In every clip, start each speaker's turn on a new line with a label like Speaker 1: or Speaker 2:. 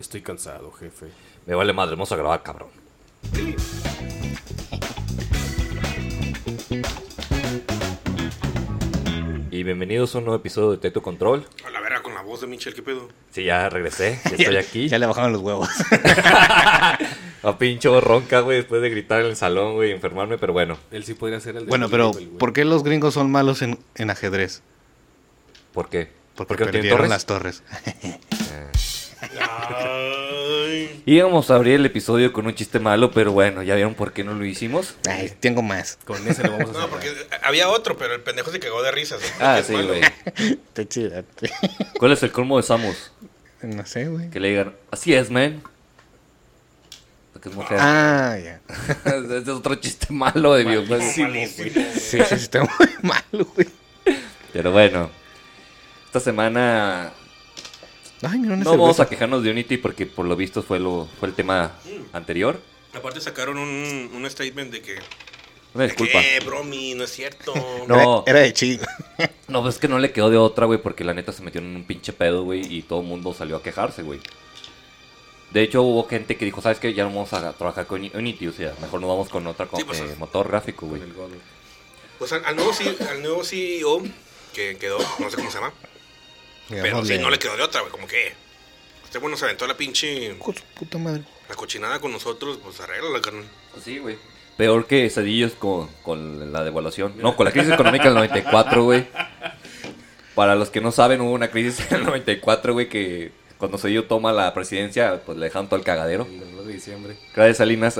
Speaker 1: Estoy cansado, jefe.
Speaker 2: Me vale madre, vamos a grabar, cabrón. Y bienvenidos a un nuevo episodio de Teto Control.
Speaker 1: A la verga con la voz de Michel, ¿qué pedo?
Speaker 2: Sí, ya regresé, ya estoy aquí.
Speaker 3: Ya le bajaron los huevos.
Speaker 2: A pincho ronca, güey, después de gritar en el salón, güey, y enfermarme, pero bueno,
Speaker 1: Él sí podría ser el de
Speaker 3: bueno, pero
Speaker 1: Michel, güey.
Speaker 3: ¿por qué los gringos son malos en, en ajedrez?
Speaker 2: ¿por qué?
Speaker 3: Porque,
Speaker 2: no tienen
Speaker 3: perdieron
Speaker 2: torres?
Speaker 3: las torres.
Speaker 1: Ay,
Speaker 2: Íbamos a abrir el episodio con un chiste malo, pero bueno, ya vieron por qué no lo hicimos.
Speaker 3: Ay, tengo más.
Speaker 1: Con ese lo vamos a hacer.
Speaker 4: No, porque había otro, pero el pendejo se cagó de risas.
Speaker 2: Ah, sí, güey.
Speaker 3: Está chida.
Speaker 2: ¿Cuál es el colmo de Samus?
Speaker 3: No sé, güey.
Speaker 2: Que le digan, así es, man. Porque es mujer.
Speaker 3: Ah, ya.
Speaker 2: Ese es otro chiste malo de videojuegos.
Speaker 3: Sí, sí, sí, está muy malo, güey.
Speaker 2: Pero bueno, esta semana
Speaker 3: Ay, mira, una
Speaker 2: no vamos
Speaker 3: cerveza.
Speaker 2: a quejarnos de Unity porque por lo visto fue, lo, fue el tema anterior.
Speaker 4: Aparte sacaron un, un statement de que...
Speaker 2: Una disculpa.
Speaker 4: ¿Qué, bromi? No es cierto.
Speaker 2: No.
Speaker 3: Era- Era de chingo.
Speaker 2: No, pues es que no le quedó de otra, güey, porque la neta se metió en un pinche pedo, güey, y todo el mundo salió a quejarse, güey. De hecho, hubo gente que dijo, ¿sabes qué? Ya no vamos a trabajar con Unity, o sea, mejor nos vamos con otra co-
Speaker 4: Sí, pues,
Speaker 2: eh,
Speaker 4: es-
Speaker 2: motor gráfico, güey.
Speaker 1: Con el God.
Speaker 4: Pues al, al nuevo, C- al nuevo CEO que quedó, no sé cómo se llama, pero sí, no le quedó de otra, güey, como que... Este bueno se aventó la pinche...
Speaker 3: Con su puta madre.
Speaker 4: La cochinada con nosotros, pues arréglala, carnal.
Speaker 2: Pues sí, güey. Peor que Cedillos con, con la devaluación. No, con la crisis económica del 94, güey. Para los que no saben, hubo una crisis en el 94, güey, que cuando Cedillo toma la presidencia, pues le dejaron todo el cagadero.
Speaker 1: El 2 de diciembre.
Speaker 2: Gracias, Salinas.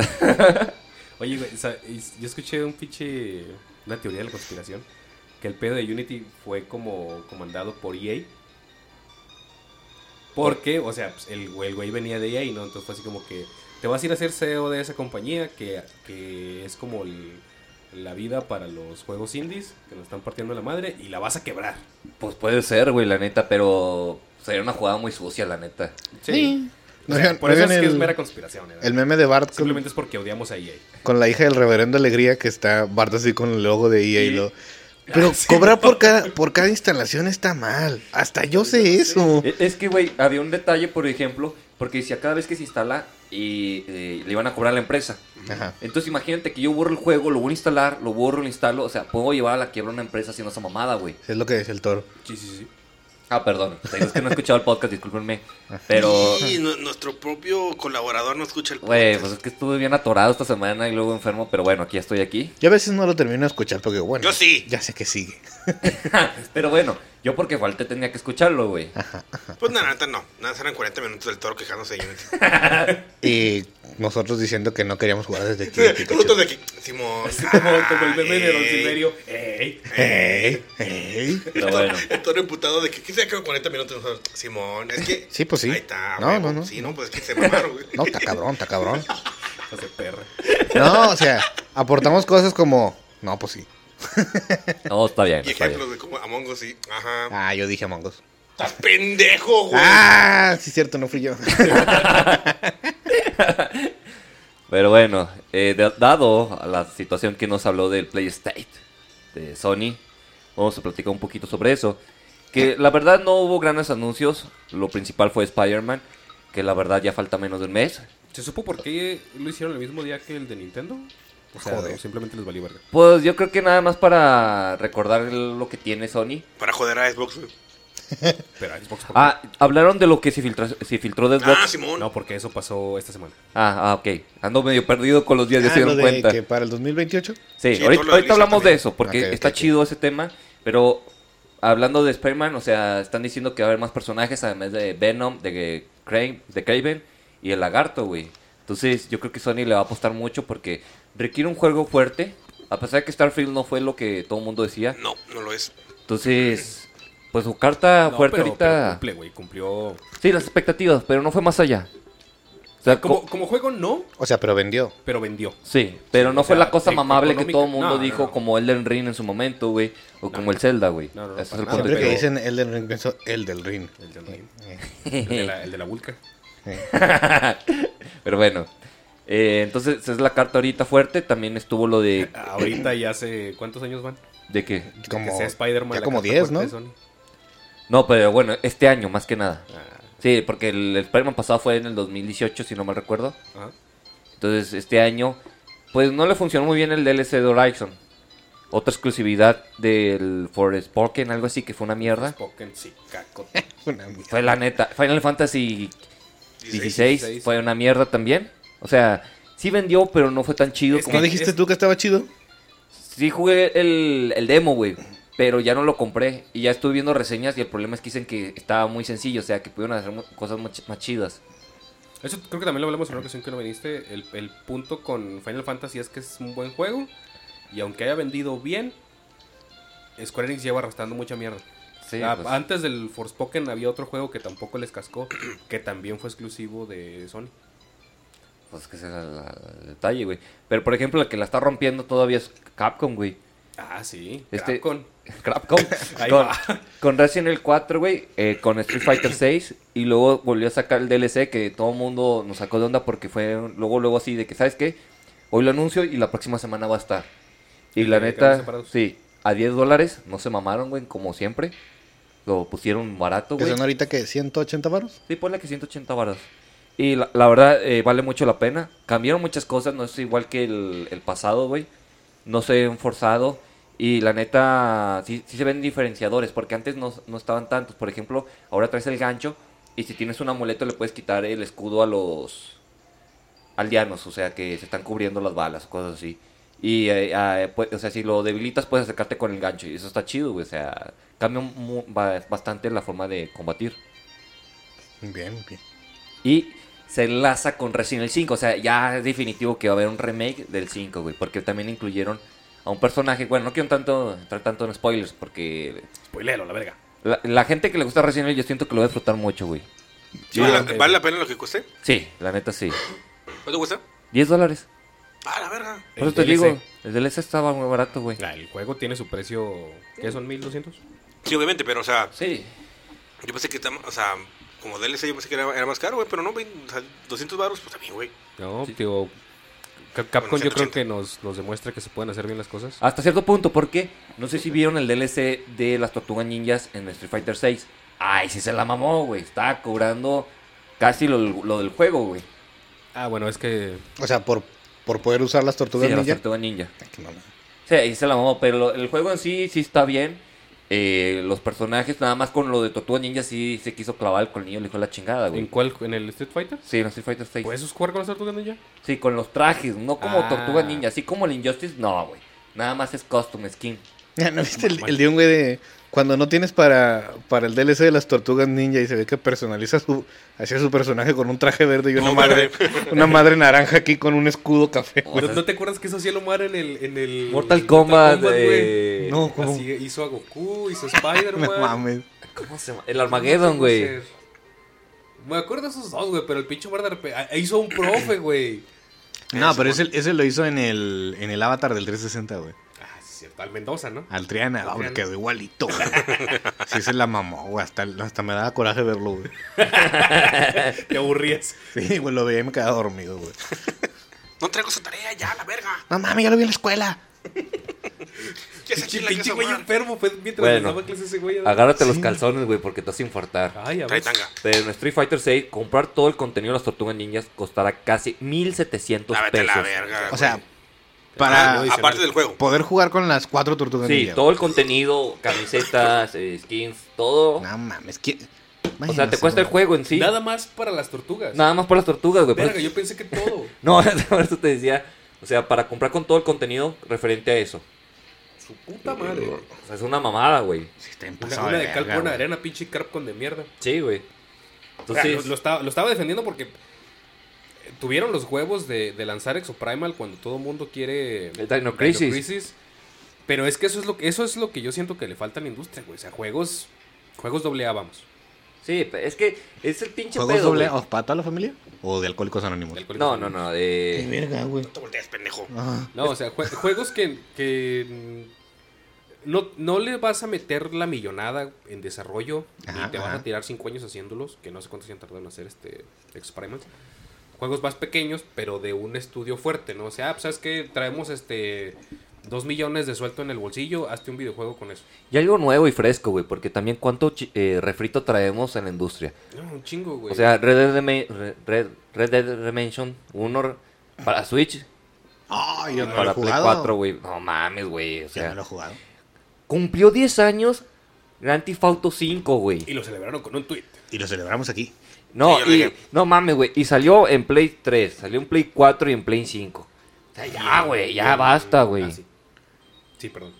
Speaker 1: Oye, güey, sa- y- yo escuché un pinche. Una teoría de la conspiración. Que el pedo de Unity fue como comandado por EA. Porque, o sea, pues, el, güey- el güey venía de EA, ¿no? Entonces fue así como que. Te vas a ir a ser CEO de esa compañía que, que es como el- la vida para los juegos indies que nos están partiendo la madre y la vas a quebrar.
Speaker 2: pues puede ser, güey, la neta, pero sería una jugada muy sucia, la neta.
Speaker 3: Sí.
Speaker 1: O
Speaker 3: No
Speaker 1: sea,
Speaker 3: vean-
Speaker 1: por
Speaker 3: no
Speaker 1: eso es
Speaker 3: vean
Speaker 1: que es
Speaker 3: el-
Speaker 1: mera conspiración. ¿eh?
Speaker 3: El meme de Bart con,
Speaker 1: Simplemente es porque odiamos a EA.
Speaker 3: con la hija del reverendo Alegría que está Bart así con el logo de EA y
Speaker 1: Sí.
Speaker 3: lo... Pero cobrar por cada, por cada instalación está mal. Hasta yo sé eso.
Speaker 2: E- Es que, güey, había un detalle, por ejemplo, porque decía cada vez que se instala y eh, le iban a cobrar a la empresa.
Speaker 3: Ajá.
Speaker 2: Entonces imagínate que yo borro el juego, lo vuelvo a instalar, lo borro, lo instalo. O sea, puedo llevar a la quiebra una empresa haciendo esa mamada, güey.
Speaker 3: Es lo que dice el toro.
Speaker 1: Sí, sí, sí.
Speaker 2: Ah, perdón. Te digo, Es que no he escuchado el podcast, discúlpenme. Pero,
Speaker 4: Y nu- nuestro propio colaborador no escucha el
Speaker 2: güey, pues
Speaker 4: podcast.
Speaker 2: es que estuve bien atorado esta semana y luego enfermo. Pero bueno, aquí estoy aquí.
Speaker 3: Yo a veces no lo termino de escuchar porque, bueno...
Speaker 4: Yo sí.
Speaker 3: Ya sé que sigue.
Speaker 2: Pero bueno, yo porque falté tenía que escucharlo, güey.
Speaker 4: Pues nada, neta, no. Nada, serán 40 minutos del toro quejándose de Unity.
Speaker 3: Y nosotros diciendo que no queríamos jugar desde aquí. de Pikachu.
Speaker 4: Nosotros de aquí. Simón.
Speaker 1: Así como, como el meme de Don
Speaker 4: ay. eh.
Speaker 1: Silverio. Eh. ¡Ey!
Speaker 3: Ey, ey.
Speaker 2: Pero bueno.
Speaker 4: El toro emputado de que ¿qué se ha quedado 40 minutos nosotros? Simón, es que.
Speaker 3: Sí, pues sí.
Speaker 4: Ahí está.
Speaker 3: No,
Speaker 4: huevo.
Speaker 3: no, no.
Speaker 4: Sí, no, pues es que se mamaron, güey.
Speaker 3: No, está cabrón, está cabrón.
Speaker 1: Hijos de perra.
Speaker 3: No, o sea, aportamos cosas como... No, pues sí.
Speaker 2: No, está bien,
Speaker 4: Y
Speaker 2: está bien.
Speaker 4: ejemplos de como Among Us, sí. Ajá.
Speaker 3: Ah, yo dije Among Us.
Speaker 4: ¡Estás pendejo, güey!
Speaker 3: Ah, sí, cierto, no fui yo.
Speaker 2: Pero bueno, eh, de- dado a la situación que nos habló del PlayState de Sony, vamos a platicar un poquito sobre eso. Que la verdad no hubo grandes anuncios, lo principal fue Spider-Man, que la verdad ya falta menos de un mes.
Speaker 1: ¿Se supo por qué lo hicieron el mismo día que el de Nintendo? O sea,
Speaker 3: Joder.
Speaker 1: o simplemente les valió verga.
Speaker 2: Pues yo creo que nada más para recordar lo que tiene Sony.
Speaker 4: Para joder a Xbox, güey.
Speaker 1: Pero a Xbox ¿por qué?
Speaker 2: Ah, hablaron de lo que se filtró, se filtró de
Speaker 4: Ah,
Speaker 2: Xbox.
Speaker 4: Simón.
Speaker 1: No, porque eso pasó esta semana.
Speaker 2: Ah, ah, ok. Ando medio perdido con los días, ya
Speaker 3: Ah,
Speaker 2: se
Speaker 3: lo
Speaker 2: dieron
Speaker 3: de
Speaker 2: cuenta.
Speaker 3: que para el 2028.
Speaker 2: Sí, ahorita,
Speaker 4: Sí, todo lo de
Speaker 2: ahorita
Speaker 4: Lisa
Speaker 2: hablamos de
Speaker 4: también.
Speaker 2: eso, porque
Speaker 3: Ok, ok,
Speaker 2: está
Speaker 3: ok.
Speaker 2: chido ese tema, pero hablando de Spider-Man, o sea, están diciendo que va a haber más personajes, además de Venom, de Crane, de Craven y el lagarto, güey. Entonces, yo creo que Sony le va a apostar mucho porque requiere un juego fuerte, a pesar de que Starfield no fue lo que todo el mundo decía.
Speaker 4: No, no lo es.
Speaker 2: Entonces, pues su
Speaker 3: Ah,
Speaker 2: carta
Speaker 1: No,
Speaker 2: fuerte
Speaker 1: pero- pero
Speaker 2: ahorita...
Speaker 1: cumple, güey. Cumplió.
Speaker 2: sí, las expectativas, pero no fue más allá. O sea,
Speaker 1: Como,
Speaker 2: co-
Speaker 1: como juego, no,
Speaker 3: O sea, pero vendió.
Speaker 1: pero vendió.
Speaker 2: Sí, pero no
Speaker 1: o
Speaker 2: fue
Speaker 1: sea,
Speaker 2: la cosa
Speaker 1: e-
Speaker 2: mamable que
Speaker 1: económica.
Speaker 2: todo el mundo
Speaker 1: No, no,
Speaker 2: dijo
Speaker 1: no.
Speaker 2: como Elden Ring en su momento, güey, o como el Zelda, güey.
Speaker 1: No, no, no,
Speaker 2: Ese es
Speaker 1: para
Speaker 2: el
Speaker 1: nada.
Speaker 2: punto.
Speaker 3: Ah, Siempre que
Speaker 2: pero-
Speaker 3: dicen el del ring, pienso el del ring.
Speaker 1: El de, Unreal.
Speaker 3: Eh.
Speaker 1: el de la, el de la Vulca.
Speaker 2: pero bueno, eh, entonces esa es la carta ahorita fuerte. También estuvo lo de
Speaker 1: Ahorita ya hace. ¿Cuántos años van?
Speaker 2: de que
Speaker 3: Como,
Speaker 1: que sea Spider-Man.
Speaker 3: ya
Speaker 1: la
Speaker 3: como
Speaker 1: carta
Speaker 3: 10, ¿no?
Speaker 1: fuerte de Sony.
Speaker 2: no, pero bueno, este año más que nada.
Speaker 1: Ah,
Speaker 2: O Sí, porque el Spider-Man pasado fue en el 2018, si no mal recuerdo.
Speaker 1: Ajá.
Speaker 2: Entonces, este año, pues no le funcionó muy bien el DLC de Horizon. Otra exclusividad del Forspoken, algo así, que fue una
Speaker 3: Ah.
Speaker 2: mierda.
Speaker 1: Spoken, sí, caco.
Speaker 3: Una mierda.
Speaker 2: Fue la neta. Final Fantasy 16 fue una mierda también. O sea, sí vendió, pero no fue tan chido
Speaker 1: Es
Speaker 2: como...
Speaker 3: ¿No dijiste tú que estaba chido?
Speaker 2: Sí jugué el, el demo, güey. Pero ya no lo compré. Y ya estuve viendo reseñas y el problema es que dicen que estaba muy sencillo. O sea, que pudieron hacer mu- cosas much- más chidas.
Speaker 1: Eso creo que también lo hablamos en una ocasión que no viniste. El, el punto con Final Fantasy es que es un buen juego. Y aunque haya vendido bien, Square Enix lleva arrastrando mucha mierda.
Speaker 2: Sí,
Speaker 1: Ah,
Speaker 2: pues,
Speaker 1: Antes del Forspoken había otro juego que tampoco les cascó, que también fue exclusivo de Sony.
Speaker 2: pues que ese es el, el detalle, güey. Pero, por ejemplo, la que la está rompiendo todavía es Capcom, güey.
Speaker 1: Ah, sí.
Speaker 2: Este-
Speaker 1: Capcom.
Speaker 2: Capcom.
Speaker 1: Ahí
Speaker 2: con,
Speaker 1: va.
Speaker 2: con Resident Evil 4, güey. eh, con Street Fighter 6. Y luego volvió a sacar el DLC que todo el mundo nos sacó de onda porque fue un- luego, luego así de que, ¿sabes qué? Hoy lo anuncio y la próxima semana va a estar. Y
Speaker 1: Y
Speaker 2: la
Speaker 1: que quedaron
Speaker 2: neta,
Speaker 1: separados.
Speaker 2: sí, a 10 dólares no se mamaron, güey, como siempre. Lo pusieron barato,
Speaker 3: Que
Speaker 2: güey.
Speaker 3: son ahorita que 180 varos.
Speaker 2: Sí, ponle que 180 varas. Y la, la verdad, eh, vale mucho la pena. Cambiaron muchas cosas, no es igual que el, el pasado, güey. No se han forzado. Y la neta, sí, sí se ven diferenciadores, porque antes no, no estaban tantos. Por ejemplo, ahora traes el gancho y si tienes un amuleto le puedes quitar el escudo a los aldeanos, o sea, que se están cubriendo las balas, cosas así. Y, eh, ah, eh, pues, o sea, si lo debilitas puedes acercarte con el gancho y eso está chido, güey. O sea, cambia mu- ba- bastante la forma de combatir.
Speaker 3: Bien, bien.
Speaker 2: Y se enlaza con Resident Evil 5. O sea, ya es definitivo que va a haber un remake del 5, güey. Porque también incluyeron a un personaje. Bueno, no quiero tanto, entrar tanto en spoilers. Porque
Speaker 1: Spoilero, la verga.
Speaker 2: la, la gente que le gusta Resident Evil, yo siento que lo va a disfrutar mucho, güey.
Speaker 1: Sí,
Speaker 4: ¿Vale, la-
Speaker 1: ok.
Speaker 4: vale la pena lo que cueste?
Speaker 2: Sí, la neta sí.
Speaker 4: ¿Cuánto cuesta?
Speaker 2: 10 dólares.
Speaker 4: Ah, la verga.
Speaker 2: Por
Speaker 1: El
Speaker 2: eso te
Speaker 1: DLC.
Speaker 2: digo, el DLC estaba muy barato, güey.
Speaker 1: Ah, el juego tiene su precio. ¿Qué son? ¿1200?
Speaker 4: Sí, obviamente, pero, o sea,
Speaker 2: Sí.
Speaker 4: yo pensé que, tam- o sea, como DLC yo pensé que era, era más caro, güey, pero no, güey, o sea, 200 baros, pues también, güey.
Speaker 1: No, digo. Cap- Capcom yo creo
Speaker 4: 180.
Speaker 1: que nos, nos demuestra que se pueden hacer bien las cosas.
Speaker 2: Hasta cierto punto, porque no sé si vieron el DLC de las Tortugas Ninjas en Street Fighter 6. Ay, sí se la mamó, güey. Estaba cobrando casi lo, lo del juego, güey.
Speaker 1: Ah, bueno, es que.
Speaker 3: O sea, por, por poder usar las
Speaker 2: Sí,
Speaker 3: tortugas
Speaker 2: las
Speaker 3: ninja.
Speaker 2: Tortugas Ninja.
Speaker 3: Ay, qué mamada.
Speaker 2: Sí, ahí se la mamó, pero lo- el juego en sí sí está bien. Eh, los personajes, nada más con lo de Tortuga Ninja, sí se quiso clavar con el niño, le dijo la chingada,
Speaker 1: ¿En
Speaker 2: güey.
Speaker 1: cuál? ¿En el Street Fighter?
Speaker 2: Sí, en Street Fighter 6.
Speaker 1: ¿Puedes jugar con las tortugas ninja?
Speaker 2: Sí, con los trajes, no como
Speaker 1: Pues- Ah.
Speaker 2: Tortuga Ninja, así como el Injustice, no, güey. Nada más es costume, skin.
Speaker 3: Ya, ¿No viste el, el de un güey de... Cuando no tienes para, para el DLC de las tortugas ninja y se ve que personaliza su... Hacía su personaje con un traje verde y una
Speaker 4: No,
Speaker 3: madre... Una madre naranja aquí con un escudo café.
Speaker 2: O sea,
Speaker 1: ¿No te acuerdas que eso hacía Lomar en el. En el
Speaker 2: Mortal
Speaker 1: Mortal
Speaker 2: Kombat,
Speaker 1: güey?
Speaker 2: eh,
Speaker 3: No, ¿cómo?
Speaker 1: Así hizo a Goku, hizo a
Speaker 3: No
Speaker 1: Spider-Man.
Speaker 3: mames.
Speaker 2: ¿Cómo se llama? El Armageddon, güey.
Speaker 1: Me acuerdo de esos dos, güey, pero el pinche Omar de repente- ah, hizo un profe, güey.
Speaker 4: No, pero ese-
Speaker 3: ese lo hizo en el, en el avatar del 360, güey.
Speaker 1: Ah, sí, es cierto, al Mendoza, ¿no?
Speaker 3: Altriana,
Speaker 1: Altriana.
Speaker 3: hombre, quedó igualito. güey. Sí, se la mamó, güey. Hasta, hasta me daba coraje verlo, güey.
Speaker 1: Te aburrías.
Speaker 3: Sí, güey, lo veía y me quedaba dormido, güey.
Speaker 4: No traigo esa tarea ya, la verga.
Speaker 3: No mames, ya lo vi en la escuela.
Speaker 4: Ya sé
Speaker 1: Pinche,
Speaker 4: quién la
Speaker 1: pinche
Speaker 4: quiso
Speaker 1: güey
Speaker 4: amar.
Speaker 1: enfermo, fue mientras
Speaker 2: Bueno.
Speaker 1: le daba clase ese güey.
Speaker 2: Agárrate los calzones, güey, porque te vas a
Speaker 5: Ah.
Speaker 2: infartar.
Speaker 1: Ay, a
Speaker 4: Trae
Speaker 1: ver.
Speaker 4: tanga.
Speaker 2: Pero en Street Fighter 6, comprar todo el contenido de las Tortugas Ninjas costará casi 1700
Speaker 4: Ah, vete a
Speaker 2: pesos.
Speaker 4: la verga.
Speaker 3: O sea,
Speaker 4: güey.
Speaker 3: para
Speaker 4: Ah, aparte del juego.
Speaker 3: poder jugar con las cuatro tortugas
Speaker 2: Sí,
Speaker 3: ninja.
Speaker 2: todo el contenido, camisetas, eh, skins, todo.
Speaker 3: güey. No mames, ¿quién?
Speaker 2: o sea, te cuesta el juego en sí. pues.
Speaker 1: Nada
Speaker 2: Nada,
Speaker 1: más para las tortugas.
Speaker 2: más por las tortugas, güey. por
Speaker 1: Verga,
Speaker 2: eso-
Speaker 1: yo pensé que todo.
Speaker 2: No, por eso te decía. O sea, para comprar con todo el contenido referente a eso.
Speaker 1: Su puta madre.
Speaker 2: O sea, es una mamada, güey.
Speaker 3: Sí, está bien
Speaker 1: Una,
Speaker 3: pasado
Speaker 1: una
Speaker 3: de
Speaker 1: de cal
Speaker 3: verga,
Speaker 1: por una
Speaker 3: güey.
Speaker 1: arena, pinche Capcom de mierda.
Speaker 2: Sí, güey.
Speaker 1: Entonces,
Speaker 2: Entonces,
Speaker 1: lo, lo estaba, lo estaba defendiendo porque tuvieron los huevos de, de lanzar Exoprimal cuando todo el mundo quiere
Speaker 2: El Dino Crisis.
Speaker 1: Pero es que eso es lo que eso es lo que yo siento que le falta a la industria, güey. O sea, juegos juegos doble A, vamos.
Speaker 2: sí, pe- es que es el pinche
Speaker 3: ¿Juegos
Speaker 2: pedo,
Speaker 3: doble
Speaker 2: güey.
Speaker 3: o para toda la familia? ¿O de Alcohólicos Anónimos?
Speaker 1: Del colegio.
Speaker 2: No, no, no.
Speaker 3: Qué
Speaker 2: De...
Speaker 3: verga, güey.
Speaker 4: No te voltees, pendejo.
Speaker 3: Ah,
Speaker 1: No, o sea, jue- juegos que, que mm, no, no le vas a meter la millonada en desarrollo
Speaker 3: Ajá,
Speaker 1: y te van
Speaker 3: ajá.
Speaker 1: a tirar cinco años haciéndolos, que no sé cuántos se han tardado en hacer este Exprimal. Juegos más pequeños, pero de un estudio fuerte, ¿no? O sea, ah, pues, ¿sabes qué? Traemos este
Speaker 5: Dos millones de suelto en el bolsillo, hazte un videojuego con eso.
Speaker 2: Y algo nuevo y fresco, güey, porque también cuánto chi- eh, refrito traemos en la industria.
Speaker 5: No, un chingo, güey.
Speaker 2: O sea, Red Dead, Redem- Re- Red, Red Dead Redemption 1 re- para Switch,
Speaker 3: Ah, yo no lo he
Speaker 2: para Play
Speaker 3: jugado.
Speaker 2: 4, güey. No mames, güey. O
Speaker 3: Yo no
Speaker 2: sea,
Speaker 3: lo he jugado.
Speaker 2: cumplió 10 años Grand Theft Auto 5, güey.
Speaker 5: y lo celebraron con un tweet.
Speaker 3: Y lo celebramos aquí.
Speaker 2: No,
Speaker 4: Sí, yo lo
Speaker 2: y,
Speaker 4: dije.
Speaker 2: no mames, güey. Y salió en Play 3, salió en Play 4 y en Play 5. O sea, ya, güey, ya basta, güey.
Speaker 5: Ah, sí. Sí, perdón.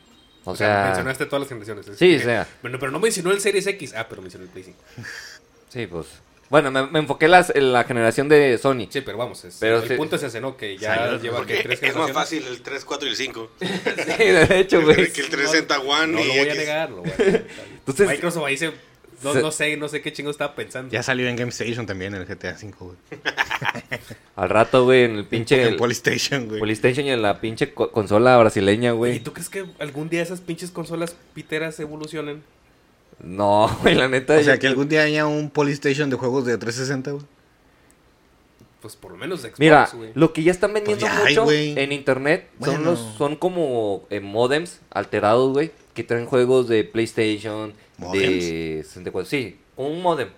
Speaker 2: O sea,
Speaker 5: mencionaste todas las generaciones. es
Speaker 2: Sí,
Speaker 5: que-
Speaker 2: o sea.
Speaker 5: Bueno, pero no mencionó el Series X. Ah, pero mencionó el Play 5.
Speaker 2: sí, pues. Bueno, me, me enfoqué las- en la generación de Sony.
Speaker 5: Sí, pues, pero vamos, es-
Speaker 2: Pero
Speaker 5: el
Speaker 2: sí.
Speaker 5: punto es ese, ¿no? Que ya
Speaker 3: Salió,
Speaker 5: lleva
Speaker 4: Porque
Speaker 5: que tres
Speaker 4: Eh, es más
Speaker 5: generaciones.
Speaker 4: fácil el 3, 4 y el 5.
Speaker 2: Sí, de hecho, güey.
Speaker 4: que el 360 One
Speaker 5: No lo
Speaker 4: y
Speaker 5: voy a
Speaker 4: X.
Speaker 5: negar, lo voy a negar.
Speaker 2: Entonces-
Speaker 5: Microsoft ahí se... No,
Speaker 2: Se-
Speaker 5: no sé, no sé qué chingo estaba pensando.
Speaker 3: Ya salió en GameStation también el GTA V, güey.
Speaker 2: Al rato, güey, en el pinche.
Speaker 3: En Polystation, güey.
Speaker 2: PlayStation y en la pinche co- consola brasileña,
Speaker 5: ¿Y
Speaker 2: güey.
Speaker 5: tú crees que algún día esas pinches consolas piteras evolucionen?
Speaker 2: No, güey, la neta.
Speaker 3: O sea,
Speaker 2: yo-
Speaker 3: que algún día haya un Polystation de juegos de 360, güey.
Speaker 5: Pues por lo menos de Xbox,
Speaker 2: Mira,
Speaker 5: güey.
Speaker 2: lo que ya están vendiendo
Speaker 3: Pues ya hay,
Speaker 2: mucho
Speaker 3: güey.
Speaker 2: en internet son
Speaker 3: Bueno.
Speaker 2: los son como eh, modems alterados, güey, que traen juegos de PlayStation,
Speaker 3: ¿Modems?
Speaker 2: de 64, sí, un modem.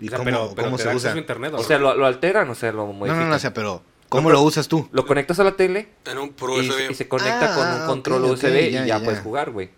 Speaker 3: ¿Y
Speaker 5: O sea,
Speaker 3: cómo,
Speaker 5: pero, pero
Speaker 3: cómo
Speaker 5: te
Speaker 3: se
Speaker 5: da
Speaker 3: usa?
Speaker 5: acceso a internet,
Speaker 2: O sea, lo, lo alteran, o sea, lo
Speaker 3: No,
Speaker 2: modifican.
Speaker 3: no, no, o sea, pero ¿cómo lo usas tú?
Speaker 2: Lo conectas a la tele
Speaker 4: En un
Speaker 2: y,
Speaker 4: Pro
Speaker 2: se- y
Speaker 4: USB.
Speaker 2: se conecta
Speaker 3: Ah,
Speaker 2: con un
Speaker 3: ok,
Speaker 2: control
Speaker 3: ok,
Speaker 2: USB y ya,
Speaker 3: ya, ya.
Speaker 2: puedes jugar, güey.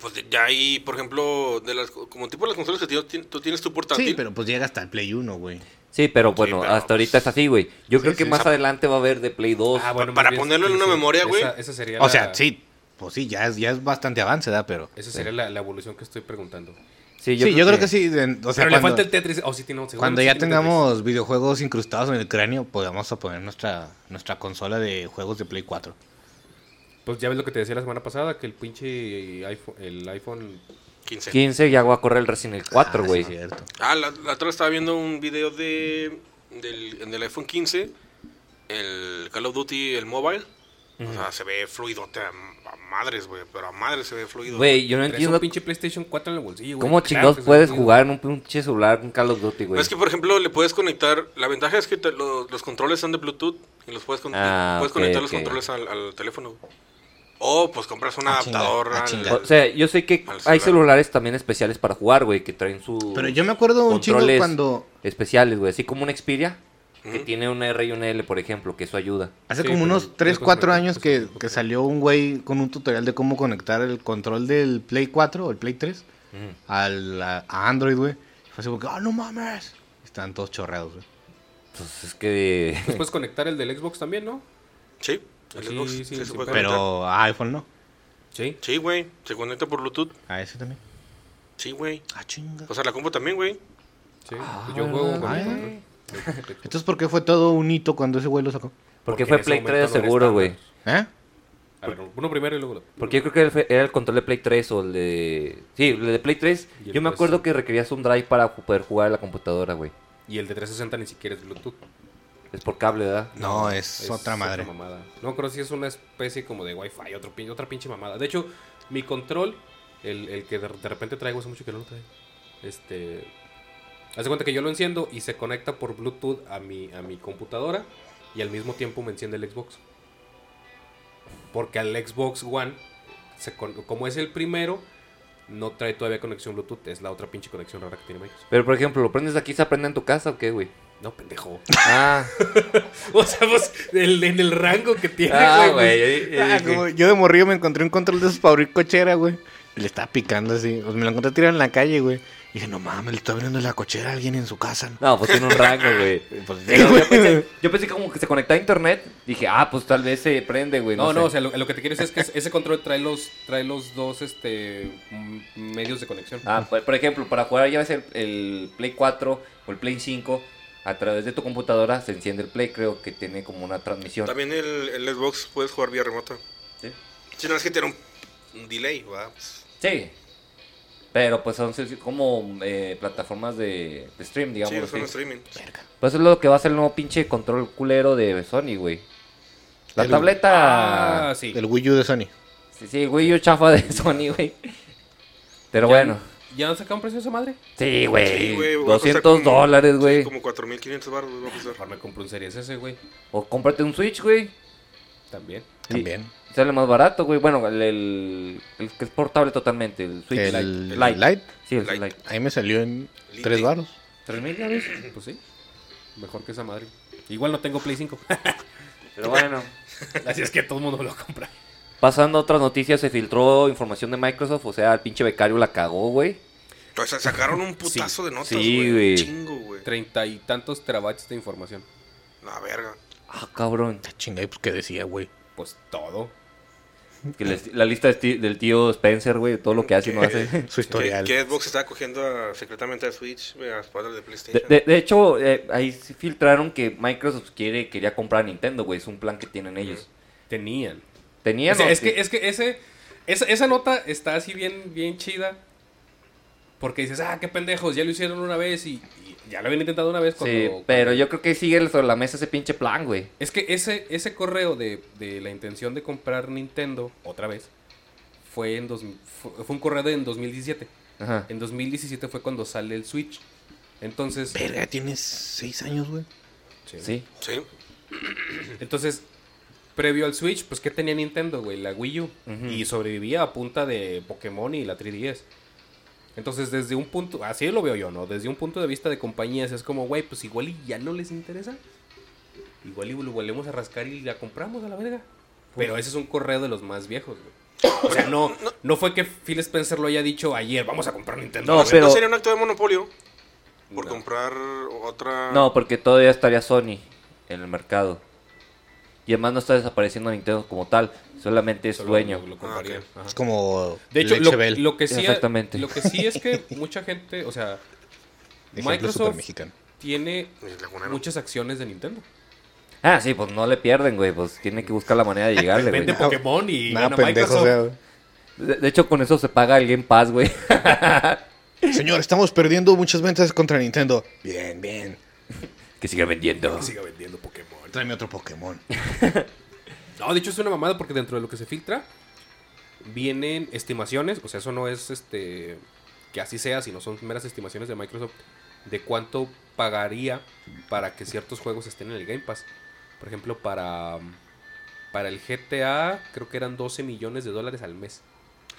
Speaker 4: Pues de- ya ahí, por ejemplo, de las, como tipo de las consolas que ti- ti- tú tienes tu portátil.
Speaker 3: Sí, pero pues llega hasta el Play 1, güey.
Speaker 2: Sí, pero bueno,
Speaker 4: pero,
Speaker 2: hasta ahorita es así, güey. Yo creo que
Speaker 3: sí.
Speaker 2: más adelante va a haber de Play 2.
Speaker 5: Ah, bueno,
Speaker 4: pa-
Speaker 5: más
Speaker 4: para
Speaker 5: bien,
Speaker 4: ponerlo en
Speaker 5: sí,
Speaker 4: una
Speaker 5: sí,
Speaker 4: memoria,
Speaker 5: esa-
Speaker 4: güey.
Speaker 5: Esa sería
Speaker 3: O
Speaker 5: la-
Speaker 3: sea, sí, pues sí, ya es, ya es bastante avance, ¿verdad? Pero...
Speaker 5: Esa sería la, la evolución que estoy preguntando.
Speaker 2: sí,
Speaker 3: sí, yo creo que sí. de- o sea,
Speaker 5: pero
Speaker 3: cuando,
Speaker 5: le falta el Tetris. Oh, sí, tiene un-
Speaker 3: cuando
Speaker 5: seguramente
Speaker 3: ya
Speaker 5: sí tiene Tetris.
Speaker 3: tengamos videojuegos incrustados en el cráneo, podamos a poner nuestra, nuestra consola de juegos de Play 4.
Speaker 5: Pues ya ves lo que te decía la semana pasada, que el pinche iPhone, el iPhone
Speaker 4: 15.
Speaker 2: 15 ya va a correr el Resident Evil 4,
Speaker 3: Ah,
Speaker 2: güey.
Speaker 3: sí, cierto.
Speaker 4: Ah, la, la otra vez estaba viendo un video de del, del iPhone 15, el Call of Duty, el mobile. O sea, se ve fluidote a, a madres, güey. Pero a madres se ve fluido.
Speaker 2: Güey, yo no
Speaker 5: Traes un
Speaker 2: entiendo
Speaker 5: pinche PlayStation 4 en el bolsillo, güey. Ah,
Speaker 2: cómo
Speaker 5: pues, Claro
Speaker 2: chingados
Speaker 5: que se
Speaker 2: puedes
Speaker 5: puede.
Speaker 2: jugar en un pinche celular con Call of Duty, güey.
Speaker 4: No, Pues Es que, por ejemplo, le puedes conectar. La ventaja es que te- lo- los controles son de Bluetooth y los puedes, con-
Speaker 2: Ah,
Speaker 4: puedes
Speaker 2: ok,
Speaker 4: conectar
Speaker 2: ok.
Speaker 4: los controles al, al teléfono. güey. O, pues compras un
Speaker 3: Ah, chinga,
Speaker 4: adaptador.
Speaker 3: ah,
Speaker 4: al-
Speaker 3: chinga.
Speaker 2: O sea, yo sé que
Speaker 4: Al
Speaker 2: hay
Speaker 4: celular.
Speaker 2: celulares también especiales para jugar, güey, que traen su
Speaker 3: Pero yo me acuerdo un chingo
Speaker 2: Controles.
Speaker 3: cuando...
Speaker 2: especiales, güey, así como un Xperia que
Speaker 4: Ujú.
Speaker 2: tiene una R y una L, por ejemplo, que eso ayuda.
Speaker 3: Hace
Speaker 5: Sí,
Speaker 3: como
Speaker 5: pero
Speaker 3: unos
Speaker 5: yo
Speaker 3: 3,
Speaker 5: creo que
Speaker 3: 4
Speaker 5: me-
Speaker 3: años que, que salió un güey con un tutorial de cómo conectar el control del Play 4 o el Play 3 al, a a Android, güey. Y Fue así como que, ¡ah, no mames! Están todos chorreados, güey.
Speaker 2: Entonces es que
Speaker 5: Pues puedes conectar el del Xbox también, ¿no?
Speaker 4: Sí, el
Speaker 5: Sí,
Speaker 4: Xbox,
Speaker 5: sí,
Speaker 4: sí, se
Speaker 5: sí,
Speaker 4: puede
Speaker 5: pero-
Speaker 4: conectar.
Speaker 3: Pero a iPhone no.
Speaker 5: Sí.
Speaker 4: Sí, güey. Se conecta por Bluetooth.
Speaker 3: A ese también.
Speaker 4: Sí, güey.
Speaker 3: Ah, chinga.
Speaker 4: O sea, la compu también, güey.
Speaker 5: Sí.
Speaker 2: Ah,
Speaker 5: Yo juego con
Speaker 3: ¿verdad?
Speaker 5: el
Speaker 3: Ay.
Speaker 5: control. Sí,
Speaker 3: Entonces, ¿por qué fue todo un hito cuando ese güey lo sacó?
Speaker 2: porque,
Speaker 5: en
Speaker 2: fue
Speaker 5: ese
Speaker 2: Play
Speaker 5: momento
Speaker 2: 3 de
Speaker 5: no era
Speaker 2: seguro,
Speaker 5: estándar.
Speaker 2: güey.
Speaker 3: ¿Eh?
Speaker 5: A ver, uno primero y luego lo-
Speaker 2: Porque yo creo que fue- era el control de Play 3 o el de Sí, el de Play 3.
Speaker 5: Y el
Speaker 2: Yo me
Speaker 5: PS.
Speaker 2: acuerdo que requerías un drive para ju- poder jugar a la computadora, güey.
Speaker 5: Y el de 360 ni siquiera es Bluetooth.
Speaker 2: Es por cable, ¿verdad?
Speaker 3: No, es, otra madre.
Speaker 5: mamada. No, creo que sí es una especie como de Wi-Fi, otro, pin- otra pinche mamada. De hecho, mi control, el, el que de, de repente traigo hace mucho que no lo traigo. Este. Hace cuenta que yo lo enciendo y se conecta por Bluetooth a mi, a mi computadora y al mismo tiempo me enciende el Xbox. Porque al Xbox One, se con- como es el primero, no trae todavía conexión Bluetooth. Es la otra pinche conexión rara que tiene Microsoft.
Speaker 2: Pero por ejemplo, ¿lo prendes aquí se aprende en tu casa o qué, güey?
Speaker 5: No, pendejo.
Speaker 2: Ah,
Speaker 5: O sea, pues, del- en el rango que tiene,
Speaker 2: ah,
Speaker 5: güey, pues,
Speaker 2: güey. yo- yo
Speaker 3: Ah,
Speaker 2: dije-
Speaker 3: como yo de morrillo me encontré un control de esos para abrir cochera, güey. Y le estaba picando así. Pues me lo encontré tirado en la calle, güey. Y dije, no mames, le está abriendo la cochera a alguien en su casa. ¿no?".
Speaker 2: No, pues tiene un rango, güey.
Speaker 3: Pues, sí,
Speaker 2: Pero
Speaker 3: güey.
Speaker 2: yo, pensé, yo pensé como que se conectaba a internet. Dije, ah, pues tal vez se prende, güey.
Speaker 5: No, no, o
Speaker 2: sé.
Speaker 5: sea, lo, lo que te quiero decir es que es- ese control trae los, trae los dos este, m- medios de conexión.
Speaker 2: Ah, por, por ejemplo, para jugar ya ves el, el Play 4 o el Play 5, a través de tu computadora se enciende el Play, creo que tiene como una transmisión.
Speaker 4: También el, el Xbox puedes jugar vía remota.
Speaker 2: Sí.
Speaker 4: Si no es que tiene un, un delay, ¿verdad? Pues,
Speaker 2: Sí. Pero pues son sen- como eh, plataformas de, de stream, digamos.
Speaker 4: sí,
Speaker 2: así.
Speaker 4: es un streaming.
Speaker 2: Pues es lo que va a ser el nuevo pinche control culero de Sony, güey. La
Speaker 3: El-
Speaker 2: tableta...
Speaker 5: Ah, sí.
Speaker 3: El Wii U de Sony.
Speaker 2: Sí, sí, güey, yo chafa de Sony, güey. Pero bueno.
Speaker 5: ¿Ya han sacado un precio de esa madre?
Speaker 2: Sí, güey.
Speaker 4: Sí, güey, va a costar
Speaker 2: 200
Speaker 4: como-
Speaker 2: dólares,
Speaker 4: sí,
Speaker 2: güey.
Speaker 4: como 4.500 baros, güey, va a costar.
Speaker 5: Mejor me compro un Series S, güey.
Speaker 2: O cómprate un Switch, güey.
Speaker 5: También.
Speaker 2: Y-
Speaker 3: También.
Speaker 2: Sale más barato, güey. Bueno, el, el, el que es portable totalmente, el Switch
Speaker 3: El,
Speaker 2: Lite.
Speaker 3: Light.
Speaker 2: Sí, el
Speaker 4: Lite.
Speaker 2: Lite.
Speaker 3: Ahí me salió en
Speaker 4: Lite.
Speaker 3: tres baros.
Speaker 2: ¿Tres mil ya ves?
Speaker 1: Pues sí, mejor que esa madre. Igual no tengo Play 5.
Speaker 2: Pero bueno.
Speaker 1: Así es que todo el mundo lo compra.
Speaker 2: Pasando a otras noticias, se filtró información de Microsoft. O sea, el pinche becario la cagó, güey.
Speaker 4: O sea, sacaron un putazo de notas,
Speaker 2: sí,
Speaker 4: güey. un
Speaker 2: güey.
Speaker 4: Chingo, güey.
Speaker 1: Treinta y tantos terabytes de información.
Speaker 4: La verga.
Speaker 2: Ah, cabrón.
Speaker 3: Ah, Chinga, ¿y pues qué decía, güey?
Speaker 1: Pues todo.
Speaker 2: Que les- la lista de ti- del tío Spencer, güey, todo lo que hace y no hace.
Speaker 3: Su
Speaker 4: Que,
Speaker 3: historial.
Speaker 4: que Xbox está cogiendo a- secretamente a Switch, güey, a las espaldas de
Speaker 2: De,
Speaker 4: PlayStation.
Speaker 2: de- de hecho, eh, ahí se filtraron que Microsoft quiere, quería comprar a Nintendo, güey. Es un plan que tienen ellos.
Speaker 1: Tenían.
Speaker 2: Tenían.
Speaker 1: O sea,
Speaker 2: ¿no?
Speaker 1: es, que, es que ese, esa, esa nota está así bien, bien chida. Porque dices, ah, qué pendejos, ya lo hicieron una vez y, y ya lo habían intentado una vez. Cuando,
Speaker 2: Sí, pero yo creo que sigue sobre la mesa ese pinche plan, güey.
Speaker 1: Es que ese, ese correo de, de la intención de comprar Nintendo, otra vez, fue, en dos, fue, fue un correo de en 2017.
Speaker 2: Ajá.
Speaker 1: En 2017 fue cuando sale el Switch. Entonces,
Speaker 3: Verga, tienes seis años, güey.
Speaker 1: Sí.
Speaker 2: Sí.
Speaker 4: Sí.
Speaker 1: entonces previo al Switch, pues ¿qué tenía Nintendo, güey? La Wii U.
Speaker 2: Ujú.
Speaker 1: Y sobrevivía a punta de Pokémon y la 3DS. Entonces, desde un punto, así lo veo yo, ¿no? Desde un punto de vista de compañías, es como, güey, pues igual y ya no les interesa. Igual y lo volvemos a rascar y la compramos a la verga.
Speaker 2: Pues
Speaker 1: Pero ese es un correo de los más viejos, güey. O sea, no, no fue que Phil Spencer lo haya dicho ayer, vamos a comprar Nintendo.
Speaker 2: No,
Speaker 1: a la
Speaker 4: No,
Speaker 1: verga".
Speaker 2: pero-
Speaker 4: sería un acto de monopolio por
Speaker 1: No.
Speaker 4: comprar otra.
Speaker 2: No, porque todavía estaría Sony en el mercado. Y además no está desapareciendo Nintendo como tal. Solamente es
Speaker 1: Solo
Speaker 2: dueño.
Speaker 1: lo- lo compraría.
Speaker 4: Ah, ok.
Speaker 1: Ajá.
Speaker 3: Es como
Speaker 1: De hecho, lo,
Speaker 3: Lechebel,
Speaker 1: lo que sí,
Speaker 2: Exactamente.
Speaker 1: lo que sí es que mucha gente, o sea,
Speaker 3: ejemplo
Speaker 1: Microsoft
Speaker 3: super mexicano.
Speaker 1: tiene
Speaker 4: El lagunero.
Speaker 1: muchas acciones de Nintendo.
Speaker 2: Ah, sí, pues no le pierden, güey. Pues tiene que buscar la manera de llegarle, güey.
Speaker 1: Vende
Speaker 3: güey.
Speaker 1: Pokémon y
Speaker 3: Nada
Speaker 1: gana
Speaker 3: pendejo,
Speaker 1: Microsoft.
Speaker 3: o sea, güey.
Speaker 2: De, de hecho, con eso se paga el Game Pass, güey.
Speaker 3: Señor, estamos perdiendo muchas ventas contra Nintendo. Bien, bien.
Speaker 2: que siga vendiendo.
Speaker 1: Que siga vendiendo Pokémon.
Speaker 3: Tráeme otro Pokémon.
Speaker 1: No, de hecho es una mamada porque dentro de lo que se filtra vienen estimaciones, o sea, eso no es este que así sea, sino son meras estimaciones de Microsoft de cuánto pagaría para que ciertos juegos estén en el Game Pass. Por ejemplo, para para el GTA creo que eran 12 millones de dólares al mes.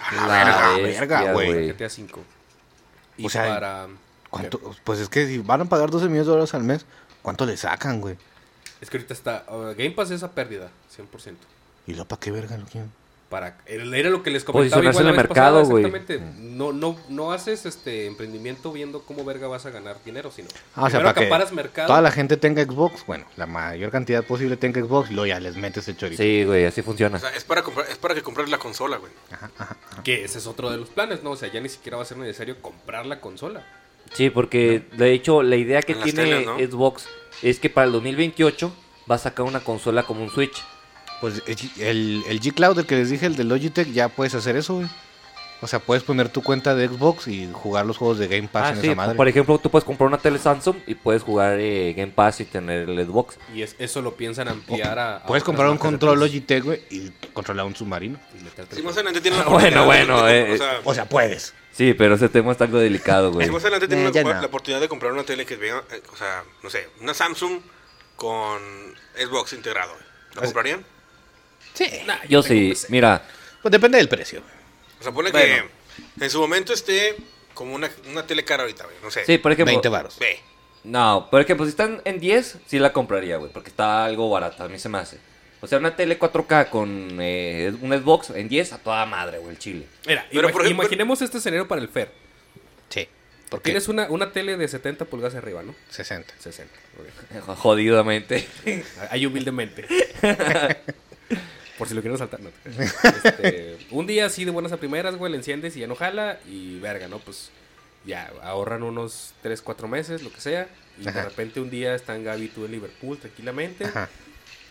Speaker 1: Ah,
Speaker 2: La
Speaker 3: verga,
Speaker 2: bestia,
Speaker 3: güey.
Speaker 2: güey.
Speaker 1: GTA 5. Y
Speaker 3: O sea,
Speaker 1: para
Speaker 3: ¿Cuánto? Pues es que si van a pagar 12 millones de dólares al mes, ¿cuánto le sacan, güey?
Speaker 1: es que ahorita está uh, Game Pass es a pérdida, 100%.
Speaker 3: ¿Y lo para qué verga lo quieren?
Speaker 1: para era era lo que les comentaba
Speaker 2: Posicionarse
Speaker 1: igual
Speaker 2: en
Speaker 1: la
Speaker 2: el
Speaker 1: vez pasada,
Speaker 2: mercado, güey.
Speaker 1: exactamente no no no haces este emprendimiento viendo cómo verga vas a ganar dinero sino
Speaker 3: Ah, o sea,
Speaker 1: primero
Speaker 3: para que
Speaker 1: acaparas mercado
Speaker 3: toda la gente tenga Xbox, bueno, la mayor cantidad posible tenga Xbox, luego ya les metes el chorizo.
Speaker 2: Sí, güey, así
Speaker 4: O
Speaker 2: funciona.
Speaker 4: sea, es para, comprar, es para que compres la consola, güey.
Speaker 1: que ese es otro de los planes no o sea ya ni siquiera va a ser necesario comprar la consola
Speaker 2: Sí, porque de hecho la idea que
Speaker 4: En las
Speaker 2: tiene
Speaker 4: teles, ¿no?
Speaker 2: Xbox es que para el 2028 va a sacar una consola como un Switch.
Speaker 3: Pues el- el, el G Cloud, el que les dije, el de Logitech, ya puedes hacer eso, güey. O sea, puedes poner tu cuenta de Xbox y jugar los juegos de Game Pass
Speaker 2: Ah,
Speaker 3: en
Speaker 2: sí,
Speaker 3: esa madre.
Speaker 2: Por ejemplo, tú puedes comprar una tele Samsung y puedes jugar eh, Game Pass y tener el Xbox.
Speaker 1: y es, eso lo piensan ampliar a,
Speaker 5: Ah,
Speaker 1: a
Speaker 3: puedes
Speaker 1: otras
Speaker 3: comprar un
Speaker 1: marcas de
Speaker 3: control
Speaker 1: tenis.
Speaker 3: Logitech, güey, y controlar un submarino.
Speaker 1: Y meterte
Speaker 4: Si
Speaker 1: el
Speaker 4: más
Speaker 1: juego.
Speaker 4: adelante tienen la
Speaker 2: Bueno,
Speaker 4: oportunidad
Speaker 2: bueno,
Speaker 4: de- de-
Speaker 2: eh.
Speaker 4: o sea,
Speaker 3: O sea, puedes.
Speaker 2: Sí, pero ese tema está algo delicado, güey.
Speaker 4: si más adelante tienen
Speaker 3: Eh, ya
Speaker 4: la,
Speaker 3: no.
Speaker 4: la oportunidad de comprar una tele que venga, eh, o sea, no sé, una Samsung con Xbox integrado. güey. ¿La comprarían?
Speaker 3: Sí.
Speaker 1: Nah,
Speaker 2: Yo
Speaker 1: tengo
Speaker 2: sí,
Speaker 1: PC.
Speaker 2: mira,
Speaker 3: Pues depende del precio.
Speaker 4: O sea, ponle
Speaker 3: Bueno.
Speaker 4: que en su momento esté como una, una tele cara ahorita, güey. No sé.
Speaker 2: sí, por ejemplo,
Speaker 3: 20 varos.
Speaker 4: Ve.
Speaker 2: No, por ejemplo, si están en 10, sí la compraría, güey, porque está algo barata, a mí se me hace. O sea, una tele 4K con eh, un Xbox en 10 a toda madre, güey, el chile.
Speaker 1: Mira,
Speaker 4: Pero,
Speaker 1: imag-
Speaker 4: por ejemplo-
Speaker 1: imaginemos este escenario para el Fer
Speaker 3: Sí. ¿Por qué?
Speaker 1: tienes una, una tele de 70 pulgadas arriba no
Speaker 3: 60.
Speaker 1: 60 ok.
Speaker 2: Jodidamente.
Speaker 1: Ahí humildemente. Por si lo quieren saltar, no. Este, un día así de buenas a primeras, güey, le enciendes y ya no jala y verga, ¿no? Pues ya ahorran unos 3, 4 meses, lo que sea. Y de
Speaker 3: Ajá.
Speaker 1: repente un día están Gaby y tú en Liverpool tranquilamente.
Speaker 3: Ajá.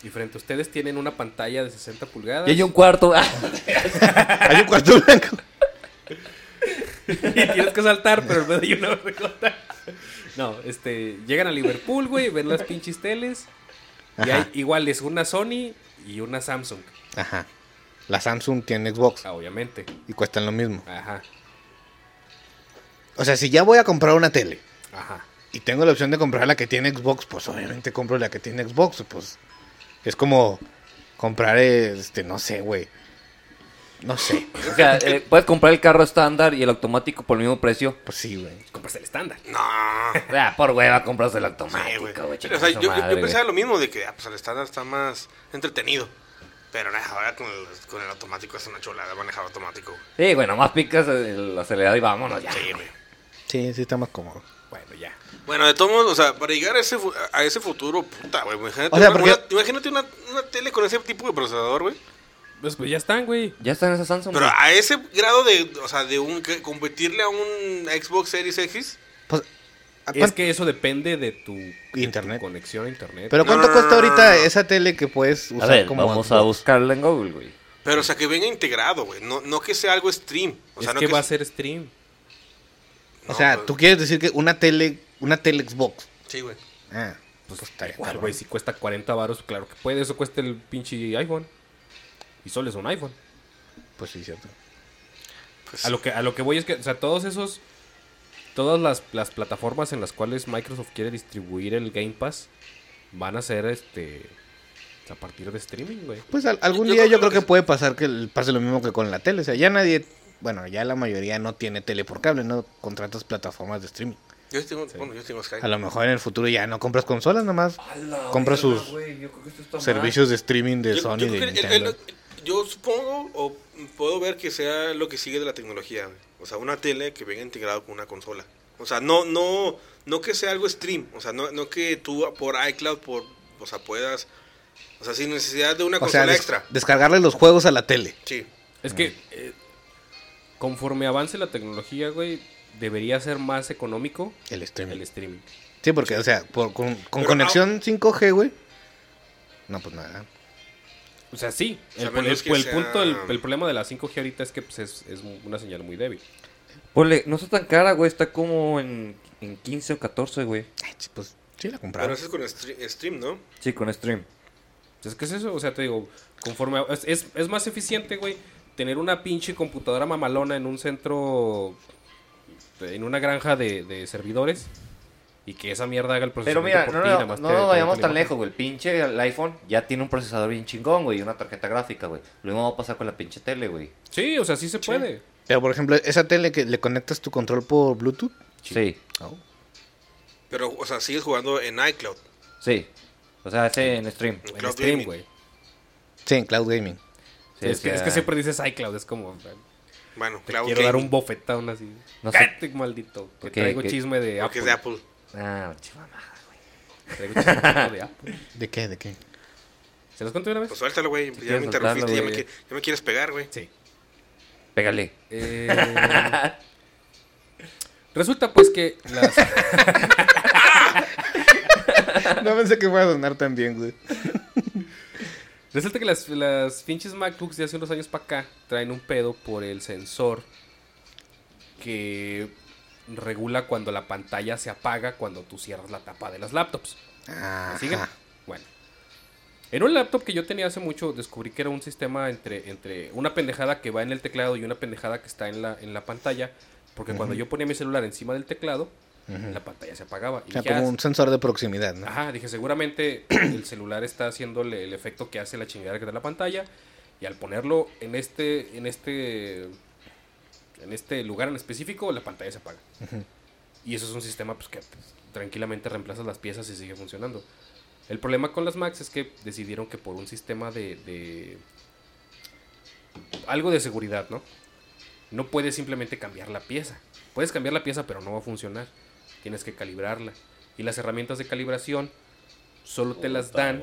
Speaker 1: Y frente a ustedes tienen una pantalla de 60 pulgadas.
Speaker 2: Y hay un cuarto. ah,
Speaker 3: Hay un cuarto blanco.
Speaker 1: y tienes que saltar, pero en vez de una vergota. No, este, llegan a Liverpool, güey, ven las pinches teles. Y
Speaker 3: Ajá.
Speaker 1: hay iguales una Sony y una Samsung,
Speaker 3: Ajá. La Samsung tiene Xbox
Speaker 1: ah, obviamente.
Speaker 3: y cuestan lo mismo.
Speaker 1: Ajá,
Speaker 3: O sea, si ya voy a comprar una tele
Speaker 1: ajá.
Speaker 3: y tengo la opción de comprar la que tiene Xbox, pues obviamente compro la que tiene Xbox. Pues es como, comprar, eh, este, no sé, güey. No sé.
Speaker 2: O sea, eh, puedes comprar el carro estándar y el automático por el mismo precio.
Speaker 3: Pues sí, güey.
Speaker 1: Compras el estándar.
Speaker 4: No.
Speaker 2: O sea, por hueva compras el
Speaker 4: Sí, güey.
Speaker 2: automático, güey.
Speaker 4: O sea, yo, yo- yo pensaba lo mismo de que ah, pues el estándar está más entretenido. Pero nada, ahora con el, con el automático es una chulada manejar automático.
Speaker 2: Sí, güey, nomás picas el acelerador y vámonos ya.
Speaker 4: Sí, güey.
Speaker 3: Sí, sí está más cómodo.
Speaker 1: Bueno, ya.
Speaker 4: Bueno, de todos modos, o sea, para llegar a ese, fu- a ese futuro, puta, güey. Imagínate,
Speaker 3: O sea,
Speaker 4: una,
Speaker 3: porque-
Speaker 4: una- imagínate una, una tele con ese tipo de procesador, güey.
Speaker 1: Pues, pues ya están, güey.
Speaker 2: Ya está en esa Samsung.
Speaker 4: Pero
Speaker 2: güey.
Speaker 4: a ese grado de, o sea, de un, que competirle a un Xbox Series X.
Speaker 3: Pues, ¿a
Speaker 1: Es
Speaker 3: cuán-
Speaker 1: que eso depende de tu, de tu
Speaker 3: Internet.
Speaker 1: conexión a internet.
Speaker 3: ¿Pero
Speaker 4: No, no,
Speaker 3: cuánto
Speaker 4: no,
Speaker 3: cuesta
Speaker 4: no,
Speaker 3: ahorita
Speaker 4: no, no.
Speaker 3: esa tele que puedes
Speaker 4: ah,
Speaker 3: usar
Speaker 2: a ver,
Speaker 3: como
Speaker 2: vamos a
Speaker 3: Xbox?
Speaker 2: buscarla en Google, güey.
Speaker 4: Pero, o sea, que venga integrado, güey. No, no que sea algo stream. O sea,
Speaker 1: es
Speaker 4: no
Speaker 1: que va a
Speaker 4: sea-
Speaker 1: ser stream.
Speaker 4: no,
Speaker 3: O sea,
Speaker 4: pues,
Speaker 3: tú quieres decir que una tele, una tele Xbox.
Speaker 4: Sí, güey.
Speaker 3: Ah,
Speaker 1: Pues,
Speaker 3: está bien,
Speaker 1: igual,
Speaker 3: cabrón.
Speaker 1: güey, si cuesta 40 varos, claro que puede. Eso cuesta el pinche iPhone. Y solo es un iPhone.
Speaker 3: pues sí, cierto.
Speaker 4: Pues,
Speaker 1: A lo que, a lo que voy es que, o sea, todos esos, todas las, las plataformas en las cuales Microsoft quiere distribuir el Game Pass van a ser, este, a partir de streaming, güey.
Speaker 3: Pues al- algún
Speaker 4: Yo
Speaker 3: día
Speaker 4: creo
Speaker 3: yo
Speaker 4: que lo
Speaker 3: creo que
Speaker 4: que-
Speaker 3: puede pasar que el- pase lo mismo que con la tele. O sea, ya nadie, bueno, ya la mayoría no tiene tele por cable, no contratas plataformas de streaming.
Speaker 4: yo tengo, bueno, yo tengo Sky.
Speaker 3: A lo mejor en el futuro ya no compras consolas, nomás
Speaker 4: Ah,
Speaker 3: compras sus servicios de streaming de
Speaker 4: Yo-
Speaker 3: Sony
Speaker 4: yo
Speaker 3: y de
Speaker 4: creo que el-
Speaker 3: Nintendo.
Speaker 4: el- yo supongo o puedo ver que sea lo que sigue de la tecnología, güey. o sea, una tele que venga integrado con una consola. O sea, no no no que sea algo stream, o sea, no, no que tú por iCloud por o sea, puedas o sea, sin necesidad de una
Speaker 3: o sea,
Speaker 4: consola
Speaker 3: des-
Speaker 4: extra.
Speaker 3: descargarle los juegos a la tele.
Speaker 4: Sí.
Speaker 1: Es que, eh, conforme avance la tecnología, güey, debería ser más económico
Speaker 3: El streaming.
Speaker 1: el streaming.
Speaker 3: Sí, porque, o sea, por- con, con
Speaker 4: Pero
Speaker 3: conexión 5G, güey. No, pues nada.
Speaker 1: O sea, sí.
Speaker 4: O sea,
Speaker 1: el, el-
Speaker 4: menos que
Speaker 1: el
Speaker 4: sea-
Speaker 1: punto, el, el problema de la 5G ahorita es que pues, es, es una señal muy débil.
Speaker 2: Ponle, no está tan cara, güey. Está como en, en 15 o 14, güey.
Speaker 3: Ay, ch- Pues sí, la
Speaker 4: Pero
Speaker 3: compramos.
Speaker 4: eso es con stre- stream, ¿no?
Speaker 2: Sí, con stream.
Speaker 1: Entonces, ¿qué Pues es eso? O sea, te digo, conforme... a- es, es- es más eficiente, güey, tener una pinche computadora mamalona en un centro... En una granja de, de servidores y que esa mierda haga el proceso
Speaker 2: Pero mira, no, no, no nos vayamos tan lejos, güey. El pinche el iPhone ya tiene un procesador bien chingón, güey. Y una tarjeta gráfica, güey. Lo mismo va a pasar con la pinche tele, güey.
Speaker 1: Sí, o sea, sí se puede.
Speaker 3: Pero, por ejemplo, esa tele que le conectas tu control por Bluetooth.
Speaker 2: Sí.
Speaker 3: Oh.
Speaker 4: Pero o sea, sigues jugando en iCloud.
Speaker 2: Sí. O sea, ese en stream.
Speaker 4: En
Speaker 1: En
Speaker 4: cloud
Speaker 1: stream,
Speaker 4: gaming.
Speaker 1: güey.
Speaker 3: Sí, en Cloud Gaming.
Speaker 2: Sí,
Speaker 1: es,
Speaker 2: o
Speaker 1: que, es
Speaker 2: sea,
Speaker 1: que siempre dices iCloud, es como... Te
Speaker 4: Bueno,
Speaker 1: quiero
Speaker 4: cloud
Speaker 1: dar
Speaker 4: gaming,
Speaker 1: un bofetón así.
Speaker 2: No sé.
Speaker 1: ¡Cállate, maldito! Que
Speaker 2: Porque-
Speaker 1: traigo
Speaker 2: que-
Speaker 1: chisme de Apple.
Speaker 4: porque es de Apple.
Speaker 2: Ah, chivama.
Speaker 1: Traigo chisme de Apple.
Speaker 3: ¿De qué? ¿De qué?
Speaker 1: ¿Se los conté una vez?
Speaker 4: Pues suéltalo, güey,
Speaker 2: Si
Speaker 4: ya
Speaker 2: quieres
Speaker 4: me interrumpiste,
Speaker 2: soltarlo,
Speaker 4: ya me,
Speaker 2: güey.
Speaker 4: qui- ya me quieres pegar, güey.
Speaker 1: Sí.
Speaker 2: Pégale.
Speaker 1: Eh, resulta pues que las...
Speaker 3: No pensé que fuera a sonar tan bien, güey.
Speaker 1: Resulta que las, las pinches MacBooks de hace unos años para acá traen un pedo por el sensor que regula cuando la pantalla se apaga cuando tú cierras la tapa de las laptops. ¿Me siguen?
Speaker 3: Ajá.
Speaker 1: Bueno. En un laptop que yo tenía hace mucho descubrí que era un sistema entre, entre una pendejada que va en el teclado y una pendejada que está en la, en la pantalla. Porque cuando yo ponía mi celular encima del teclado, la pantalla se apagaba. Y
Speaker 3: O sea,
Speaker 1: dije, "Ah,
Speaker 3: como un sensor de proximidad, ¿no?
Speaker 1: Ajá, dije, seguramente el celular está haciéndole el efecto que hace la chingadera que da la pantalla. Y al ponerlo en este, en este, en este lugar en específico, la pantalla se apaga. Y eso es un sistema pues, que pues, tranquilamente reemplaza las piezas y sigue funcionando. El problema con las Macs es que decidieron que por un sistema de, de- algo de seguridad, ¿no? No puedes simplemente cambiar la pieza. Puedes cambiar la pieza, pero no va a funcionar. Tienes que calibrarla. Y las herramientas de calibración solo te las dan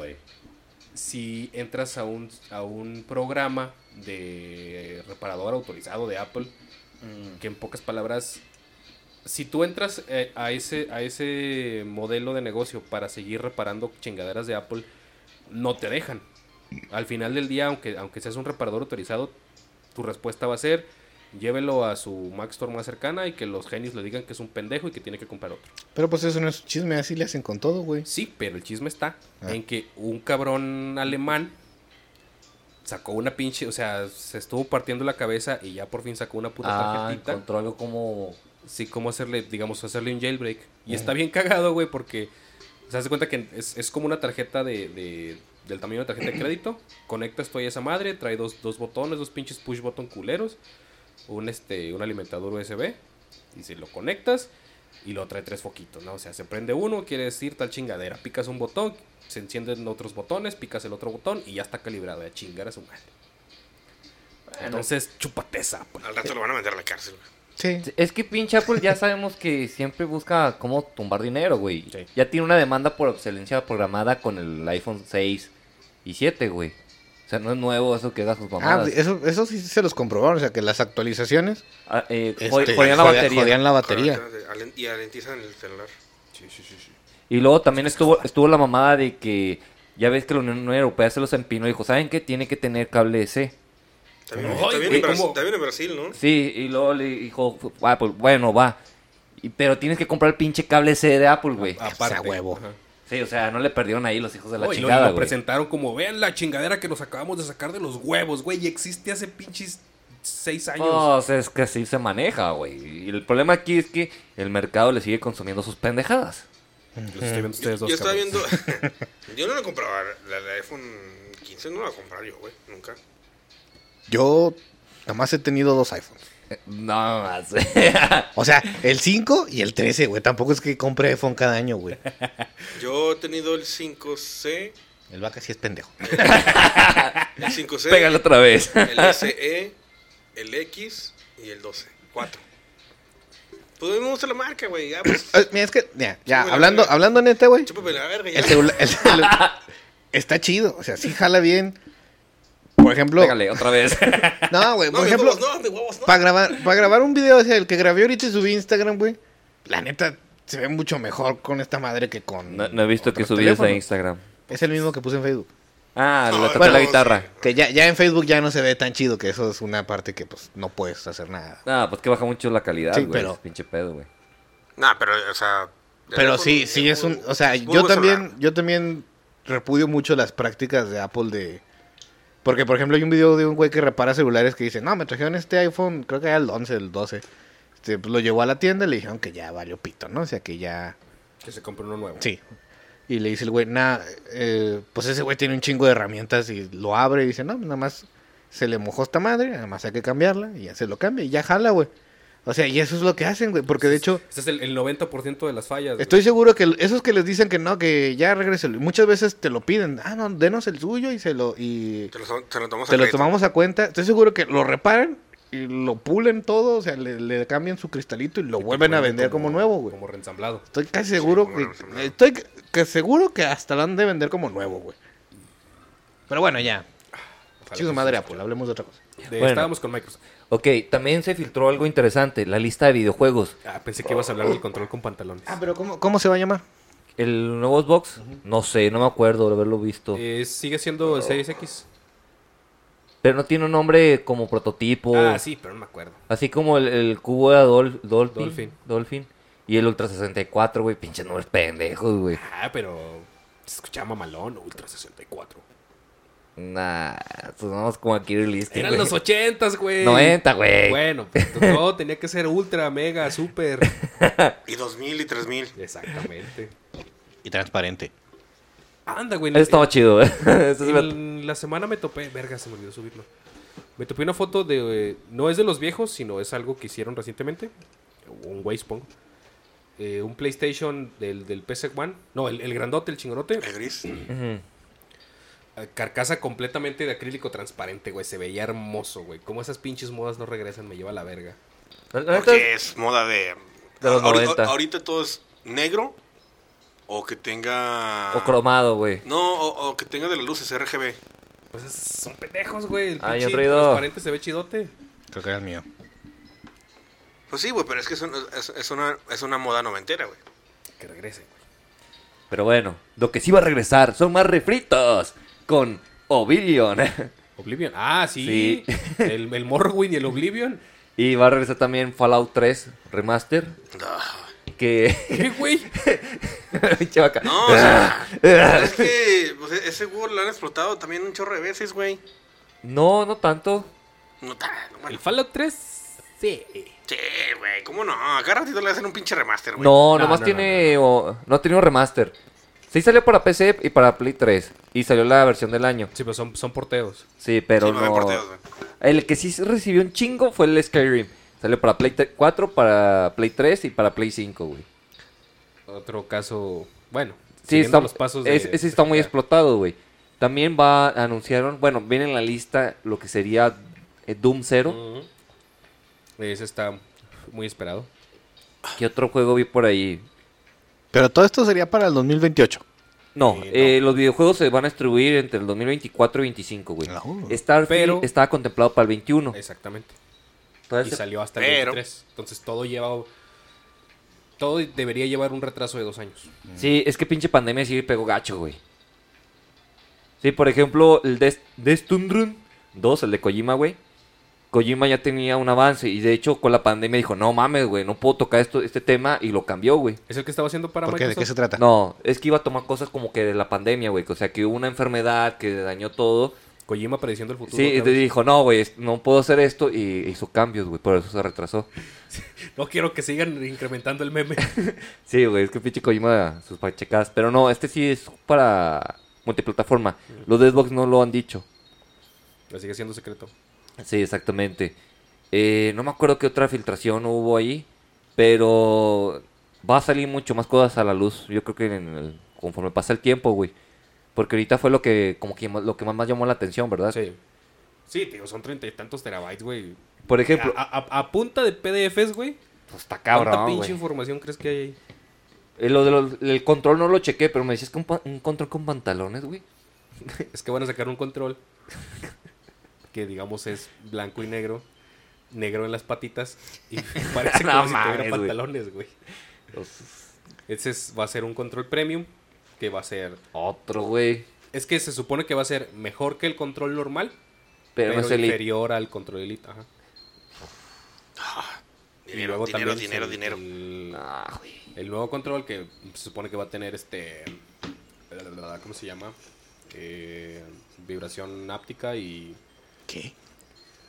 Speaker 1: si entras a un, a un programa de reparador autorizado de Apple, que en pocas palabras, si tú entras eh, a, ese, a ese modelo de negocio para seguir reparando chingaderas de Apple, no te dejan. Al final del día, aunque, aunque seas un reparador autorizado, tu respuesta va a ser, llévelo a su Mac Store más cercana y que los genios le digan que es un pendejo y que tiene que comprar otro.
Speaker 3: Pero pues eso no es chisme, así le hacen con todo, güey.
Speaker 1: Sí, pero el chisme está
Speaker 3: Ah.
Speaker 1: en que un cabrón alemán sacó una pinche, o sea, se estuvo partiendo la cabeza y ya por fin sacó una puta
Speaker 2: Ah,
Speaker 1: tarjetita.
Speaker 2: encontró algo como...
Speaker 1: Sí, cómo hacerle, digamos, hacerle un jailbreak. Y está bien cagado, güey, porque se hace cuenta que es, es como una tarjeta de, de, del tamaño de tarjeta de crédito. Conectas tú ahí esa madre, trae dos, dos botones, dos pinches push button culeros, un este un alimentador USB y si lo conectas y lo trae tres foquitos, ¿no? O sea, se prende uno, quiere decir tal chingadera, picas un botón, se encienden otros botones, picas el otro botón y ya está calibrado, ya chingar a su madre. Entonces, chúpate esa. pues.
Speaker 4: Al rato lo van a meter a la cárcel, güey.
Speaker 3: Sí.
Speaker 2: Es que pinche Apple ya sabemos que siempre busca cómo tumbar dinero, güey.
Speaker 1: Sí.
Speaker 2: Ya tiene una demanda por obsolescencia programada con el iPhone 6 y 7, güey. O sea, no es nuevo eso que haga sus
Speaker 3: Ah,
Speaker 2: mamadas.
Speaker 3: eso, eso sí se los comprobaron, o sea que las actualizaciones
Speaker 2: Ah, eh,
Speaker 3: este,
Speaker 2: jod- jodían la
Speaker 3: jodían-
Speaker 2: batería.
Speaker 3: jodían la batería.
Speaker 4: Correcto, alen- Y alentizan el celular.
Speaker 1: Sí, sí, sí, sí.
Speaker 2: Y luego también estuvo, estuvo la mamada de que ya ves que la Unión Europea se los empinó y dijo, ¿saben qué? Tiene que tener cable C.
Speaker 4: También,
Speaker 1: Ay,
Speaker 4: también
Speaker 1: güey,
Speaker 4: en Brasil,
Speaker 1: ¿cómo?
Speaker 4: también en Brasil, ¿no?
Speaker 2: Sí, y luego le dijo, ah, pues bueno, va. Y- pero tienes que comprar el pinche cable C de Apple, güey.
Speaker 1: Aparte.
Speaker 3: sea, huevo.
Speaker 1: Ajá.
Speaker 2: Sí, o sea, no le perdieron ahí los hijos de la
Speaker 1: Ah, No, y lo- y
Speaker 2: chingada,
Speaker 1: lo
Speaker 2: güey.
Speaker 1: presentaron como, vean la chingadera que nos acabamos de sacar de los huevos, güey. Y existe hace pinches seis años.
Speaker 2: No, o sea, Pues, es que así se maneja, güey. Y el problema aquí es que el mercado le sigue consumiendo sus pendejadas.
Speaker 1: Los estoy viendo a ustedes
Speaker 4: Yo,
Speaker 1: dos,
Speaker 4: yo estaba
Speaker 1: cabrones.
Speaker 4: viendo. yo no la compraba. La, la iPhone 15 no la compraba yo, güey. Nunca.
Speaker 3: Yo jamás he tenido dos iPhones.
Speaker 2: Eh, No más.
Speaker 3: O sea, el 5 y el 13, güey. Tampoco es que compre iPhone cada año, güey.
Speaker 4: Yo he tenido el 5C,
Speaker 3: El vaca sí es pendejo.
Speaker 4: el 5C,
Speaker 2: Pégalo otra vez.
Speaker 4: el SE, el X y el 12. 4. Pues a mí me gusta la marca, güey. Ya, pues.
Speaker 3: Eh, Mira, es que, mira, ya,
Speaker 4: güey,
Speaker 3: hablando,
Speaker 4: güey.
Speaker 3: hablando neta, güey.
Speaker 4: chúpame la verga, ya.
Speaker 3: El celular, el celular está chido. O sea, sí jala bien. Por ejemplo.
Speaker 2: Pégale otra vez.
Speaker 3: No, güey.
Speaker 4: No,
Speaker 3: Por
Speaker 4: de
Speaker 3: ejemplo,
Speaker 4: huevos, no, de huevos, no.
Speaker 3: para grabar, para grabar un video, o sea, el que grabé ahorita y subí a Instagram, güey. La neta, se ve mucho mejor con esta madre que con.
Speaker 2: No, no he visto
Speaker 3: otro
Speaker 2: que subías
Speaker 3: teléfono.
Speaker 2: a Instagram.
Speaker 3: Es el mismo que puse en Facebook.
Speaker 2: Ah,
Speaker 4: No,
Speaker 2: le toqué
Speaker 4: bueno,
Speaker 2: la guitarra.
Speaker 4: sí.
Speaker 3: Que ya, ya en Facebook ya no se ve tan chido, que eso es una parte que pues no puedes hacer nada.
Speaker 2: Ah, pues que baja mucho la calidad,
Speaker 3: Sí,
Speaker 2: güey.
Speaker 3: pero-
Speaker 2: ese pinche pedo, güey.
Speaker 4: Nah, pero, o sea. el
Speaker 3: Pero
Speaker 4: iPhone
Speaker 3: sí, sí es un, o sea,
Speaker 4: muy
Speaker 3: yo
Speaker 4: buen celular.
Speaker 3: también, yo también repudio mucho las prácticas de Apple de porque por ejemplo hay un video de un güey que repara celulares que dice, "No, me trajeron este iPhone, creo que era el 11, el 12." Este, pues, lo llevó a la tienda y le dijeron que ya valió pito, ¿no? O sea, que ya
Speaker 1: Que se compró uno nuevo.
Speaker 3: sí. Y le dice el güey, "Nah, eh, pues ese güey tiene un chingo de herramientas y lo abre y dice, "No, nada más se le mojó esta madre, nada más hay que cambiarla." Y ya se lo cambia y ya jala, güey. O sea, y eso es lo que hacen, güey, porque de hecho
Speaker 1: Este es el, el 90% de las fallas. güey.
Speaker 3: Estoy seguro que esos que les dicen que no, que ya regresen, muchas veces te lo piden. Ah, no, denos el suyo y se lo y
Speaker 4: Te lo, te lo tomamos a
Speaker 3: te lo
Speaker 4: crédito.
Speaker 3: tomamos a cuenta. Estoy seguro que lo reparan y lo pulen todo, o sea, le, le cambian su cristalito y lo
Speaker 1: Y te
Speaker 3: vuelven a
Speaker 1: ponen
Speaker 3: vender como, nuevo, güey.
Speaker 1: Como reensamblado.
Speaker 3: Estoy casi seguro
Speaker 4: como
Speaker 3: que
Speaker 4: reensamblado.
Speaker 3: estoy que seguro que hasta lo han de vender como nuevo, güey. Pero bueno, ya.
Speaker 1: Ojalá
Speaker 3: Chico
Speaker 1: que
Speaker 3: madre
Speaker 1: sí.
Speaker 3: Apple, hablemos de otra cosa.
Speaker 1: De-
Speaker 2: Bueno.
Speaker 1: Estábamos con Microsoft.
Speaker 2: Ok, también se filtró algo interesante, la lista de videojuegos.
Speaker 1: Ah, pensé que ibas a hablar del control con pantalones.
Speaker 3: Ah, pero ¿cómo, cómo se va a llamar?
Speaker 2: ¿El nuevo Xbox? No sé, no me acuerdo de haberlo visto.
Speaker 1: Eh, sigue siendo el 6X.
Speaker 2: Pero no tiene un nombre como
Speaker 3: Oh.
Speaker 2: prototipo.
Speaker 1: Ah, sí, pero no me acuerdo.
Speaker 2: Así como el, el cubo de Adol- Dolphin,
Speaker 1: Dolphin.
Speaker 2: Dolphin. Y el Ultra 64, güey. Pinches nombres pendejos, güey.
Speaker 1: Ah, pero se escuchaba malón Ultra 64.
Speaker 2: Nah, pues vamos como aquí release.
Speaker 1: Eran los 80s, güey.
Speaker 2: 90, güey.
Speaker 1: Bueno, pues, todo tenía que ser ultra, mega, super.
Speaker 4: Y 2000 y 3000.
Speaker 1: Exactamente.
Speaker 3: Y transparente.
Speaker 1: Anda, güey. en-
Speaker 2: Eso estaba chido, ¿eh? Eso sí me-
Speaker 1: En la semana me topé, verga, se me olvidó subirlo. Me topé una foto de, eh, no es de los viejos, sino es algo que hicieron recientemente. o Un güey, supongo. Eh, un PlayStation del, del PS1. No, el, el grandote, el chingonote.
Speaker 4: El gris.
Speaker 2: Ujú.
Speaker 1: eh, Carcasa completamente de acrílico transparente, güey. Se veía hermoso, güey. Como esas pinches modas no regresan, me lleva a la verga.
Speaker 2: La- la neta,
Speaker 4: Porque es moda de.
Speaker 2: De los
Speaker 4: ahori-
Speaker 2: 90.
Speaker 4: Ahorita todo es negro o que tenga.
Speaker 2: O cromado, güey.
Speaker 4: No, o, o que tenga de las luces RGB.
Speaker 1: Pues es- son pendejos, güey. El
Speaker 2: Ay,
Speaker 1: pinche
Speaker 2: Alfredo.
Speaker 1: transparente se ve chidote.
Speaker 3: Creo que era el mío.
Speaker 4: Pues sí, güey, pero es que es, un- es- es una, es una moda noventera, güey.
Speaker 1: Que regrese, güey.
Speaker 2: Pero bueno, lo que sí va a regresar son más refritos con Oblivion.
Speaker 1: Oblivion. Ah, sí.
Speaker 2: Sí.
Speaker 1: El, el Morrowind y el Oblivion.
Speaker 2: y va a regresar también Fallout 3 Remaster.
Speaker 4: Ah.
Speaker 2: Que.
Speaker 1: ¿Qué, güey?
Speaker 2: Pinche vaca.
Speaker 4: No, o sea, es que pues, e- ese juego lo han explotado también un chorro de veces, güey.
Speaker 2: No, no tanto.
Speaker 4: No tan,
Speaker 1: El
Speaker 4: bueno,
Speaker 1: Fallout 3. Sí.
Speaker 4: sí, güey, ¿cómo no? Cada ratito le hacen un pinche remaster, güey.
Speaker 2: No,
Speaker 1: No,
Speaker 2: nomás
Speaker 1: no,
Speaker 2: tiene. o- No, ha tenido remaster. Sí salió para PC y para Play 3. Y salió la versión del año.
Speaker 1: Sí, pero son, son porteos.
Speaker 2: Sí, pero
Speaker 4: Sí, no
Speaker 2: no.
Speaker 4: había porteos, güey.
Speaker 2: el que sí recibió un chingo fue el Skyrim. Salió para Play 4, para Play 3 y para Play 5, güey.
Speaker 1: Otro caso, bueno,
Speaker 2: Sí,
Speaker 1: siguiendo
Speaker 2: está,
Speaker 1: los pasos
Speaker 2: es- ese está muy explotado, güey. También va, anunciaron, bueno, viene en la lista lo que sería eh, Doom Zero.
Speaker 1: Ujú. Ese está muy esperado.
Speaker 2: ¿Qué otro juego vi por ahí?
Speaker 3: Pero todo esto sería para el 2028.
Speaker 2: No,
Speaker 1: Sí, no.
Speaker 2: eh, los videojuegos se van a distribuir entre el 2024 y 2025, güey.
Speaker 3: No.
Speaker 2: Starfield
Speaker 1: Pero-
Speaker 2: estaba contemplado para el 21.
Speaker 1: Exactamente.
Speaker 2: Entonces,
Speaker 1: Y salió hasta el
Speaker 4: Pero-
Speaker 1: 23. Entonces todo lleva. Todo debería llevar un retraso de dos años.
Speaker 2: Sí, es que pinche pandemia sí pegó gacho, güey. Sí, por ejemplo, el de Destundrun 2, el de Kojima, güey. Kojima ya tenía un avance y de hecho con la pandemia dijo, no mames, güey, no puedo tocar esto, este tema y lo cambió, güey.
Speaker 1: Es el que estaba haciendo para
Speaker 3: ¿Por qué? ¿De qué se
Speaker 1: Microsoft.
Speaker 3: trata?
Speaker 2: No, es que iba a tomar cosas como que de la pandemia, güey. que, O sea, que hubo una enfermedad que dañó todo.
Speaker 1: Kojima prediciendo el futuro.
Speaker 2: Sí, y
Speaker 1: otra vez.
Speaker 2: dijo, no, güey, es- no puedo hacer esto y hizo cambios, güey. Por eso se retrasó.
Speaker 1: No quiero que sigan incrementando el meme.
Speaker 2: Sí, güey, es que pinche Kojima, sus pachecadas. Pero no, este sí es para multiplataforma. Los de Xbox no lo han dicho.
Speaker 1: Lo sigue siendo secreto.
Speaker 2: Sí, exactamente. Eh, no me acuerdo qué otra filtración hubo ahí, pero va a salir mucho más cosas a la luz. Yo creo que en el- conforme pasa el tiempo, güey. Porque ahorita fue lo que como que más- lo que más, más llamó la atención, ¿verdad?
Speaker 1: Sí. Sí, tío, son treinta y tantos terabytes, güey.
Speaker 2: Por ejemplo,
Speaker 1: A, a- a punta de PDFs, güey.
Speaker 2: pues está
Speaker 1: ¿Cuánta
Speaker 2: cabrón,
Speaker 1: pinche
Speaker 2: güey.
Speaker 1: información crees que hay ahí?
Speaker 2: Eh, lo de los- el control no lo chequé, pero me decías que un, pa- un control con pantalones, güey.
Speaker 1: Es que van a sacar un control que digamos es blanco y negro, negro en las patitas y parece
Speaker 2: No
Speaker 1: como si
Speaker 2: mames,
Speaker 1: tuviera
Speaker 2: güey.
Speaker 1: pantalones, güey. Ese es- va a ser un control premium que va a ser
Speaker 2: Otro, güey.
Speaker 1: es que se supone que va a ser mejor que el control normal,
Speaker 2: Pero,
Speaker 1: pero,
Speaker 2: no es el...
Speaker 1: inferior al control Elite, ajá. Y
Speaker 4: Dinero,
Speaker 1: luego
Speaker 4: dinero,
Speaker 1: también
Speaker 4: dinero,
Speaker 1: el-
Speaker 4: dinero.
Speaker 1: el-
Speaker 2: Ah, güey.
Speaker 1: El nuevo control que se supone que va a tener este. ¿Cómo se llama? Eh, vibración áptica y.
Speaker 3: ¿Qué?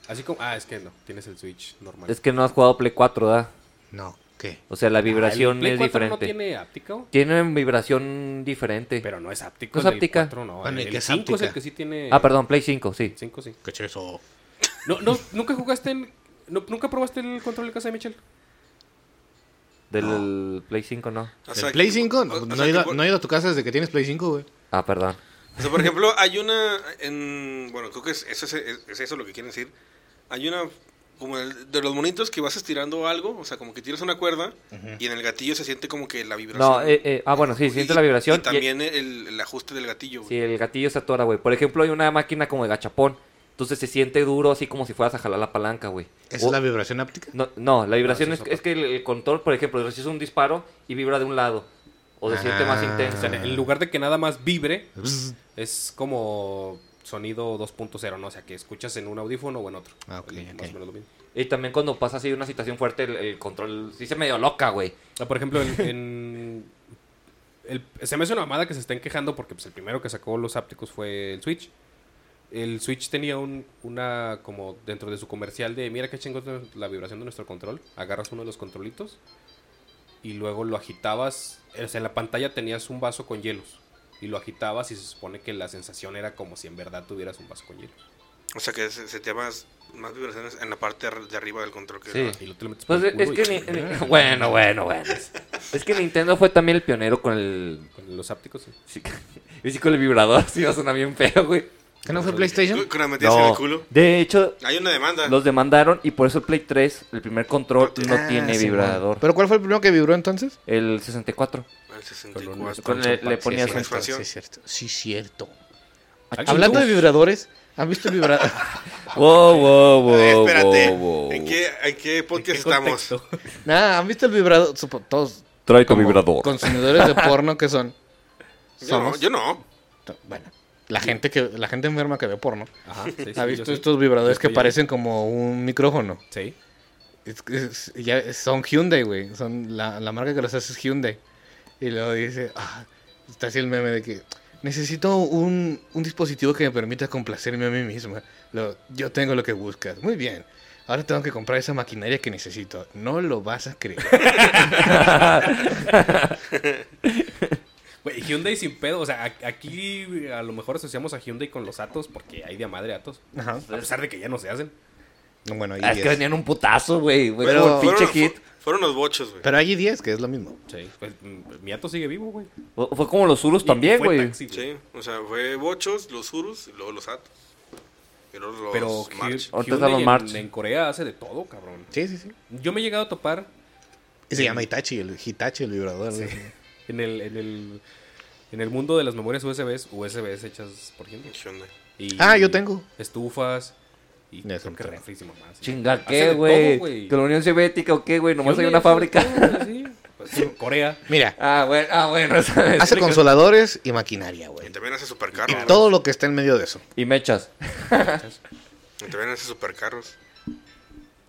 Speaker 1: Así como. Ah, es que no, tienes el Switch normal.
Speaker 2: Es que no has jugado Play 4, ¿da?
Speaker 3: No, ¿qué?
Speaker 2: O sea, la
Speaker 1: Ah,
Speaker 2: vibración
Speaker 1: el Play
Speaker 2: es
Speaker 1: 4
Speaker 2: diferente.
Speaker 1: No tiene áptico,
Speaker 2: Tienen vibración diferente.
Speaker 1: pero no es áptico.
Speaker 2: No es
Speaker 1: el del
Speaker 2: áptica.
Speaker 1: 4 no.
Speaker 3: Bueno, ¿y qué
Speaker 1: el
Speaker 3: es
Speaker 1: 5 es el
Speaker 3: áptica?
Speaker 1: que sí tiene.
Speaker 2: ah, perdón, Play 5, sí.
Speaker 1: 5 sí.
Speaker 3: ¿Qué es eso?
Speaker 1: No, no, nunca jugaste en. no, ¿Nunca probaste el control de casa de Michel?
Speaker 2: Del Play 5 no.
Speaker 4: O sea,
Speaker 3: ¿El Play
Speaker 4: que-
Speaker 3: 5?
Speaker 4: o-
Speaker 3: No,
Speaker 4: o
Speaker 3: no
Speaker 4: sea,
Speaker 3: he
Speaker 4: que
Speaker 3: ido,
Speaker 4: por-
Speaker 3: no he ido a tu casa desde que tienes Play 5, güey.
Speaker 2: Ah, perdón.
Speaker 4: O sea, por ejemplo, hay una. En, bueno, creo que es, eso es, es eso lo que quieren decir. Hay una. Como el- de los monitos que vas estirando algo, o sea, como que tiras una cuerda y en el gatillo se siente como que la vibración.
Speaker 2: No, eh, eh, ah, bueno, sí, siente
Speaker 4: Y-
Speaker 2: la vibración.
Speaker 4: Y también el, el ajuste del gatillo.
Speaker 2: Sí,
Speaker 4: güey.
Speaker 2: el gatillo se atora, güey. Por ejemplo, hay una máquina como de gachapón. Entonces se siente duro, así como si fueras a jalar la palanca, güey.
Speaker 3: ¿Esa
Speaker 2: O-
Speaker 3: es la vibración áptica?
Speaker 2: no, no, la vibración
Speaker 1: No,
Speaker 2: es,
Speaker 1: eso es
Speaker 2: es que el, el control, por ejemplo, recibes un disparo y vibra de un lado. O se siente más
Speaker 3: Ah.
Speaker 2: intensa.
Speaker 1: O sea, en lugar de que nada más vibre,
Speaker 3: Bzz.
Speaker 1: Es como sonido 2.0, ¿no? O sea, que escuchas en un audífono o en otro.
Speaker 3: Ah, ok,
Speaker 1: Más
Speaker 3: ok.
Speaker 1: o menos lo mismo.
Speaker 2: Y también cuando pasa así una situación fuerte, el, el control sí se medio loca, güey.
Speaker 1: Ah, por ejemplo, en... en- el- se me hace una mamada que se estén quejando porque pues, el primero que sacó los ápticos fue el Switch. El Switch tenía un, una, como dentro de su comercial de, mira qué chingón es la vibración de nuestro control. Agarras uno de los controlitos y luego lo agitabas. O sea, en la pantalla tenías un vaso con hielos. Y lo agitabas y se supone que la sensación era como si en verdad tuvieras un vaso con hielos.
Speaker 4: O sea, que se, se te más, más vibraciones en la parte ar- de arriba del control. Que
Speaker 2: Sí.
Speaker 1: Y lo te lo metes por
Speaker 2: Pues
Speaker 1: el
Speaker 2: es
Speaker 1: culo
Speaker 2: que
Speaker 1: y-
Speaker 2: ni- ni- bueno, bueno, bueno. Es que Nintendo fue también el pionero con el
Speaker 1: Con los ápticos, sí.
Speaker 2: sí, y sí, con el vibrador, sí va a sonar bien feo, güey.
Speaker 3: ¿Qué no fue PlayStation?
Speaker 4: Con- Con la metida en el
Speaker 2: No.
Speaker 4: culo.
Speaker 2: De hecho,
Speaker 4: Hay una demanda.
Speaker 2: los demandaron y por eso el Play 3, el primer control no
Speaker 3: Ah,
Speaker 2: tiene
Speaker 3: sí,
Speaker 2: vibrador.
Speaker 3: güey. ¿Pero cuál fue el primero que vibró entonces?
Speaker 2: El 64.
Speaker 4: Al
Speaker 1: Con un-
Speaker 4: 64.
Speaker 2: Pues, Con le, le ponías
Speaker 4: sí, sí.
Speaker 2: un-
Speaker 4: expansión.
Speaker 3: Sí, cierto. Sí, cierto.
Speaker 1: Alguien
Speaker 3: Hablando de
Speaker 1: tuvo-
Speaker 3: vibradores, ¿han visto el vibrador?
Speaker 2: Wow, wow, wow.
Speaker 4: A ver, Eh, espérate.
Speaker 2: wow, wow.
Speaker 4: ¿En, qué, ¿En qué podcast
Speaker 1: ¿En qué
Speaker 4: estamos?
Speaker 1: contexto?
Speaker 3: Nada, ¿han visto el vibrador? Supo- todos
Speaker 2: Trae tu
Speaker 3: como
Speaker 2: vibrador.
Speaker 3: consumidores de porno que son.
Speaker 4: Yo no,
Speaker 3: Somos.
Speaker 4: yo no.
Speaker 3: Bueno, la gente, que, la gente enferma que ve porno.
Speaker 1: Ajá, sí, sí,
Speaker 3: ¿Ha
Speaker 1: yo
Speaker 3: visto
Speaker 1: sí.
Speaker 3: estos vibradores
Speaker 1: Yo
Speaker 3: que
Speaker 1: estoy-
Speaker 3: parecen como un micrófono?
Speaker 1: Sí.
Speaker 3: Es- es- ya- son Hyundai, güey. Son la, la marca que los hace es Hyundai. Y luego dice, ah, está así el meme de que necesito un, un dispositivo que me permita complacerme a mí misma. Lo- yo tengo lo que buscas. Muy bien. Ahora tengo que comprar esa maquinaria que necesito. No lo vas a creer.
Speaker 1: Güey, Hyundai sin pedo. O sea, a- aquí a lo mejor asociamos a Hyundai con los Atos porque hay de a madre Atos.
Speaker 3: Ajá.
Speaker 1: A pesar de que ya no se hacen.
Speaker 3: No, Bueno, hay
Speaker 2: Ah, es que
Speaker 3: 10.
Speaker 2: venían un putazo, güey. Fue
Speaker 3: Pero-
Speaker 2: como el pinche
Speaker 4: Fueron,
Speaker 2: hit.
Speaker 4: fu- fueron los bochos, güey.
Speaker 3: Pero hay 10, que es lo mismo.
Speaker 1: Sí. Pues, mm, mi Ato sigue vivo, güey.
Speaker 2: Fue, fue como los Urus también,
Speaker 1: Y fue
Speaker 2: güey.
Speaker 1: taxi, güey.
Speaker 4: Sí, o sea, fue bochos, los surus y luego los atos. Y luego los
Speaker 1: Pero Hy-
Speaker 4: march.
Speaker 2: Ahorita
Speaker 1: Hyundai
Speaker 2: están los
Speaker 1: en-
Speaker 2: March.
Speaker 1: en, Corea hace de todo, cabrón.
Speaker 3: Sí, sí, sí.
Speaker 1: Yo me he llegado a topar
Speaker 3: Y se llama Hitachi, el Hitachi, el vibrador. güey.
Speaker 1: en el, en el, en el mundo de las memorias USBs, USBs hechas por Hyundai.
Speaker 4: Hyundai.
Speaker 1: Y
Speaker 3: Ah, yo tengo.
Speaker 1: Estufas y
Speaker 3: Ya
Speaker 1: creo
Speaker 3: son
Speaker 1: que
Speaker 3: tres.
Speaker 1: refris y mamás.
Speaker 2: Chinga,
Speaker 1: Hace
Speaker 2: ¿qué,
Speaker 1: de todo,
Speaker 2: güey? Que la Unión Soviética o qué, güey. Nomás hay
Speaker 1: Hyundai
Speaker 2: una
Speaker 1: hace de
Speaker 2: fábrica.
Speaker 1: todo, sí. Pues, sí, Corea.
Speaker 3: Mira,
Speaker 2: Ah, bueno, ah, bueno. esa me
Speaker 3: hace
Speaker 2: explica.
Speaker 3: consoladores y maquinaria, güey.
Speaker 4: Y también hace supercarros.
Speaker 3: Y todo lo que está en medio de eso.
Speaker 2: Y mechas.
Speaker 4: güey. Y también hace supercarros.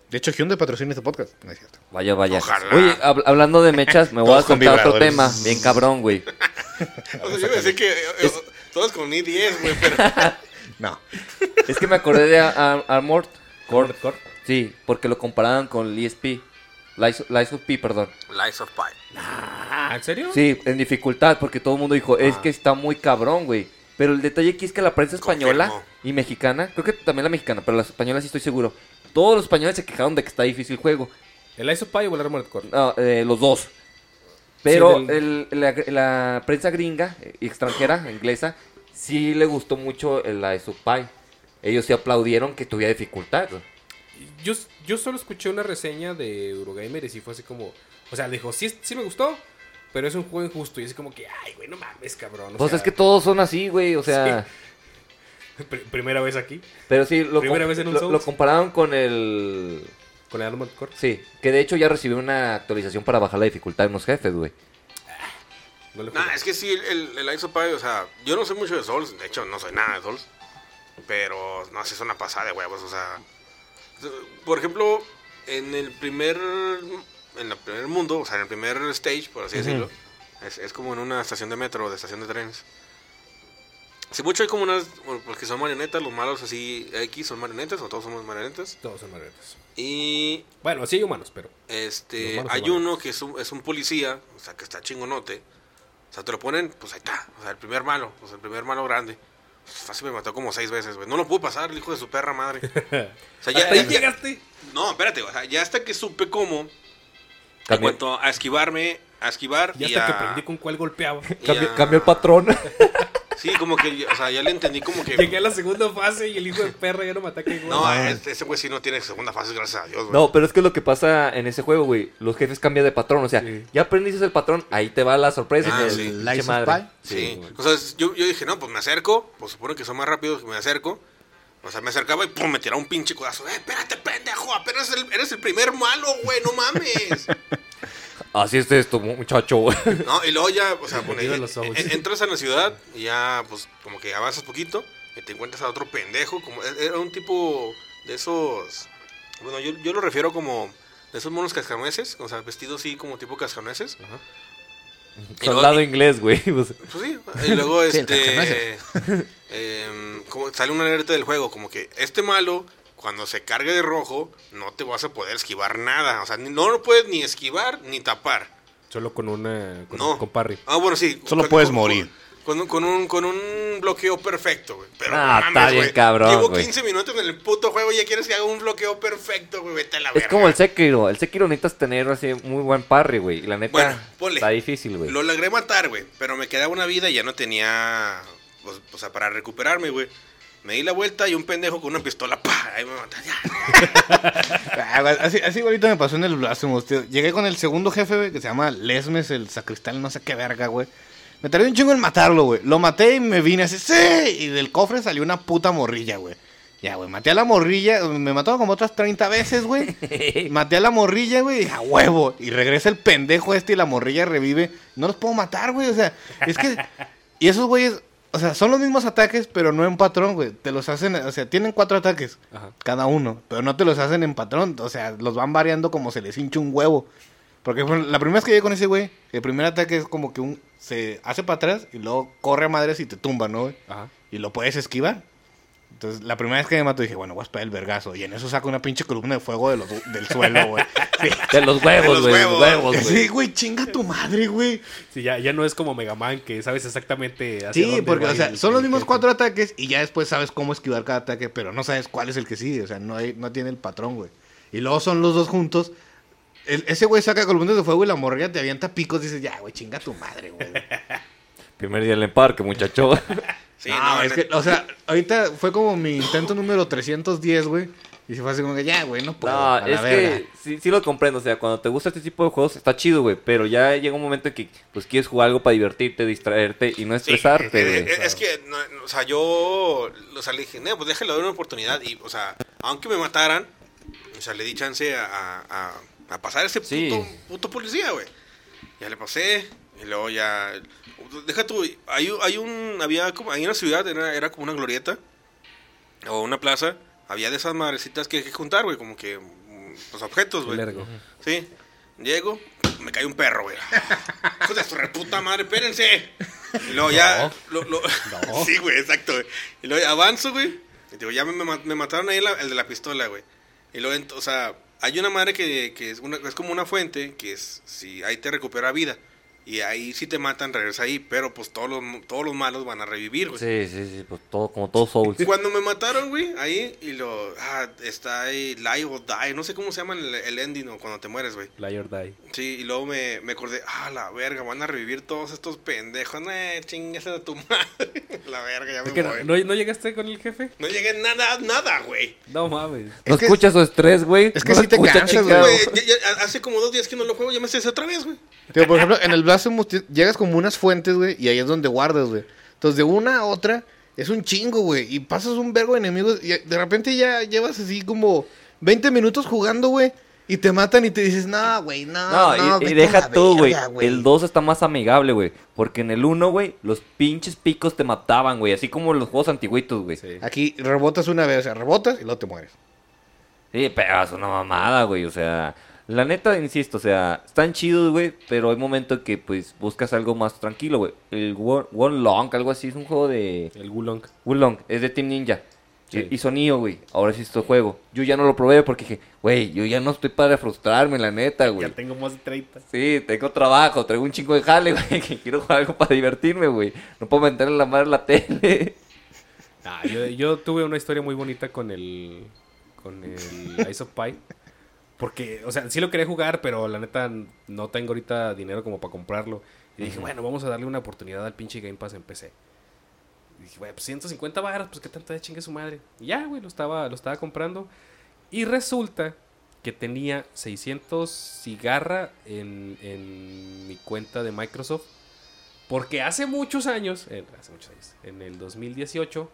Speaker 3: De hecho, Hyundai patrocina este podcast. No es cierto.
Speaker 2: Vaya, vaya.
Speaker 4: Ojalá.
Speaker 2: Oye, hab- hablando de mechas, me voy a
Speaker 3: Todos con
Speaker 2: contar otro
Speaker 3: vibradores.
Speaker 2: tema. Bien cabrón, güey.
Speaker 4: O sea, yo iba a decir que eh, eh, todos con I-10, güey, pero
Speaker 3: No.
Speaker 2: Es que me acordé de Ar- Armored Core.
Speaker 1: Cord, cord.
Speaker 2: Sí, porque lo comparaban con el ESP. Lies Lies of P, perdón.
Speaker 4: Lies of Pi.
Speaker 1: Ah, ¿en serio?
Speaker 2: Sí, en dificultad, porque todo el mundo dijo, es
Speaker 3: Ah.
Speaker 2: que está muy cabrón, güey. Pero el detalle aquí es que la prensa española
Speaker 4: Confirmo.
Speaker 2: y mexicana, creo que también la mexicana, pero la española sí estoy seguro. Todos los españoles se quejaron de que está difícil el juego.
Speaker 1: ¿El Ice of Pie o el Armored Core?
Speaker 2: No, eh, los dos. Pero
Speaker 1: del-
Speaker 2: el- la, la prensa gringa, eh, extranjera, inglesa, sí le gustó mucho el- la de su pai. Ellos sí aplaudieron que tuviera dificultad.
Speaker 1: Yo, yo solo escuché una reseña de Eurogamer y sí fue así como... O sea, dijo, sí, sí me gustó, pero es un juego injusto. Y así como que, ay, güey, no mames, cabrón. o
Speaker 2: Pues
Speaker 1: sea,
Speaker 2: es que todos son así, güey, o sea...
Speaker 1: pr- primera vez aquí
Speaker 2: Pero sí, lo,
Speaker 1: Primera
Speaker 2: com-
Speaker 1: vez en un
Speaker 2: lo-
Speaker 1: Souls.
Speaker 2: lo compararon con el...
Speaker 1: con el Armored Core.
Speaker 2: Sí, que de hecho ya recibió una actualización para bajar la dificultad en los jefes, güey.
Speaker 1: No le jugué.
Speaker 4: Nah, es que sí, el, el, el Lies of Pi, o sea, yo no sé mucho de Souls. De hecho, no soy nada de Souls. Pero, no, sí es una pasada de huevos, o sea... Por ejemplo, en el primer... En el primer mundo, o sea, en el primer stage, por así decirlo. Es, es como en una estación de metro o de estación de trenes. Si mucho hay como unas... bueno, Porque son marionetas, los malos así... X son marionetas, o todos somos marionetas.
Speaker 1: Todos son marionetas.
Speaker 4: Y
Speaker 1: Bueno, sí hay humanos, pero... Los
Speaker 4: este,
Speaker 1: malos
Speaker 4: hay
Speaker 1: iguales.
Speaker 4: uno que es un, es un policía, o sea, que está chingonote. O sea, te lo ponen, pues ahí está. O sea, el primer malo, o sea, el primer malo grande. Pues, fácil me mató como seis veces, güey. No lo pude pasar, el hijo de su perra madre. O sea, ya,
Speaker 1: ¿Hasta ahí
Speaker 4: ya-
Speaker 1: llegaste?
Speaker 4: No, espérate, o sea, ya hasta que supe cómo. En
Speaker 2: Cambió,
Speaker 4: cuanto a esquivarme, a esquivar.
Speaker 1: Ya
Speaker 4: y
Speaker 1: hasta que
Speaker 4: a-
Speaker 1: aprendí con cuál golpeaba.
Speaker 4: y
Speaker 2: cambió-
Speaker 4: a-
Speaker 2: cambió el patrón.
Speaker 4: Sí, como que, o sea, ya le entendí como que.
Speaker 1: Llegué a la segunda fase y el hijo de perra ya no me ataca igual.
Speaker 4: No, este- ese güey sí no tiene segunda fase, gracias a Dios, güey.
Speaker 2: no, pero es que lo que pasa en ese juego, güey, los jefes cambian de patrón. O sea,
Speaker 1: Sí.
Speaker 2: ya aprendiste el patrón, ahí te va la sorpresa.
Speaker 4: Ah,
Speaker 2: que
Speaker 4: sí.
Speaker 2: el
Speaker 5: Lies
Speaker 2: pinche
Speaker 5: of Pi.
Speaker 4: Sí.
Speaker 1: güey.
Speaker 4: o sea, yo, yo dije, no, pues me acerco. Pues supone que son más rápidos que me acerco. O sea, me acercaba y pum, me tiraba un pinche codazo. ¡Eh, espérate, pendejo! ¡Apenas el- eres el primer malo, güey! ¡No mames!
Speaker 2: Así es esto, muchacho.
Speaker 4: no, y luego ya, o sea, bueno,
Speaker 1: Bienvenido
Speaker 4: en-
Speaker 1: a los Souls.
Speaker 4: en- entras a la ciudad y ya, pues, como que avanzas poquito y te encuentras a otro pendejo. como e- Era un tipo de esos... Bueno, yo, yo lo refiero como de esos monos cascanueces. O sea, vestidos así como tipo cascanueces. Y luego-
Speaker 2: Soldado inglés, güey. pues,
Speaker 4: Pues sí, y luego
Speaker 3: Sí, el
Speaker 4: este em, como sale una alerta del juego, como que este malo, cuando se cargue de rojo, no te vas a poder esquivar nada. O sea, ni- no lo puedes ni esquivar ni tapar.
Speaker 1: Solo con una... Con,
Speaker 4: No.
Speaker 1: con Parry.
Speaker 4: Ah, bueno, sí.
Speaker 3: Solo puedes
Speaker 4: con-
Speaker 3: morir.
Speaker 4: Con, un- con un, con un bloqueo perfecto, güey. Pero
Speaker 2: Ah,
Speaker 4: no
Speaker 2: está
Speaker 4: mames,
Speaker 2: bien
Speaker 4: güey.
Speaker 2: cabrón,
Speaker 4: Llevo
Speaker 2: güey.
Speaker 4: 15 minutos en el puto juego y ya quieres que haga un bloqueo perfecto, güey. Vete a la
Speaker 2: Es
Speaker 4: verga.
Speaker 2: como el Sekiro. El Sekiro necesitas tener así muy buen parry, güey. Y la neta,
Speaker 4: Bueno, ponle.
Speaker 2: está difícil, güey.
Speaker 4: Lo logré matar, güey. Pero me quedaba una vida y ya no tenía. pues, o sea, para recuperarme, güey. Me di la vuelta y un pendejo con una pistola, ¡pa! Ahí me mataron.
Speaker 3: Ah, güey, Así, así ahorita me pasó en el Blasphemous, tío. Llegué con el segundo jefe, güey, que se llama Lesmes, el sacristal, no sé qué verga, güey. Me tardé un chingo en matarlo, güey. Lo maté y me vine así, ¡sí! Y del cofre salió una puta morrilla, güey. Ya, güey, maté a la morrilla, me mató como otras 30 veces, güey. Maté a la morrilla, güey, y dije, a huevo. Y regresa el pendejo este y la morrilla revive. No los puedo matar, güey, o sea, es que... Y esos güeyes, o sea, son los mismos ataques, pero no en patrón, güey. Te los hacen, o sea, tienen cuatro ataques
Speaker 1: Ajá.
Speaker 3: cada uno, pero no te los hacen en patrón, o sea, los van variando como se les hincha un huevo. Porque bueno, la primera vez que llegué con ese güey, el primer ataque es como que un se hace para atrás y luego corre a madres y te tumba, ¿no? güey?
Speaker 1: Ajá.
Speaker 3: Y lo puedes esquivar. Entonces, la primera vez que me mató, dije, bueno, voy a esperar el vergazo. Y en eso saco una pinche columna de fuego de los du- del suelo, güey. Sí.
Speaker 2: De los
Speaker 4: De
Speaker 2: huevos,
Speaker 4: los
Speaker 2: güey. De los
Speaker 4: huevos.
Speaker 2: huevos,
Speaker 1: Pues,
Speaker 2: güey.
Speaker 3: Sí, güey, chinga tu madre, güey.
Speaker 1: Sí, ya, ya no es como Mega Man que sabes exactamente hacia
Speaker 3: Sí,
Speaker 1: dónde
Speaker 3: porque,
Speaker 1: va
Speaker 3: o sea,
Speaker 1: el-
Speaker 3: son los
Speaker 1: el
Speaker 3: mismos
Speaker 1: jefe.
Speaker 3: cuatro ataques y ya después sabes cómo esquivar cada ataque, pero no sabes cuál es el que sigue. O sea, no, hay, no tiene el patrón, güey. Y luego son los dos juntos. El- ese güey saca columnas de fuego y la morrilla te avienta picos. Dices, ya, güey, chinga tu madre, güey.
Speaker 2: Primer día en el parque, muchacho.
Speaker 4: Sí,
Speaker 3: no,
Speaker 4: no,
Speaker 3: es
Speaker 4: neta.
Speaker 3: que, o sea, ahorita fue como mi intento número 310, güey. Y se fue así como que, ya, güey, no puedo.
Speaker 2: No,
Speaker 3: a la
Speaker 2: es
Speaker 3: verga.
Speaker 2: que sí, sí lo comprendo. O sea, cuando te gusta este tipo de juegos está chido, güey. Pero ya llega un momento en que pues quieres jugar algo para divertirte, distraerte y no
Speaker 4: Sí,
Speaker 2: estresarte,
Speaker 4: eh,
Speaker 2: güey.
Speaker 4: eh, Es que, no, no, o sea, yo, o sea, le dije, no, pues déjale dar una oportunidad. Y, o sea, aunque me mataran, o sea, le di chance a, a- a- a pasar ese
Speaker 2: Sí.
Speaker 4: puto, puto policía, güey. Ya le pasé, y luego ya. Deja tú, hay, hay un. Había como. Hay una ciudad, era, era como una glorieta, o una plaza. Había de esas madrecitas que hay que juntar, güey, como que. mm, Los objetos, güey.
Speaker 1: El ergo.
Speaker 4: Sí. Llego, me cae un perro, güey. Hijo de su reputa madre, espérense. Y luego ya. lo- lo- sí, güey, exacto, güey. Y luego ya avanzo, güey. Y digo, ya me, me ma- me mataron ahí la- el de la pistola, güey. Y luego, ent- o sea, hay una madre que, que es, una- es como una fuente que es. Si ahí te recupera vida. Y ahí si te matan, regresa ahí. Pero pues todos los, todos los malos van a revivir, güey.
Speaker 2: Sí, sí, sí. Pues todo, como todo Souls.
Speaker 4: Cuando me mataron, güey, ahí, y lo. Ah, está ahí, Live o Die, no sé cómo se llama el, el ending o cuando te mueres, güey.
Speaker 1: Liar Die.
Speaker 4: Sí, y luego me, me acordé, ah, la verga, van a revivir todos estos pendejos, eh, chingues a tu madre. la verga, ya me
Speaker 1: Es que
Speaker 4: voy.
Speaker 1: ¿no, ¿No llegaste con el jefe?
Speaker 4: No llegué nada, nada, güey.
Speaker 1: No mames.
Speaker 2: No
Speaker 3: Es que-
Speaker 2: escuchas su estrés, güey.
Speaker 3: es que
Speaker 2: No
Speaker 3: sí te
Speaker 2: escuchas,
Speaker 3: cansas,
Speaker 2: chingado.
Speaker 4: Güey, ya- ya hace como dos días que no lo juego, ya me sé otra vez, güey.
Speaker 3: Tío, por ejemplo, en el Blasphemous ti- llegas como unas fuentes, güey, y ahí es donde guardas, güey. Entonces, de una a otra, es un chingo, güey. Y pasas un vergo de enemigos y de repente ya llevas así como 20 minutos jugando, güey. Y te matan y te dices, no, güey, no,
Speaker 2: No,
Speaker 3: Ah, no,
Speaker 2: y, y
Speaker 3: vete a la
Speaker 2: deja tú, güey.
Speaker 3: verga,
Speaker 2: El 2 está más amigable, güey. Porque en el 1, güey, los pinches picos te mataban, güey. Así como los juegos antiguitos, güey. Sí.
Speaker 1: Sí.
Speaker 3: Aquí rebotas una vez, o sea, rebotas y luego te mueres.
Speaker 2: pero es una mamada, güey. O sea, la neta, insisto, o sea, están chidos, güey. Pero hay momentos que, pues, buscas algo más tranquilo, güey. El One, One Long, algo así, es un juego de.
Speaker 1: El Gulong.
Speaker 2: One Long, es de Team Ninja.
Speaker 1: Sí.
Speaker 2: Y Sonio, güey. Ahora sí este juego. Yo ya no lo probé porque dije, güey, yo ya no estoy para frustrarme, la neta, güey.
Speaker 1: Ya tengo más de 30.
Speaker 2: Sí, tengo trabajo, traigo un chingo de jale, güey, que quiero jugar algo para divertirme, güey. No puedo meter la madre a la tele.
Speaker 1: Ah, yo, yo tuve una historia muy bonita con el. Con el Ice of Pie. Porque, o sea, sí lo quería jugar, pero la neta no tengo ahorita dinero como para comprarlo. Y dije, bueno, vamos a darle una oportunidad al pinche Game Pass en PC. Y dije, bueno, pues 150 baros, pues qué tanta de chingue su madre. Y ya, güey, lo estaba, lo estaba comprando. Y resulta que tenía 600 cigarra en, en mi cuenta de Microsoft. Porque hace muchos años, en- hace muchos años, en el 2018,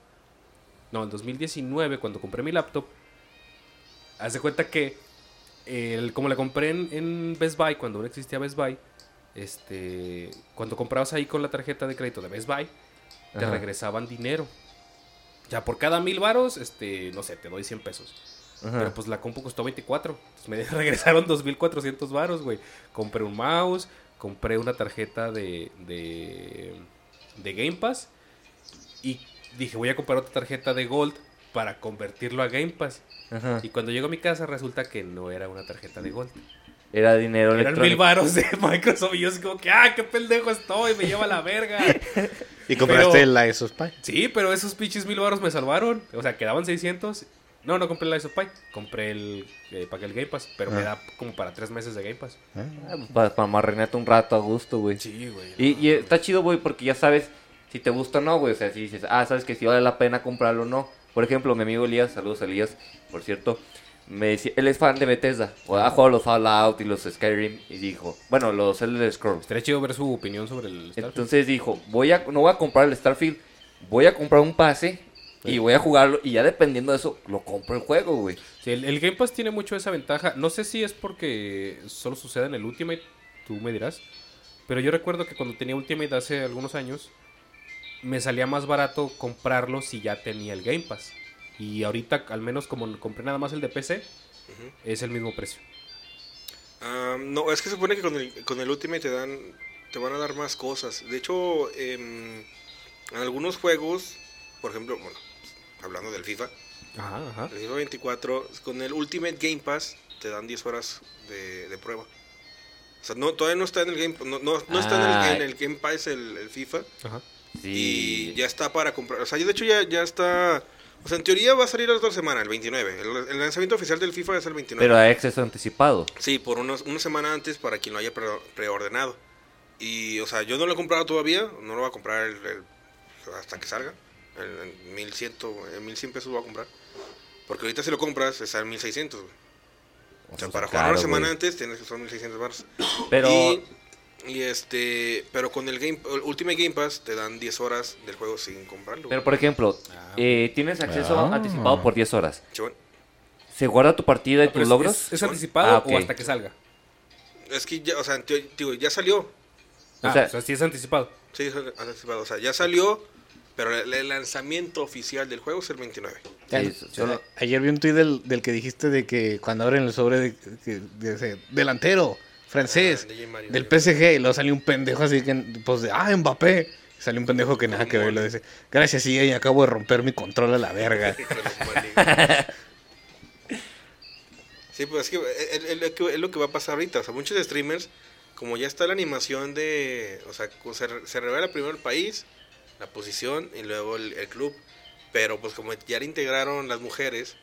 Speaker 1: no, en 2019, cuando compré mi laptop, haz de cuenta que, el, como la compré en, en Best Buy, cuando aún existía Best Buy, este, cuando comprabas ahí con la tarjeta de crédito de Best Buy, te
Speaker 2: Ajá.
Speaker 1: regresaban dinero. O sea, por cada mil varos, este, no sé, te doy 100 pesos. Pero pues la compu costó 24. Entonces me regresaron 2.400 varos, güey. Compré un mouse, compré una tarjeta de, de, de Game Pass. Y dije, voy a comprar otra tarjeta de Gold para convertirlo a Game Pass.
Speaker 2: Ajá.
Speaker 1: Y cuando llego a mi casa resulta que no era una tarjeta de Gold.
Speaker 2: Era dinero
Speaker 1: Eran mil
Speaker 2: electrónico.
Speaker 1: varos de Microsoft. Y yo así como que, ah, qué pendejo estoy, me lleva la verga.
Speaker 3: Y compraste
Speaker 1: Pero-
Speaker 3: la Ace of Spy.
Speaker 1: Sí, pero esos pinches mil baros me salvaron. O sea, quedaban 600. No, no compré el Lies of Pi. Compré el, eh, para que el Game Pass. Pero me da como para tres meses de Game Pass.
Speaker 2: Ah, pues, Para, para marrinarte un rato a gusto, güey.
Speaker 1: Sí, güey.
Speaker 2: Y, y está chido, güey, porque ya sabes si te gusta o no, güey. O sea, si dices, ah, sabes que si vale la pena comprarlo o no. Por ejemplo, mi amigo Elías, saludos Elías, por cierto, me decía, él es fan de Bethesda. O ha jugado los Fallout y los Skyrim. Y dijo, bueno, los Elder Scrolls.
Speaker 1: Estaría chido ver su opinión sobre el Starfield.
Speaker 2: Entonces dijo, voy a, no voy a comprar el Starfield, voy a comprar un pase y voy a jugarlo. Y ya dependiendo de eso, lo compro el juego, güey.
Speaker 1: Sí, el, el Game Pass tiene mucho esa ventaja. No sé si es porque solo sucede en el Ultimate, tú me dirás. Pero yo recuerdo que cuando tenía Ultimate hace algunos años, me salía más barato comprarlo si ya tenía el Game Pass. Y ahorita, al menos como compré nada más el de PC, es el mismo precio.
Speaker 4: Ah, no, es que se supone que con el, con el Ultimate te dan, te van a dar más cosas. De hecho, em, en algunos juegos, por ejemplo, bueno, hablando del FIFA,
Speaker 1: Ajá, ajá.
Speaker 4: el FIFA 24, con el Ultimate Game Pass te dan 10 horas de, de prueba. O sea, no, todavía no está en el Game no, no, no
Speaker 1: Ah.
Speaker 4: está en el, en el Game Pass el, el FIFA.
Speaker 1: ajá.
Speaker 4: Y ya está para comprar. O sea, de hecho ya, ya está... O sea, en teoría va a salir la otra semana, el 29. El, el lanzamiento oficial del FIFA es el 29.
Speaker 2: Pero hay acceso anticipado.
Speaker 4: Sí, por unos, una semana antes para quien lo haya pre- preordenado. Y, o sea, yo no lo he comprado todavía, no lo voy a comprar el- el- hasta que salga. El, el 1100, el 1100 pesos lo voy a comprar. Porque ahorita si lo compras está en 1600, güey. O
Speaker 2: Pues
Speaker 4: sea, para jugar una semana antes tienes que usar 1600 baros.
Speaker 2: Pero-
Speaker 4: Y, y este, pero con el game, el Ultimate Game Pass te dan 10 horas del juego sin comprarlo. güey.
Speaker 2: Pero, por ejemplo, eh, tienes acceso
Speaker 5: Ah.
Speaker 2: anticipado por 10 horas.
Speaker 4: Chivón.
Speaker 2: ¿Se guarda tu
Speaker 4: Ah,
Speaker 2: partida y
Speaker 1: Pero
Speaker 2: tus
Speaker 1: es-
Speaker 2: logros?
Speaker 1: ¿Es, es anticipado
Speaker 2: Ah, ok.
Speaker 1: o hasta que salga?
Speaker 4: Es que ya, o sea, en teo- digo, ya salió,
Speaker 2: O
Speaker 1: Ah, o
Speaker 2: sea-
Speaker 1: sea, sí es anticipado.
Speaker 4: Sí, es anticipado. O sea, ya salió, pero el, el lanzamiento oficial del juego es el 29.
Speaker 2: Sí, solo-
Speaker 3: Ayer vi un tuit del, del que dijiste de que cuando abren el sobre de, que dice, delantero francés
Speaker 4: Ah, DJ Mario.
Speaker 3: del PSG, y luego salió un pendejo así que, pues de, ah, Mbappé. Y Salió un pendejo que nada que ver, y lo dice, gracias, sí, y acabo de romper mi control a la verga.
Speaker 4: Sí, pues es que es, es lo que es lo que va a pasar ahorita. O sea, muchos streamers, como ya está la animación de. O sea, cu- se, re- se revela primero el país, la posición y luego el, el club. Pero pues como ya le integraron las mujeres,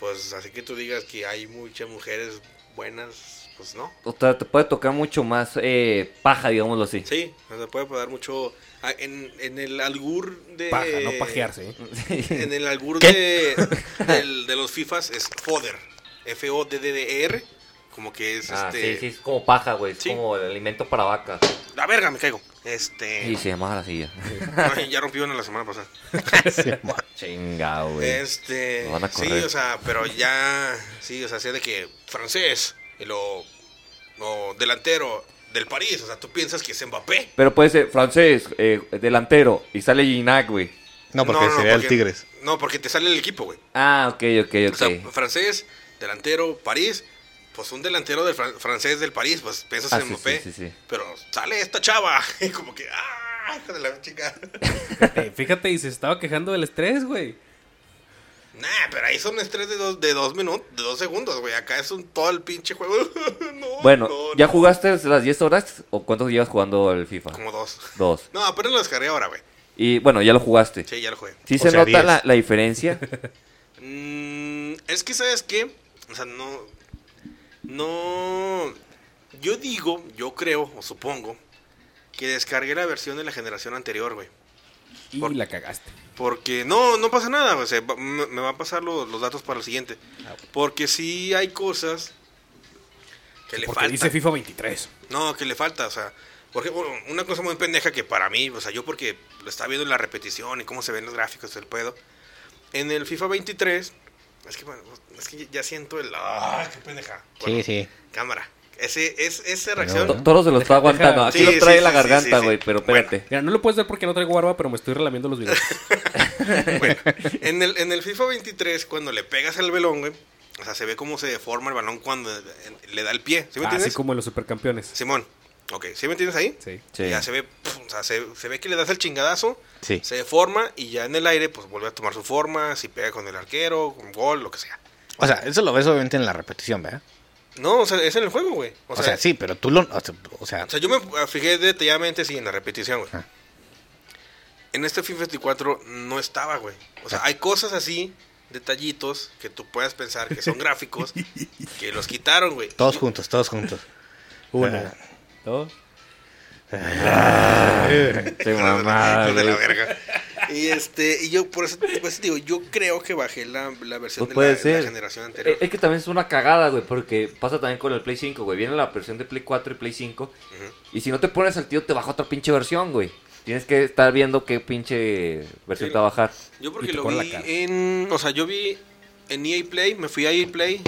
Speaker 4: pues así que tú digas que hay muchas mujeres buenas, pues no.
Speaker 2: O sea, te puede tocar mucho más eh, paja, digámoslo así.
Speaker 4: Sí, o sea, puede dar mucho. ah, En, en el albur de.
Speaker 1: Paja, no pajearse. ¿eh?
Speaker 4: En el albur de, del- de los FIFAs es FODER. F-O-D-D-E-R. E Como que es
Speaker 2: Ah,
Speaker 4: este.
Speaker 2: sí, sí, es como paja, güey. Es
Speaker 4: Sí.
Speaker 2: como el alimento para vacas.
Speaker 4: La verga, me caigo. Este.
Speaker 2: Y se llamaba la silla.
Speaker 4: ay, ya rompí una la semana pasada.
Speaker 2: Chinga, güey.
Speaker 4: Este.
Speaker 2: Lo van a
Speaker 4: Sí,
Speaker 2: correr.
Speaker 4: o sea, pero ya. Sí, o sea, sea de que francés. Y lo. O delantero del París. O sea, tú piensas que es Mbappé.
Speaker 2: Pero puede ser francés, eh, delantero, y sale Gignac, güey.
Speaker 3: No, porque sería el
Speaker 4: porque-
Speaker 3: Tigres.
Speaker 4: No, porque te sale el equipo, güey.
Speaker 2: Ah, ok, ok, ok.
Speaker 4: O sea, francés, delantero, París. Pues un delantero del fran- francés del París, pues piensas
Speaker 2: Ah,
Speaker 4: en
Speaker 2: sí,
Speaker 4: Mbappé.
Speaker 2: sí, sí, sí.
Speaker 4: Pero sale esta chava. Y como que, ¡ah! hija de la chica.
Speaker 1: Eh, fíjate, y se estaba quejando del estrés, güey.
Speaker 4: nah, pero ahí son estrés de dos, de dos minutos, de dos segundos, güey. Acá es un todo el pinche juego. No,
Speaker 2: bueno,
Speaker 4: no,
Speaker 2: ¿ya
Speaker 4: no.
Speaker 2: jugaste las 10 horas o cuánto llevas jugando el FIFA?
Speaker 4: Como dos.
Speaker 2: Dos.
Speaker 4: No, apenas lo descargué ahora, güey.
Speaker 2: Y bueno, ya lo jugaste.
Speaker 4: Sí, ya lo jugué.
Speaker 2: ¿Sí
Speaker 3: O
Speaker 2: se
Speaker 3: sea,
Speaker 2: nota
Speaker 3: 10.
Speaker 2: la, la diferencia?
Speaker 4: Mm, es que, ¿sabes qué? O sea, no. No. Yo digo, yo creo, o supongo, que descargué la versión de la generación anterior, güey.
Speaker 1: Y
Speaker 4: Por-
Speaker 1: la cagaste.
Speaker 4: Porque no, no pasa nada, o sea, va- me me va a pasar lo- los datos para el siguiente. Porque sí hay cosas que le
Speaker 1: Porque
Speaker 4: faltan.
Speaker 1: dice FIFA 23.
Speaker 4: No, que le falta, o sea, porque bueno, una cosa muy pendeja que para mí, o sea, yo porque lo estaba viendo en la repetición y cómo se ven los gráficos del pedo. En el FIFA 23, es que bueno, es que ya siento el ah, qué pendeja. Bueno,
Speaker 3: sí.
Speaker 4: Cámara. Ese es esa
Speaker 2: To-
Speaker 4: reacción.
Speaker 2: Todos se los está aguantando. Aquí
Speaker 4: Sí,
Speaker 2: lo trae
Speaker 4: sí,
Speaker 2: la
Speaker 4: sí, sí,
Speaker 2: garganta,
Speaker 4: sí,
Speaker 2: güey,
Speaker 4: sí.
Speaker 2: pero espérate.
Speaker 1: Mira, no lo puedes ver porque no traigo barba, pero me estoy relamiendo los videos.
Speaker 4: Bueno, en el, en el FIFA 23, cuando le pegas al balón, güey, o sea, se ve cómo se deforma el balón cuando eh, le da el pie. ¿Sí me
Speaker 1: Así
Speaker 4: entiendes?
Speaker 1: Ah, como en los supercampeones.
Speaker 4: Simón. Ok, ¿sí me entiendes ahí?
Speaker 1: Sí.
Speaker 2: Sí.
Speaker 4: Ya se ve, pf, o sea, se, se ve que le das el chingadazo,
Speaker 3: Sí.
Speaker 4: se deforma y ya en el aire, pues vuelve a tomar su forma, si pega con el arquero, con gol, lo que sea.
Speaker 3: O sea, eso lo ves obviamente en la repetición, ¿verdad?
Speaker 4: No, o sea, es en el juego, güey.
Speaker 3: O, sea, sí, pero tú lo... O sea, o sea,
Speaker 4: O sea, yo me fijé detalladamente, sí, en la repetición, güey.
Speaker 3: Ah.
Speaker 4: En este FIFA 24 no estaba, güey. O
Speaker 2: Ah.
Speaker 4: sea, hay cosas así, detallitos, que tú puedas pensar que son gráficos, que los quitaron, güey.
Speaker 3: todos juntos, todos juntos. Uno.
Speaker 1: Todo.
Speaker 2: Te
Speaker 4: Hijos de la-
Speaker 2: mamá,
Speaker 4: hijos de la
Speaker 2: güey.
Speaker 4: verga. Y este, y yo por eso, pues digo, yo creo que bajé la, la versión
Speaker 2: Pues
Speaker 4: de la,
Speaker 2: puede
Speaker 4: de la
Speaker 2: ser.
Speaker 4: generación
Speaker 2: Eh,
Speaker 4: anterior.
Speaker 2: Es que también es una cagada, güey, porque pasa también con el Play 5, güey. Viene la versión de Play 4 y Play 5.
Speaker 4: Ujú.
Speaker 2: Y si no te pones al tío, te baja otra pinche versión, güey. Tienes que estar viendo qué pinche versión
Speaker 4: Sí.
Speaker 2: te va a bajar.
Speaker 4: Yo
Speaker 1: Y
Speaker 4: porque
Speaker 1: te
Speaker 4: lo
Speaker 1: corre la
Speaker 4: vi
Speaker 1: cara.
Speaker 4: en, o sea, yo vi en EA Play, me fui a EA Play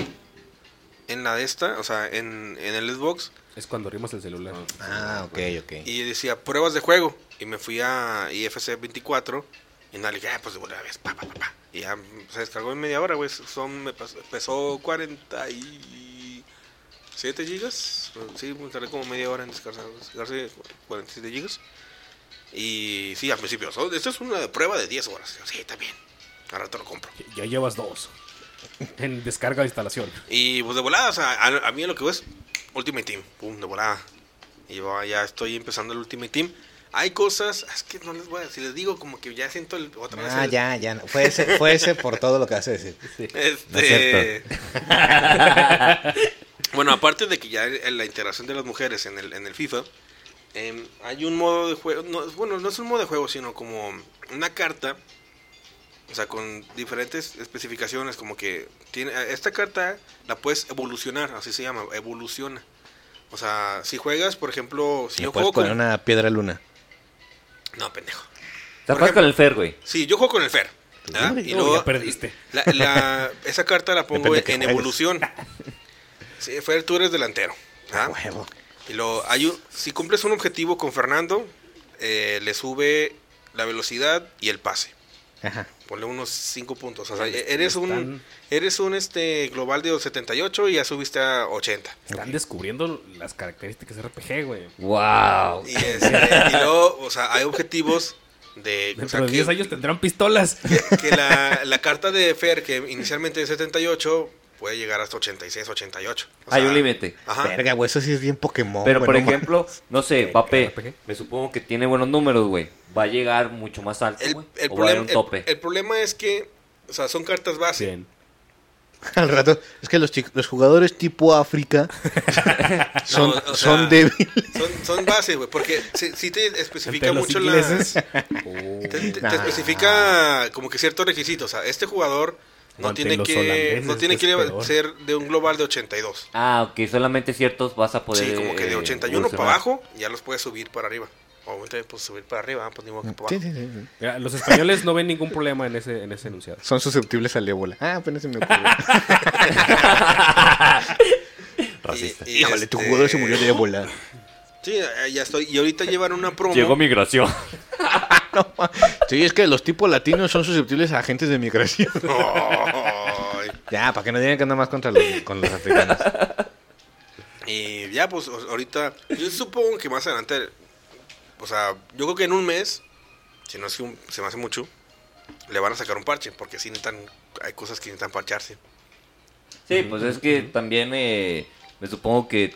Speaker 4: en la de esta, o sea, en, en el Xbox
Speaker 1: Es cuando rimas el celular.
Speaker 3: Ah, ok, ok.
Speaker 4: y decía pruebas de juego y me fui a IFC 24 y nada, le dije, ah, pues de una vez, pa, pa, pa, pa. Y ya mm, se descargó en media hora, güey, son, me pasó, pesó 47 gigas, sí, me tardé como media hora en descargar, descargarse 47 "Oh, gigas. Y sí, al principio, so- esto es una prueba de 10 horas, Yo, sí, también. al rato lo compro.
Speaker 1: Ya llevas dos. En descarga de instalación.
Speaker 4: Y pues de volada, o sea, a, a mí lo que veo es Ultimate Team, pum, de volada. Y yo ah, ya estoy empezando el Ultimate Team. Hay cosas, es que no les voy a si les digo como que ya siento el, otra vez.
Speaker 5: Ah,
Speaker 4: el-
Speaker 5: ya, ya. no. Fue ese, fue ese por todo lo que hace decir.
Speaker 2: No es
Speaker 4: Este.
Speaker 2: cierto.
Speaker 4: bueno, aparte de que ya el- la integración de las mujeres en el, en el FIFA, em, hay un modo de juego. No, bueno, no es un modo de juego, sino como una carta. O sea, con diferentes especificaciones, como que tiene esta carta la puedes evolucionar, así se llama, evoluciona. O sea, si juegas, por ejemplo, si
Speaker 5: Le
Speaker 4: yo
Speaker 5: puedes
Speaker 4: juego con...
Speaker 5: poner una piedra luna.
Speaker 4: No, pendejo.
Speaker 2: Te vas con el Fer, güey.
Speaker 4: Sí, yo juego con el Fer. ¿verdad?
Speaker 1: Uy,
Speaker 4: Y
Speaker 1: no,
Speaker 4: luego
Speaker 1: ya perdiste.
Speaker 4: la- la- esa carta la pongo
Speaker 5: Depende de
Speaker 4: en
Speaker 5: qué juegues.
Speaker 4: evolución. Sí, Fer, tú eres delantero. ¿verdad?
Speaker 5: Huevo.
Speaker 4: Y lo, hay un- si cumples un objetivo con Fernando, eh, le sube la velocidad y el pase.
Speaker 5: Ajá.
Speaker 4: Ponle unos 5 puntos. O sea, eres un,
Speaker 1: Están-
Speaker 4: eres un este global de 78 y ya subiste a 80.
Speaker 1: Están descubriendo las características RPG, güey.
Speaker 2: ¡Wow!
Speaker 4: Y, este, y luego, o sea, hay objetivos de... o sea,
Speaker 1: Dentro de
Speaker 4: que-
Speaker 1: 10 años tendrán pistolas.
Speaker 4: que la, la carta de Fer, que inicialmente es 78, puede llegar hasta 86, 88. O
Speaker 2: Hay
Speaker 4: sea, ah, pues,
Speaker 2: un límite.
Speaker 4: Ajá.
Speaker 5: Verga, güey, eso sí es bien Pokémon.
Speaker 2: Pero,
Speaker 5: güey,
Speaker 2: por
Speaker 5: no ma-
Speaker 2: ejemplo, no sé,
Speaker 1: RPG.
Speaker 2: Mbappé, me supongo que tiene buenos números, güey. Va a llegar mucho más alto,
Speaker 4: El,
Speaker 2: güey.
Speaker 4: el
Speaker 2: o va a haber
Speaker 4: problema,
Speaker 2: un
Speaker 4: el-
Speaker 2: tope.
Speaker 4: el problema es que, o sea, son cartas base.
Speaker 1: Bien.
Speaker 5: Al rato, es que los, chi- los jugadores tipo África son,
Speaker 4: No, o sea,
Speaker 5: son débiles.
Speaker 4: Son, son base, güey, porque si, te especifica
Speaker 1: Entre los
Speaker 4: mucho
Speaker 1: ingleses.
Speaker 4: las...
Speaker 1: Oh.
Speaker 4: Te, te- te
Speaker 5: Nah.
Speaker 4: especifica como que ciertos requisitos. O sea, este jugador no
Speaker 1: Ante
Speaker 4: tiene
Speaker 1: los
Speaker 4: que, no
Speaker 1: holandeses,
Speaker 4: tiene
Speaker 1: que es
Speaker 4: que
Speaker 1: peor.
Speaker 4: ser de un global de 82.
Speaker 2: Ah, ok, solamente ciertos vas a poder.
Speaker 4: Sí, como que de
Speaker 2: eh,
Speaker 4: 81 para
Speaker 2: evolucionar.
Speaker 4: abajo ya los puedes subir para arriba. Obviamente puedes subir para arriba, ah, pues ni modo que para abajo.
Speaker 5: Sí, sí, sí, sí.
Speaker 1: Mira, los españoles no ven ningún problema en ese, en ese enunciado.
Speaker 5: Son susceptibles al ébola. Ah, apenas se me ocurrió.
Speaker 2: Racista.
Speaker 4: Y- y
Speaker 5: Híjole, tu
Speaker 4: este-
Speaker 5: jugador se murió de ébola.
Speaker 4: Sí, eh, ya estoy. Y ahorita llevan una promo.
Speaker 2: Llegó migración.
Speaker 5: Sí, es que los tipos latinos son susceptibles a agentes de migración.
Speaker 4: Ay.
Speaker 5: Ya, para que no digan que anda más contra los, con los africanos.
Speaker 4: Y ya, pues o- ahorita. Yo supongo que más adelante. O sea, yo creo que en un mes. Si no es que un- se me hace mucho. Le van a sacar un parche. Porque sí necesitan. Hay cosas que necesitan parcharse.
Speaker 2: Sí, pues es que también eh, me supongo que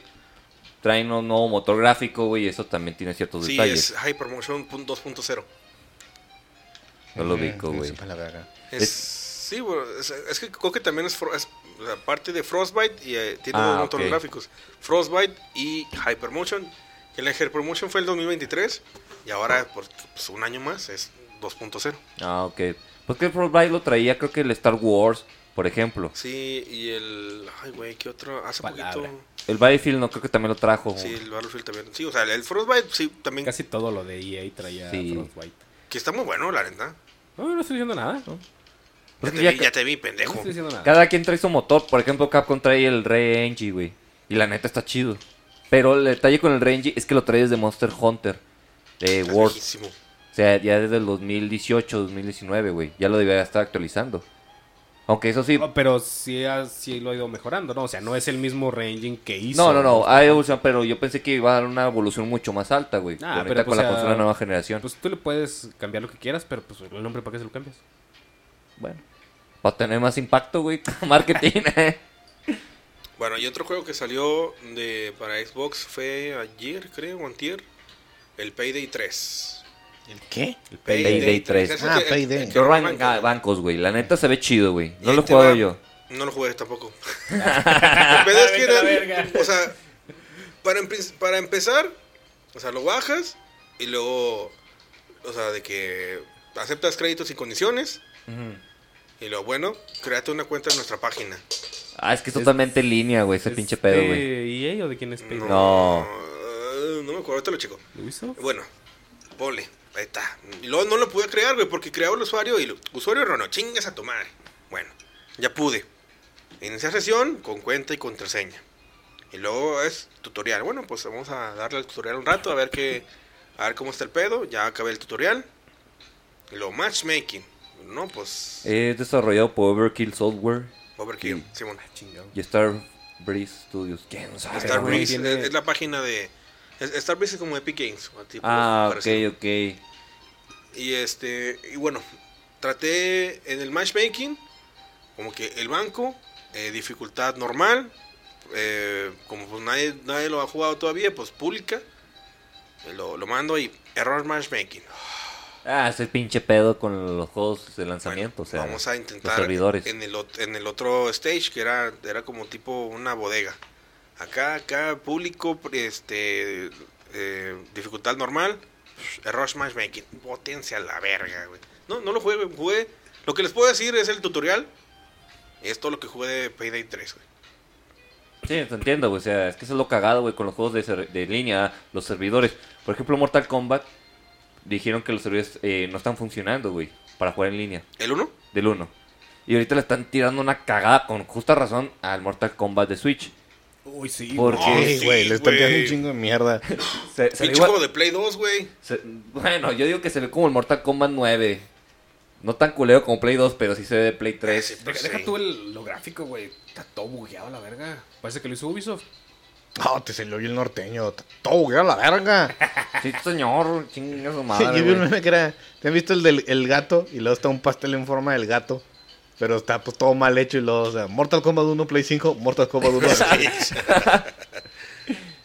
Speaker 2: traen un nuevo motor gráfico, güey, y eso también tiene ciertos
Speaker 4: Sí,
Speaker 2: detalles.
Speaker 4: es Hypermotion pun- 2.0.
Speaker 2: No
Speaker 3: Ah,
Speaker 2: lo ubico, güey.
Speaker 5: Sepa la verga.
Speaker 4: Es,
Speaker 2: Es-
Speaker 4: Sí, bueno. Es, es que creo que también es. fro- es la parte de Frostbite. Y eh, tiene
Speaker 2: Ah,
Speaker 4: dos motores
Speaker 2: ok.
Speaker 4: gráficos: Frostbite y Hypermotion. El de Hypermotion fue el 2023. Y ahora, por pues, un año más, es 2.0.
Speaker 2: Ah, ok. Pues que el Frostbite lo traía, creo que el Star Wars, por ejemplo.
Speaker 4: Sí, y el. Ay, güey, ¿qué otro? Hace
Speaker 1: Palabra.
Speaker 4: poquito.
Speaker 2: El Battlefield no creo que también lo trajo.
Speaker 4: Sí, el Battlefield también. Sí, o sea, el Frostbite, sí, también.
Speaker 1: Casi todo lo de EA traía
Speaker 2: Sí.
Speaker 1: Frostbite.
Speaker 4: Que está muy bueno, la neta.
Speaker 1: No, no estoy diciendo nada. No,
Speaker 4: Ya
Speaker 2: Pues
Speaker 4: te,
Speaker 2: que ya
Speaker 4: vi,
Speaker 2: ca-
Speaker 4: ya te vi,
Speaker 1: no
Speaker 4: pendejo.
Speaker 1: estoy diciendo nada.
Speaker 2: Cada quien trae su motor. Por ejemplo, Capcom trae el Rey Engie, güey. Y la neta está chido. Pero el detalle con el Rey Engie es que lo trae desde Monster Hunter. De
Speaker 4: Estás
Speaker 2: World.
Speaker 4: viejísimo.
Speaker 2: O sea, ya desde el 2018, 2019, güey. Ya lo debía estar actualizando. Aunque eso sí.
Speaker 1: No, pero sí, ha- sí lo ha ido mejorando, ¿no? O sea, no es el mismo ranging que hizo.
Speaker 2: No, no, no. Hay evolución, pero yo pensé que iba a dar una evolución mucho más alta, güey.
Speaker 1: Ah,
Speaker 2: La neta,
Speaker 1: pero,
Speaker 2: con
Speaker 1: pues,
Speaker 2: la
Speaker 1: ah,
Speaker 2: consola nueva generación.
Speaker 1: Pues tú le puedes cambiar lo que quieras, pero pues el nombre, ¿para qué se lo cambias?
Speaker 2: bueno. Para tener más impacto, güey. Marketing. eh.
Speaker 4: Bueno, y otro juego que salió de para Xbox fue ayer, creo, o antier. El Payday 3.
Speaker 5: ¿Qué?
Speaker 1: El
Speaker 2: Payday 3.
Speaker 4: Ese
Speaker 5: Ah,
Speaker 4: que-
Speaker 5: Payday.
Speaker 4: el que
Speaker 2: Yo
Speaker 4: roban
Speaker 2: roban ah, bancos, güey. La neta se ve chido, güey.
Speaker 4: Y
Speaker 2: No
Speaker 4: ahí
Speaker 2: lo he
Speaker 4: te
Speaker 2: jugado
Speaker 4: va.
Speaker 2: yo.
Speaker 4: No lo jugué tampoco. Pero es que
Speaker 1: Vete a la
Speaker 4: era-
Speaker 1: verga.
Speaker 4: o sea, para, empe- para empezar, o sea, lo bajas y luego, o sea, de que aceptas créditos y condiciones
Speaker 2: Ujú.
Speaker 4: y lo bueno, créate una cuenta en nuestra página.
Speaker 2: Ah, es que es
Speaker 1: Es-
Speaker 2: totalmente en línea, güey, ese pinche pedo, güey.
Speaker 1: ¿De EA o de quién es Payday?
Speaker 2: No.
Speaker 4: eh, No me acuerdo, ahorita lo chico.
Speaker 1: ¿Ubisoft?
Speaker 4: Bueno, ponle, ahí está. Y luego no lo pude crear, güey, porque creaba el usuario y el usuario no, no, chingas a tu madre. Bueno, ya pude. Iniciar sesión con cuenta y contraseña. Y luego es tutorial. Bueno, pues vamos a darle al tutorial un rato a ver qué, a ver cómo está el pedo. Ya acabé el tutorial. Y luego matchmaking. No, pues
Speaker 2: Es desarrollado por Overkill Software
Speaker 4: Overkill, Simón.
Speaker 1: Chingado.
Speaker 2: y Star Breeze Studios. ¿Quién sabe?
Speaker 4: Star
Speaker 2: güey?
Speaker 4: Breeze
Speaker 1: tiene-
Speaker 4: es, es la página de es- Star Breeze pues, es como Epic Games, o tipo
Speaker 2: Ah, ok,
Speaker 4: parecido.
Speaker 2: ok.
Speaker 4: Y este, y bueno, traté en el matchmaking, como que el banco, eh, dificultad normal, eh, como pues nadie, nadie lo ha jugado todavía, pues pública. Eh, Lo, lo mando y error matchmaking.
Speaker 2: Ah, ese pinche pedo con los juegos de lanzamiento.
Speaker 4: Bueno,
Speaker 2: o sea,
Speaker 4: vamos a intentar
Speaker 2: Los servidores.
Speaker 4: En, el, ot- en el otro stage que era, era como tipo una bodega. Acá, acá, público, este eh, dificultad normal, error matchmaking. Botense a la verga, güey. No, no lo jugué, güey, jugué. Lo que les puedo decir es el tutorial. Es todo lo que jugué de Payday 3, güey.
Speaker 2: Sí, te entiendo, güey. O sea, es que eso es lo cagado, güey, con los juegos de, ser- de línea, los servidores. Por ejemplo, Mortal Kombat dijeron que los servidores eh, no están funcionando, güey, para jugar en línea,
Speaker 4: ¿El 1?
Speaker 2: del 1. Y ahorita le están tirando una cagada con justa razón al Mortal Kombat de Switch.
Speaker 1: Uy, sí.
Speaker 2: ¿Por
Speaker 1: no.
Speaker 2: qué?
Speaker 3: Ey,
Speaker 4: Oh, sí,
Speaker 3: güey, le están tirando
Speaker 4: güey.
Speaker 3: un chingo de mierda.
Speaker 2: Se- se le
Speaker 4: Pinche
Speaker 2: iba-
Speaker 4: juego de Play 2, güey.
Speaker 2: se- bueno, yo digo que se ve como el Mortal Kombat 9. No tan culero como Play 2, pero sí se ve de Play 3.
Speaker 4: Ese,
Speaker 1: Deja,
Speaker 4: pues,
Speaker 1: deja
Speaker 4: sí.
Speaker 1: tú el, lo gráfico, güey. Está todo bugueado la verga. Parece que lo hizo Ubisoft.
Speaker 3: No, te se le oye el norteño. t- Todo, güey, a la verga.
Speaker 2: Sí, señor, chinga su
Speaker 3: Sí,
Speaker 2: madre.
Speaker 3: yo vi un
Speaker 2: güey.
Speaker 3: meme que era. ¿Te han visto el del el gato? Y luego está un pastel en forma del gato. Pero está pues todo mal hecho y luego, o sea, Mortal Kombat 1, Play 5, Mortal Kombat 1.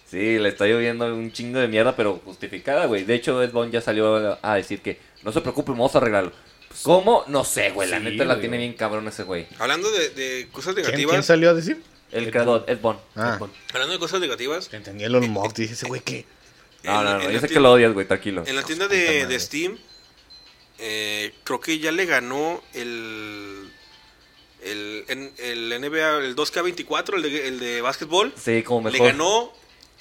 Speaker 2: Sí, le está lloviendo un chingo de mierda, pero justificada, güey. De hecho, Ed Boon ya salió a- a decir que no se preocupen, vamos a arreglarlo. ¿Cómo? No sé, güey. La
Speaker 1: Sí,
Speaker 2: neta la
Speaker 1: güey.
Speaker 2: tiene bien cabrón ese güey.
Speaker 4: Hablando de, de cosas
Speaker 3: ¿Quién, quién
Speaker 4: negativas.
Speaker 3: salió a decir?
Speaker 2: El creador, Ed Boon.
Speaker 3: Ah,
Speaker 4: Hablando de cosas negativas.
Speaker 3: te entendí el Musk. Dije, ese güey, ¿qué?
Speaker 2: No,
Speaker 4: en-
Speaker 2: no,
Speaker 4: en
Speaker 2: no.
Speaker 4: la
Speaker 2: Yo sé
Speaker 4: tienda-
Speaker 2: que lo odias, güey. Tranquilo.
Speaker 4: En la tienda de, de Steam, eh, creo que ya le ganó el. El, en- el NBA, el 2K24, el de, el de básquetbol.
Speaker 2: Sí, como
Speaker 4: Le
Speaker 2: mejor.
Speaker 4: ganó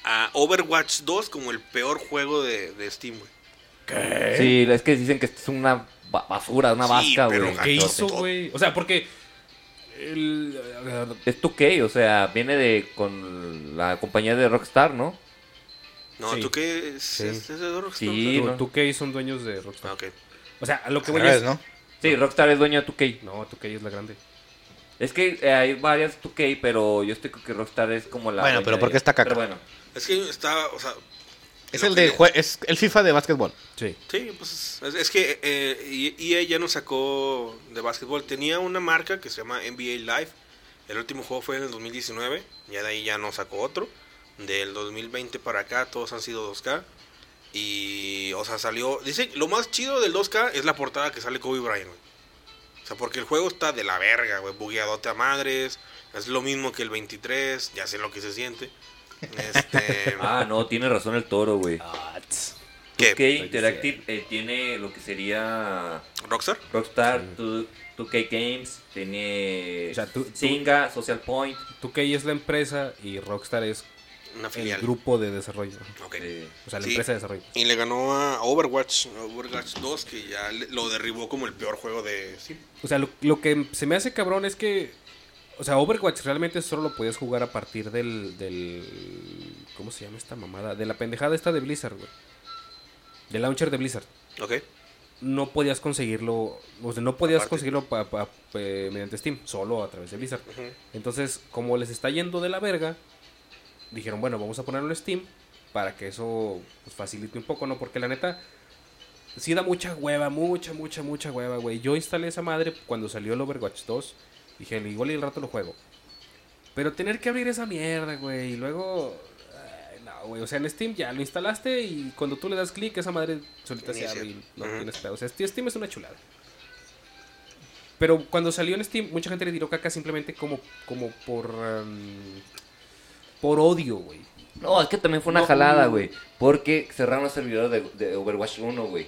Speaker 4: a Overwatch 2 como el peor juego de, de Steam, güey.
Speaker 2: Sí, es que dicen que es una ba- basura, una
Speaker 4: Sí,
Speaker 2: vasca,
Speaker 4: pero
Speaker 2: güey.
Speaker 4: gacho.
Speaker 1: ¿Qué
Speaker 4: no,
Speaker 1: hizo,
Speaker 4: no.
Speaker 1: güey? O sea, porque. El, eh,
Speaker 2: Es tu qué, o sea, viene de con la compañía de Rockstar, ¿no?
Speaker 4: No,
Speaker 1: Sí.
Speaker 4: ¿tú qué? ¿Es, es- es de Rockstar?
Speaker 2: Sí.
Speaker 1: tú,
Speaker 2: no.
Speaker 1: tú que son dueños de
Speaker 4: Ah,
Speaker 1: Rockstar.
Speaker 4: ok.
Speaker 1: O sea, a lo que
Speaker 3: Al
Speaker 1: voy
Speaker 3: revés,
Speaker 1: es.
Speaker 3: ¿no?
Speaker 2: Sí, Rockstar es dueño de tu qué.
Speaker 1: No, tú es la grande.
Speaker 2: Es que eh, hay varias 2K, pero yo estoy con que Rockstar es como la.
Speaker 3: Bueno, pero
Speaker 2: dueña
Speaker 3: ¿por qué
Speaker 2: de-
Speaker 3: está caca?
Speaker 2: Pero bueno,
Speaker 4: Es que está, o sea.
Speaker 3: Es
Speaker 4: lo
Speaker 3: el
Speaker 4: que-
Speaker 3: de jue- es el FIFA de básquetbol.
Speaker 1: Sí.
Speaker 4: Sí, pues es, es que eh, EA ya nos sacó de básquetbol. Tenía una marca que se llama NBA Live. El último juego fue en el 2019. Ya de ahí ya nos sacó otro. Del 2020 para acá todos han sido 2K. Y, o sea, salió... Dice, lo más chido del 2K es la portada que sale Kobe Bryant, güey. O sea, porque el juego está de la verga, güey. Bugueadote a madres. Es lo mismo que el 23. Ya sé lo que se siente. Este...
Speaker 2: Ah, no, tiene razón el toro, güey.
Speaker 1: Ah,
Speaker 4: ¿Qué?
Speaker 1: pues,
Speaker 2: 2K Interactive eh, tiene lo que sería
Speaker 4: ¿Rockstar?
Speaker 2: Rockstar, 2, k Games, tiene
Speaker 1: O sea, tú- tú-
Speaker 2: Zynga, Social Point.
Speaker 1: Tú es la empresa y Rockstar es
Speaker 4: Una
Speaker 1: el
Speaker 4: filial.
Speaker 1: grupo de desarrollo.
Speaker 4: Ok.
Speaker 2: eh,
Speaker 1: O sea, la
Speaker 4: Sí.
Speaker 1: empresa de desarrollo.
Speaker 4: Y le ganó a Overwatch, Overwatch 2, que ya le- lo derribó como el peor juego de... Sí.
Speaker 1: O sea, lo, lo que se me hace cabrón es que. O sea, Overwatch realmente solo lo podías jugar a partir del. del ¿Cómo se llama esta mamada? De la pendejada esta de Blizzard, güey. Del launcher de Blizzard.
Speaker 4: Ok.
Speaker 1: No podías conseguirlo. O sea, no podías
Speaker 4: Aparte.
Speaker 1: conseguirlo pa- pa- eh, mediante Steam, solo a través de Blizzard. Entonces, como les está yendo de la verga, dijeron, bueno, vamos a ponerlo en Steam para que eso pues, facilite un poco, ¿no? Porque la neta, sí da mucha hueva, mucha, mucha, mucha hueva, güey. Yo instalé esa madre cuando salió el Overwatch 2. Dije, igual y el rato lo juego. Pero tener que abrir esa mierda, güey. Y luego... ay, No, güey, o sea, en Steam ya lo instalaste y cuando tú le das clic, esa madre solita se
Speaker 4: Inicia.
Speaker 1: abre y no
Speaker 4: Ujú.
Speaker 1: tienes pedo. O sea, Steam es una chulada. Pero cuando salió en Steam, mucha gente le tiró caca simplemente como, como por. em, por odio, güey.
Speaker 2: No, es que también fue una
Speaker 1: No.
Speaker 2: jalada, güey. Porque cerraron los servidores de, de Overwatch 1, güey.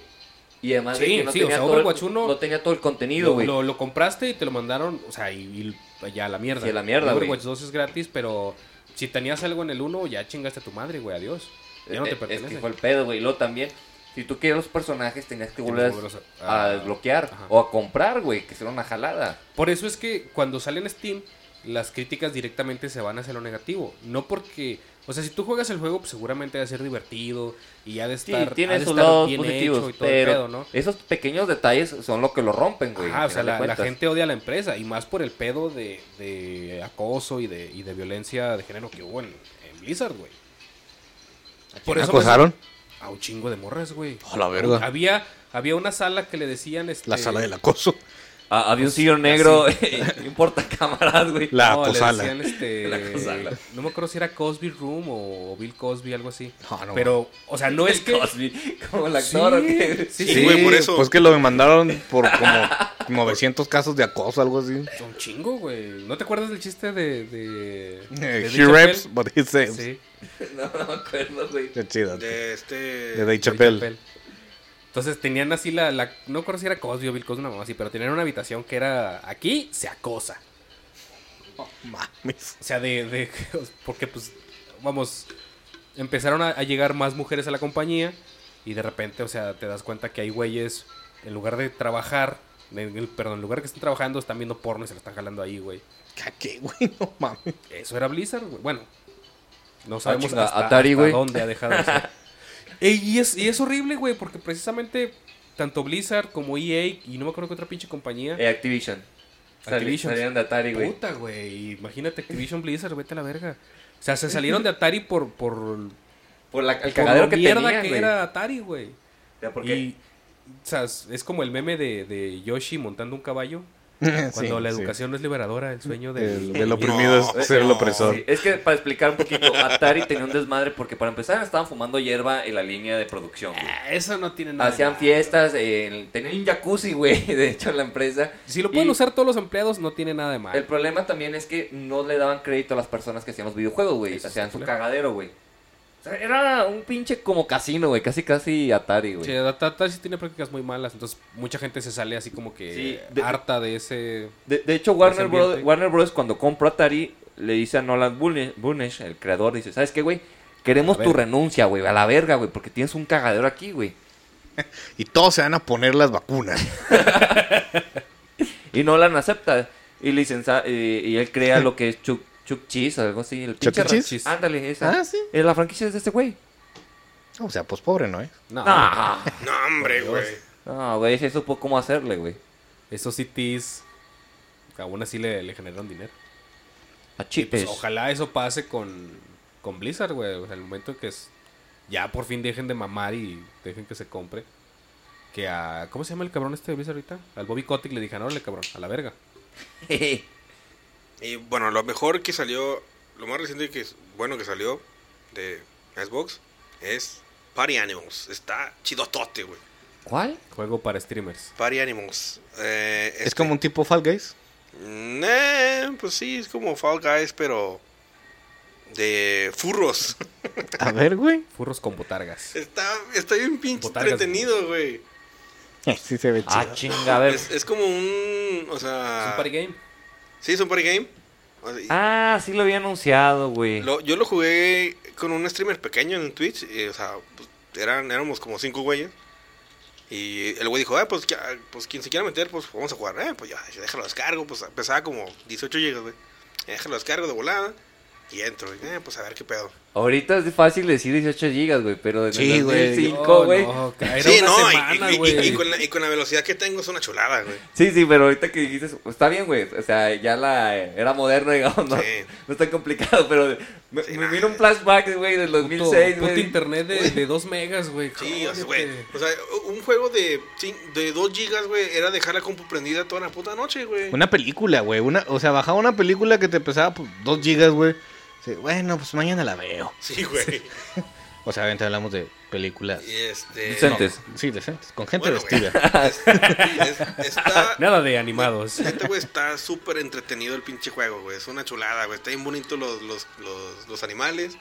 Speaker 2: Y además de
Speaker 1: Sí,
Speaker 2: que no,
Speaker 1: sí, o
Speaker 2: tenía
Speaker 1: sea,
Speaker 2: todo el,
Speaker 1: Overwatch 1
Speaker 2: no tenía todo el contenido,
Speaker 1: Lo,
Speaker 2: güey.
Speaker 1: lo- lo compraste y te lo mandaron, o sea, y, y ya a la mierda.
Speaker 2: Sí, a la mierda, güey.
Speaker 1: Overwatch 2 es gratis, pero si tenías algo en el 1, ya chingaste a tu madre, güey, adiós. Ya no
Speaker 2: Eh,
Speaker 1: te
Speaker 2: eh, es
Speaker 1: pertenece.
Speaker 2: que fue el pedo, güey. Y luego también, si tú querías los personajes, tenías que
Speaker 1: que
Speaker 2: volver
Speaker 1: volverlos
Speaker 2: a,
Speaker 1: a- ah,
Speaker 2: a desbloquear
Speaker 1: Ajá.
Speaker 2: o a comprar, güey. Que será una jalada.
Speaker 1: Por eso es que cuando sale en Steam, las críticas directamente se van hacia lo negativo. No porque. O sea, si tú juegas el juego, pues seguramente va a ser divertido y ha de
Speaker 2: Sí,
Speaker 1: estar, ha
Speaker 2: tiene
Speaker 1: de
Speaker 2: sus
Speaker 1: estar
Speaker 2: lados
Speaker 1: bien hecho
Speaker 2: positivos,
Speaker 1: y todo el
Speaker 2: pero
Speaker 1: pedo, ¿no?
Speaker 2: esos pequeños detalles son lo que lo rompen, güey.
Speaker 1: Ajá,
Speaker 2: al
Speaker 1: o sea,
Speaker 2: final de
Speaker 1: la, la
Speaker 2: cuentas.
Speaker 1: gente odia a la empresa y más por el pedo de, de acoso y de, y de violencia de género que hubo en, en Blizzard, güey. Por
Speaker 3: ¿Me
Speaker 1: me-
Speaker 3: acosaron?
Speaker 1: Ajá, a un chingo de morras, güey.
Speaker 3: A la verga.
Speaker 1: Había, había una sala que le decían... Este,
Speaker 3: La sala del acoso.
Speaker 2: Ah,
Speaker 1: pues,
Speaker 2: había un sillón negro, no importa cámaras, güey.
Speaker 3: La
Speaker 1: no, le
Speaker 3: acosala.
Speaker 1: decían, este,
Speaker 2: La acosala.
Speaker 1: No me acuerdo si era Cosby Room o, o Bill Cosby, algo así.
Speaker 3: No, no.
Speaker 1: Pero, o sea, no es Pues que...
Speaker 2: Cosby, como el actor,
Speaker 1: Sí,
Speaker 2: ¿o qué?
Speaker 1: sí,
Speaker 3: Sí,
Speaker 1: sí.
Speaker 4: güey, por eso.
Speaker 3: Pues que lo demandaron por como 900 casos de acoso, algo así.
Speaker 1: Un chingo, güey. ¿No te acuerdas del chiste de... de, de
Speaker 3: Eh,
Speaker 1: Dave
Speaker 3: He
Speaker 1: Chappelle?
Speaker 3: raps, eh, but he saves.
Speaker 1: Sí,
Speaker 2: No, no me acuerdo, güey.
Speaker 3: Qué chido. De
Speaker 4: De este.
Speaker 3: Dave
Speaker 1: Dave
Speaker 3: Chappelle.
Speaker 1: Chappelle. Entonces tenían así la, la- No recuerdo si era Cosby o Bill Cosby, una mamá así, pero tenían una habitación que era... Aquí se acosa.
Speaker 3: Mames.
Speaker 1: O sea, de, de- porque pues, vamos, empezaron a, a llegar más mujeres a la compañía y de repente, o sea, te das cuenta que hay güeyes, en lugar de trabajar, en el- perdón, en lugar que están trabajando, están viendo porno y se lo están jalando ahí, güey.
Speaker 3: ¿A qué, güey? No mames.
Speaker 1: Eso era Blizzard, güey. Bueno, no sabemos
Speaker 2: Ah, chinga,
Speaker 1: hasta,
Speaker 2: Atari,
Speaker 1: hasta
Speaker 2: güey.
Speaker 1: dónde ha dejado eso. Eh, y, es, y es horrible, güey, porque precisamente tanto Blizzard como EA y no me acuerdo qué otra pinche compañía.
Speaker 2: Eh, Activision. Sali-
Speaker 1: Activision.
Speaker 2: Salían de Atari, güey.
Speaker 1: Puta, güey. Imagínate Activision Blizzard, vete a la verga. O sea, se salieron de Atari por, por,
Speaker 2: Por la, el
Speaker 1: por
Speaker 2: cagadero
Speaker 1: lo
Speaker 2: que
Speaker 1: mierda
Speaker 2: tenían,
Speaker 1: que
Speaker 2: güey.
Speaker 1: era Atari, güey.
Speaker 2: O sea, porque-
Speaker 1: Y o sea, es es como el meme de, de Yoshi montando un caballo. Cuando
Speaker 3: Sí,
Speaker 1: la
Speaker 3: sí.
Speaker 1: educación no es liberadora, el sueño del,
Speaker 3: Del, del oprimido
Speaker 4: No,
Speaker 3: es ser el
Speaker 4: no.
Speaker 3: opresor.
Speaker 2: Sí, es que para explicar un poquito, Atari tenía un desmadre porque para empezar estaban fumando hierba en la línea de producción. güey.
Speaker 1: Ah, Eso no tiene nada.
Speaker 2: Hacían fiestas, eh, tenían un jacuzzi, güey, de hecho en la empresa.
Speaker 1: Si lo pueden
Speaker 2: Y
Speaker 1: usar todos los empleados, no tiene nada de mal.
Speaker 2: El problema también es que no le daban crédito a las personas que hacían los videojuegos, güey.
Speaker 1: Eso
Speaker 2: Hacían
Speaker 1: está
Speaker 2: su
Speaker 1: claro.
Speaker 2: cagadero, güey. O sea, era un pinche como casino, güey. Casi, casi Atari, güey.
Speaker 1: Sí, At- Atari sí tiene prácticas muy malas, entonces mucha gente se sale así como que
Speaker 2: Sí, de-
Speaker 1: harta de ese...
Speaker 2: De, de hecho, Warner
Speaker 1: Ese
Speaker 2: Bros.
Speaker 1: ambiente.
Speaker 2: Warner Bros. cuando compró Atari, le dice a Nolan Bune- Bunech, el creador, dice, ¿sabes qué, güey? Queremos
Speaker 1: A la
Speaker 2: tu
Speaker 1: verga.
Speaker 2: renuncia, güey, a la verga, güey, porque tienes un cagadero aquí, güey.
Speaker 3: Y todos se van a poner las vacunas.
Speaker 2: Y Nolan acepta. Y, licenza, eh, y él crea lo que es Chuck, Chuck Cheese, algo así. El
Speaker 3: ¿Chuck
Speaker 2: pinche
Speaker 3: E.
Speaker 2: ra-
Speaker 3: Cheese?
Speaker 2: Ándale, esa.
Speaker 3: Ah, sí.
Speaker 2: Eh, La franquicia es de este güey.
Speaker 3: O sea, pues pobre, ¿no? eh?
Speaker 1: No,
Speaker 2: No,
Speaker 4: No, hombre,
Speaker 1: Por
Speaker 4: güey.
Speaker 1: Dios.
Speaker 2: no, güey, se supo cómo hacerle, güey.
Speaker 1: esos CTs aún así le, le generaron dinero.
Speaker 2: A
Speaker 1: Y pues
Speaker 2: chipes.
Speaker 1: ojalá eso pase con, con Blizzard, güey. O sea, el momento en que es- ya por fin dejen de mamar y dejen que se compre. Que a... ¿Cómo se llama el cabrón este de Blizzard ahorita? Al Bobby Kotick le dijeron, órale, cabrón, a la verga.
Speaker 2: pues,
Speaker 4: Y bueno, lo mejor que salió, lo más reciente que es bueno que salió de Xbox es Party Animals. Está chidotote, güey.
Speaker 2: ¿Cuál?
Speaker 1: Juego para streamers.
Speaker 4: Party Animals. Eh,
Speaker 3: Es
Speaker 4: este-
Speaker 3: como un tipo Fall Guys.
Speaker 4: Mm, eh, pues sí, es como Fall Guys, pero de furros.
Speaker 3: A ver, güey.
Speaker 1: Furros con botargas.
Speaker 4: está, está bien pinche
Speaker 1: Botargas,
Speaker 4: entretenido, güey.
Speaker 3: Sí se ve chido.
Speaker 2: Ah, chinga, a ver.
Speaker 4: Es, es como un, o sea,
Speaker 1: ¿Es un party game?
Speaker 4: sí, es un party game. O sea, y-
Speaker 2: Ah, sí lo había anunciado, güey.
Speaker 4: Lo- yo lo jugué con un streamer pequeño en Twitch. eh, o sea, pues, eran, éramos como cinco güeyes. Y el güey dijo, ah, pues, ya, pues quien se quiera meter, pues vamos a jugar. Eh, pues ya, déjalo descargo. Pues pesaba como 18 gigas, güey. Eh, Déjalo descargo de volada. Y entro, y, eh, pues a ver qué pedo.
Speaker 2: Ahorita es fácil decir 18 gigas, güey, pero en
Speaker 3: Sí,
Speaker 2: el
Speaker 3: güey.
Speaker 2: 2005, güey.
Speaker 1: Oh, No, no, era
Speaker 4: sí,
Speaker 1: una
Speaker 4: no, y-
Speaker 1: semana,
Speaker 4: y, y-
Speaker 1: güey.
Speaker 4: y con la, y con la velocidad que tengo es una chulada, güey.
Speaker 2: Sí, sí, pero ahorita que dijiste, eso, está bien, güey. O sea, ya la era moderno, digamos, no,
Speaker 4: Sí.
Speaker 2: no es tan complicado, pero me,
Speaker 4: Sí,
Speaker 2: me
Speaker 4: nah.
Speaker 2: vino un flashback, güey, del
Speaker 1: Puto-
Speaker 2: 2006,
Speaker 1: puto
Speaker 2: güey.
Speaker 1: internet de, de 2 megas, güey.
Speaker 4: Sí, o
Speaker 1: Jódete.
Speaker 4: sea, güey. O sea, un juego de, cin- de 2 gigas, güey, era dejar la compu prendida toda la puta noche, güey.
Speaker 3: Una película, güey. Una, o sea, bajaba una película que te pesaba pues, dos gigas, güey. Sí, bueno, pues mañana la veo.
Speaker 4: Sí, güey.
Speaker 3: O sea, obviamente hablamos de películas.
Speaker 4: Y este.
Speaker 2: Decentes.
Speaker 3: Sí, decentes. Con gente
Speaker 4: Bueno, güey.
Speaker 3: vestida.
Speaker 4: Es- está,
Speaker 1: Nada de animados.
Speaker 4: neta, güey, está súper entretenido el pinche juego, güey. Es una chulada, güey. Está bien bonito los, los, los, los animales.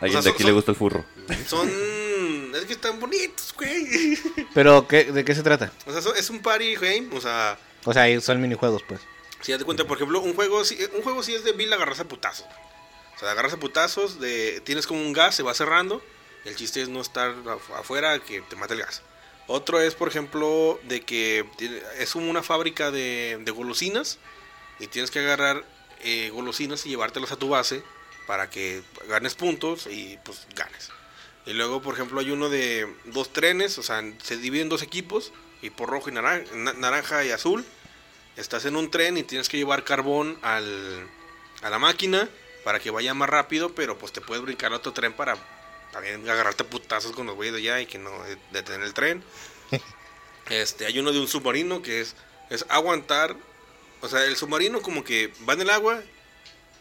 Speaker 2: A alguien de
Speaker 4: O sea, son-
Speaker 2: aquí le gusta el furro.
Speaker 4: Son. Es que están bonitos, güey.
Speaker 3: Pero, ¿qué, ¿de qué se trata?
Speaker 4: O sea, son- es un party game. O sea,
Speaker 3: O sea, ahí son minijuegos, pues.
Speaker 4: si das de cuenta, por ejemplo, un juego sí, un juego sí es de Bill agarrarse a putazos. O sea, agarrarse a putazos, de, tienes como un gas, se va cerrando. El chiste es no estar af- afuera, que te mate el gas. Otro es, por ejemplo, de que tiene- es como una fábrica de, de golosinas y tienes que agarrar eh, golosinas y llevártelas a tu base para que ganes puntos y pues ganes. Y luego, por ejemplo, hay uno de dos trenes, o sea, se dividen dos equipos y por rojo y naran- na- naranja y azul estás en un tren y tienes que llevar carbón al, a la máquina para que vaya más rápido, pero pues te puedes brincar a otro tren para también agarrarte a putazos con los güeyes de allá y que no de- detener el tren. Este, hay uno de un submarino que es, es aguantar. O sea, el submarino como que va en el agua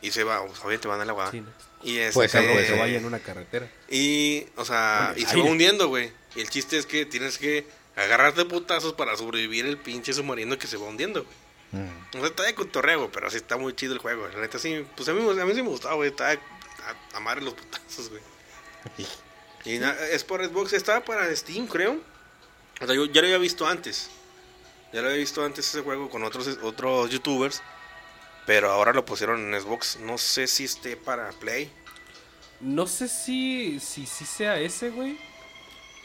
Speaker 4: y se va. O sea, obviamente va en el agua.
Speaker 1: Sí, ¿no?
Speaker 4: Y es este,
Speaker 3: Pues, algo
Speaker 1: Que se vaya en una carretera.
Speaker 4: y, o sea,
Speaker 1: Con el
Speaker 4: y se
Speaker 1: aire.
Speaker 4: va hundiendo, güey. Y el chiste es que tienes que agarrarte putazos para sobrevivir el pinche submarino que se va hundiendo, güey.
Speaker 3: Mm,
Speaker 4: O sea, está de cotorreo, pero sí está muy chido el juego. La neta, sí, pues a mí, a mí sí me gustaba, güey. Está a, a madre los putazos, güey. Y na- es por Xbox, estaba para Steam, creo. O sea, yo ya lo había visto antes. Ya lo había visto antes ese juego con otros, otros youtubers. Pero ahora lo pusieron en Xbox. No sé si esté para Play.
Speaker 1: No sé si, si, si sea ese, güey.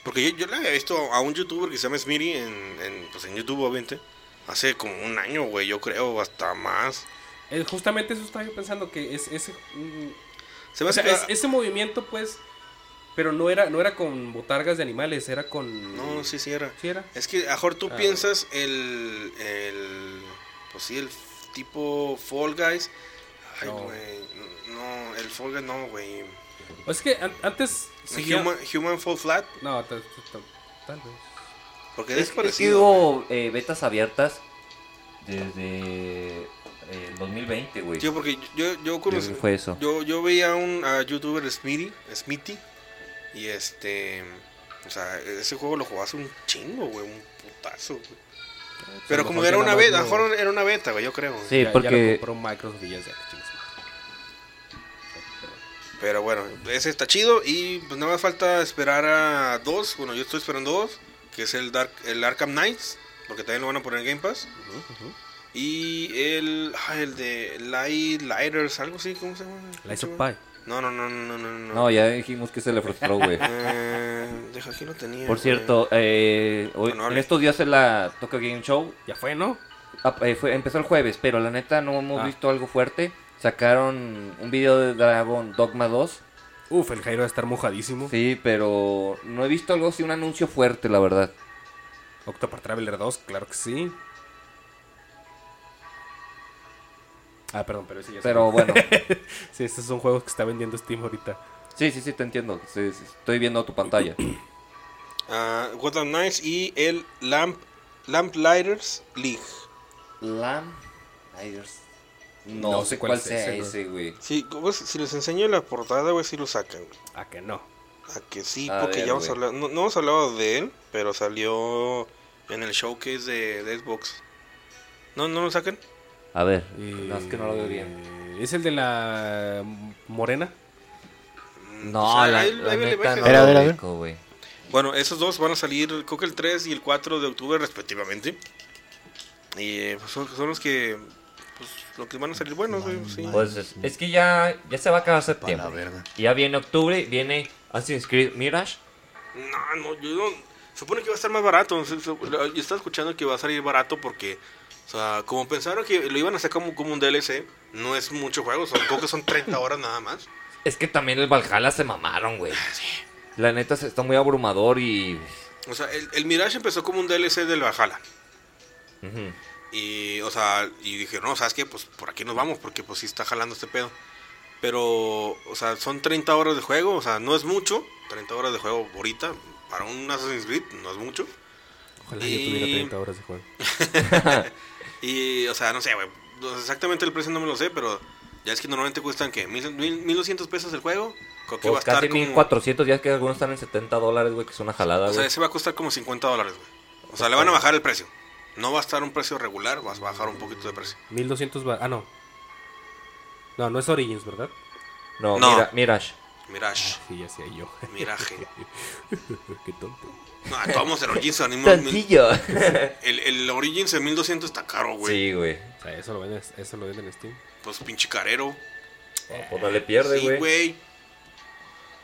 Speaker 4: Porque yo, yo le había visto a un youtuber que se llama Smiri en, en, pues en YouTube, obviamente. Hace como un año, güey, yo creo, o hasta más.
Speaker 1: Eh, justamente eso estaba yo pensando que es ese. mm,
Speaker 4: Se me
Speaker 1: o
Speaker 4: hace
Speaker 1: sea,
Speaker 4: que-
Speaker 1: es- ese movimiento, pues. Pero no era, no era con botargas de animales, era con.
Speaker 4: No, sí, sí era.
Speaker 1: ¿Sí era?
Speaker 4: Es que, a lo mejor tú
Speaker 1: Ah.
Speaker 4: piensas el, el. Pues sí, el f- tipo Fall Guys. Ay,
Speaker 1: No.
Speaker 4: güey. No, el Fall Guys no, güey.
Speaker 1: O es que an- antes. seguía-
Speaker 4: Human, Human Fall Flat.
Speaker 1: No, tal, tal- tal vez.
Speaker 4: Porque es,
Speaker 2: Es, que- es que
Speaker 4: parecido.
Speaker 2: hubo eh, betas abiertas desde eh, el 2020, güey.
Speaker 4: Tío, porque yo,
Speaker 2: Yo
Speaker 4: yo conocí.
Speaker 2: creo que fue eso.
Speaker 4: Yo, yo veía a un a youtuber Smithy, Smithy. Y este. O sea, ese juego lo jugó hace un chingo, güey. Un putazo, güey. Pero como
Speaker 1: mejor
Speaker 4: era
Speaker 1: ya
Speaker 4: una
Speaker 1: nada más
Speaker 4: beta, a lo
Speaker 1: lo-
Speaker 4: mejor era una beta, güey, yo creo. güey.
Speaker 2: Sí,
Speaker 1: Ya- ya
Speaker 2: porque-
Speaker 1: lo compró Microsoft y ya se- chingues, madre.
Speaker 4: Pero bueno, ese está chido. Y pues nada más falta esperar a dos. Bueno, yo estoy esperando dos. Que es el Dark, el Arkham Knights. Porque también lo van a poner en Game Pass.
Speaker 1: Ujú, ujú.
Speaker 4: Y el. ah, el de Light Lighters, algo así, ¿cómo se llama?
Speaker 1: Lies of Pi.
Speaker 4: No, no, no, no, no, no.
Speaker 2: No, ya dijimos que se le frustró, güey.
Speaker 4: Eh, deja, aquí lo tenía.
Speaker 2: Por
Speaker 4: güey.
Speaker 2: cierto, eh, hoy-
Speaker 4: Bueno,
Speaker 2: en
Speaker 4: hable.
Speaker 2: estos días en la Tokyo Game Show
Speaker 1: Ya fue, ¿no?
Speaker 2: Ah, eh, fue- empezó el jueves, pero la neta no hemos
Speaker 1: Ah.
Speaker 2: visto algo fuerte. Sacaron un video de Dragon Dogma 2.
Speaker 1: Uf, el Jairo va a estar mojadísimo.
Speaker 2: Sí, pero no he visto algo así, un anuncio fuerte, la verdad.
Speaker 1: Octopath Traveler 2, claro que sí. Ah, perdón, pero ese ya se
Speaker 2: Pero bueno,
Speaker 1: Sí, estos son juegos que está vendiendo Steam ahorita.
Speaker 2: sí, sí, sí, te entiendo. Sí, sí, estoy viendo tu pantalla.
Speaker 4: Ah, Gotham Knights y el Lamp, Lamp Lighters League.
Speaker 2: Lam. Riders. No,
Speaker 1: No
Speaker 2: sé cuál, sea
Speaker 1: ¿no?
Speaker 2: ese, güey.
Speaker 4: Sí, güey, si les enseño la portada, güey, sí lo sacan. güey.
Speaker 1: ¿A que no?
Speaker 4: A que sí,
Speaker 2: A
Speaker 4: porque
Speaker 2: ver,
Speaker 4: ya hemos
Speaker 2: güey.
Speaker 4: hablado, no, no hemos hablado de él, pero salió en el showcase de, de Xbox. ¿No, ¿No lo sacan?
Speaker 2: A ver,
Speaker 1: Eh,
Speaker 2: no es que no lo veo bien.
Speaker 1: ¿Es el de la morena?
Speaker 2: No,
Speaker 4: sea,
Speaker 2: la,
Speaker 4: ahí-
Speaker 2: la
Speaker 4: ahí vale
Speaker 2: neta
Speaker 4: verga.
Speaker 2: no
Speaker 3: A ver, a
Speaker 2: lo
Speaker 3: ver, a ver.
Speaker 2: ubico, güey.
Speaker 4: Bueno, esos dos van a salir, creo que el 3 y el 4 de octubre, respectivamente. Y eh, pues, son, son los que pues, los que van a salir buenos, güey. sí.
Speaker 2: Pues es, es que ya, ya se va a acabar
Speaker 5: Para la
Speaker 2: septiembre.
Speaker 5: verga.
Speaker 2: Ya viene octubre, viene Assassin's Creed Mirage.
Speaker 4: No, no, yo no. Supone que va a estar más barato. se- se- Yo estaba escuchando que va a salir barato porque, o sea, como pensaron que lo iban a sacar como, como un DLC, no es mucho juego, son, creo que son 30 horas nada más.
Speaker 2: Es que también el Valhalla se mamaron, güey. La neta se está muy abrumador y.
Speaker 4: O sea, el, el Mirage empezó como un DLC del Valhalla.
Speaker 2: Ujú.
Speaker 4: Y, o sea, y dije, no, ¿sabes qué? Pues por aquí nos vamos, porque pues sí está jalando este pedo. Pero, o sea, son 30 horas de juego, o sea, no es mucho. 30 horas de juego ahorita, para un Assassin's Creed, no es mucho.
Speaker 1: Ojalá
Speaker 4: Y-
Speaker 1: yo tuviera 30 horas de juego.
Speaker 4: Y, o sea, no sé, güey. no sé Exactamente el precio no me lo sé, pero ya es que normalmente cuestan, ¿qué? ¿Mil, mil, 1200 pesos el juego? Creo que
Speaker 2: Pues
Speaker 4: va a
Speaker 2: casi
Speaker 4: estar como.
Speaker 2: 1400, ya que algunos están en 70 dólares, güey, que es una jalada,
Speaker 4: O sea,
Speaker 2: güey.
Speaker 4: ese va a costar como 50 dólares, güey. O sea, le van a bajar el precio. No va a estar un precio regular, vas a bajar un poquito de precio.
Speaker 1: 1200 va... Ah, no. No, no es Origins, ¿verdad?
Speaker 2: No,
Speaker 4: no.
Speaker 2: Mira, Mirage.
Speaker 4: Mirage,
Speaker 1: Sí, ya sé yo.
Speaker 4: miraje.
Speaker 1: Qué tonto.
Speaker 4: No, tomamos el Origins a ningún- mil-
Speaker 2: Tantillo.
Speaker 4: el, el Origins en 1200 está caro, güey.
Speaker 2: sí, güey.
Speaker 1: O sea, eso lo venden, eso lo venden en Steam.
Speaker 4: Pues pinche carero.
Speaker 2: No, Pues no le pierde,
Speaker 4: Sí,
Speaker 2: güey.
Speaker 4: güey.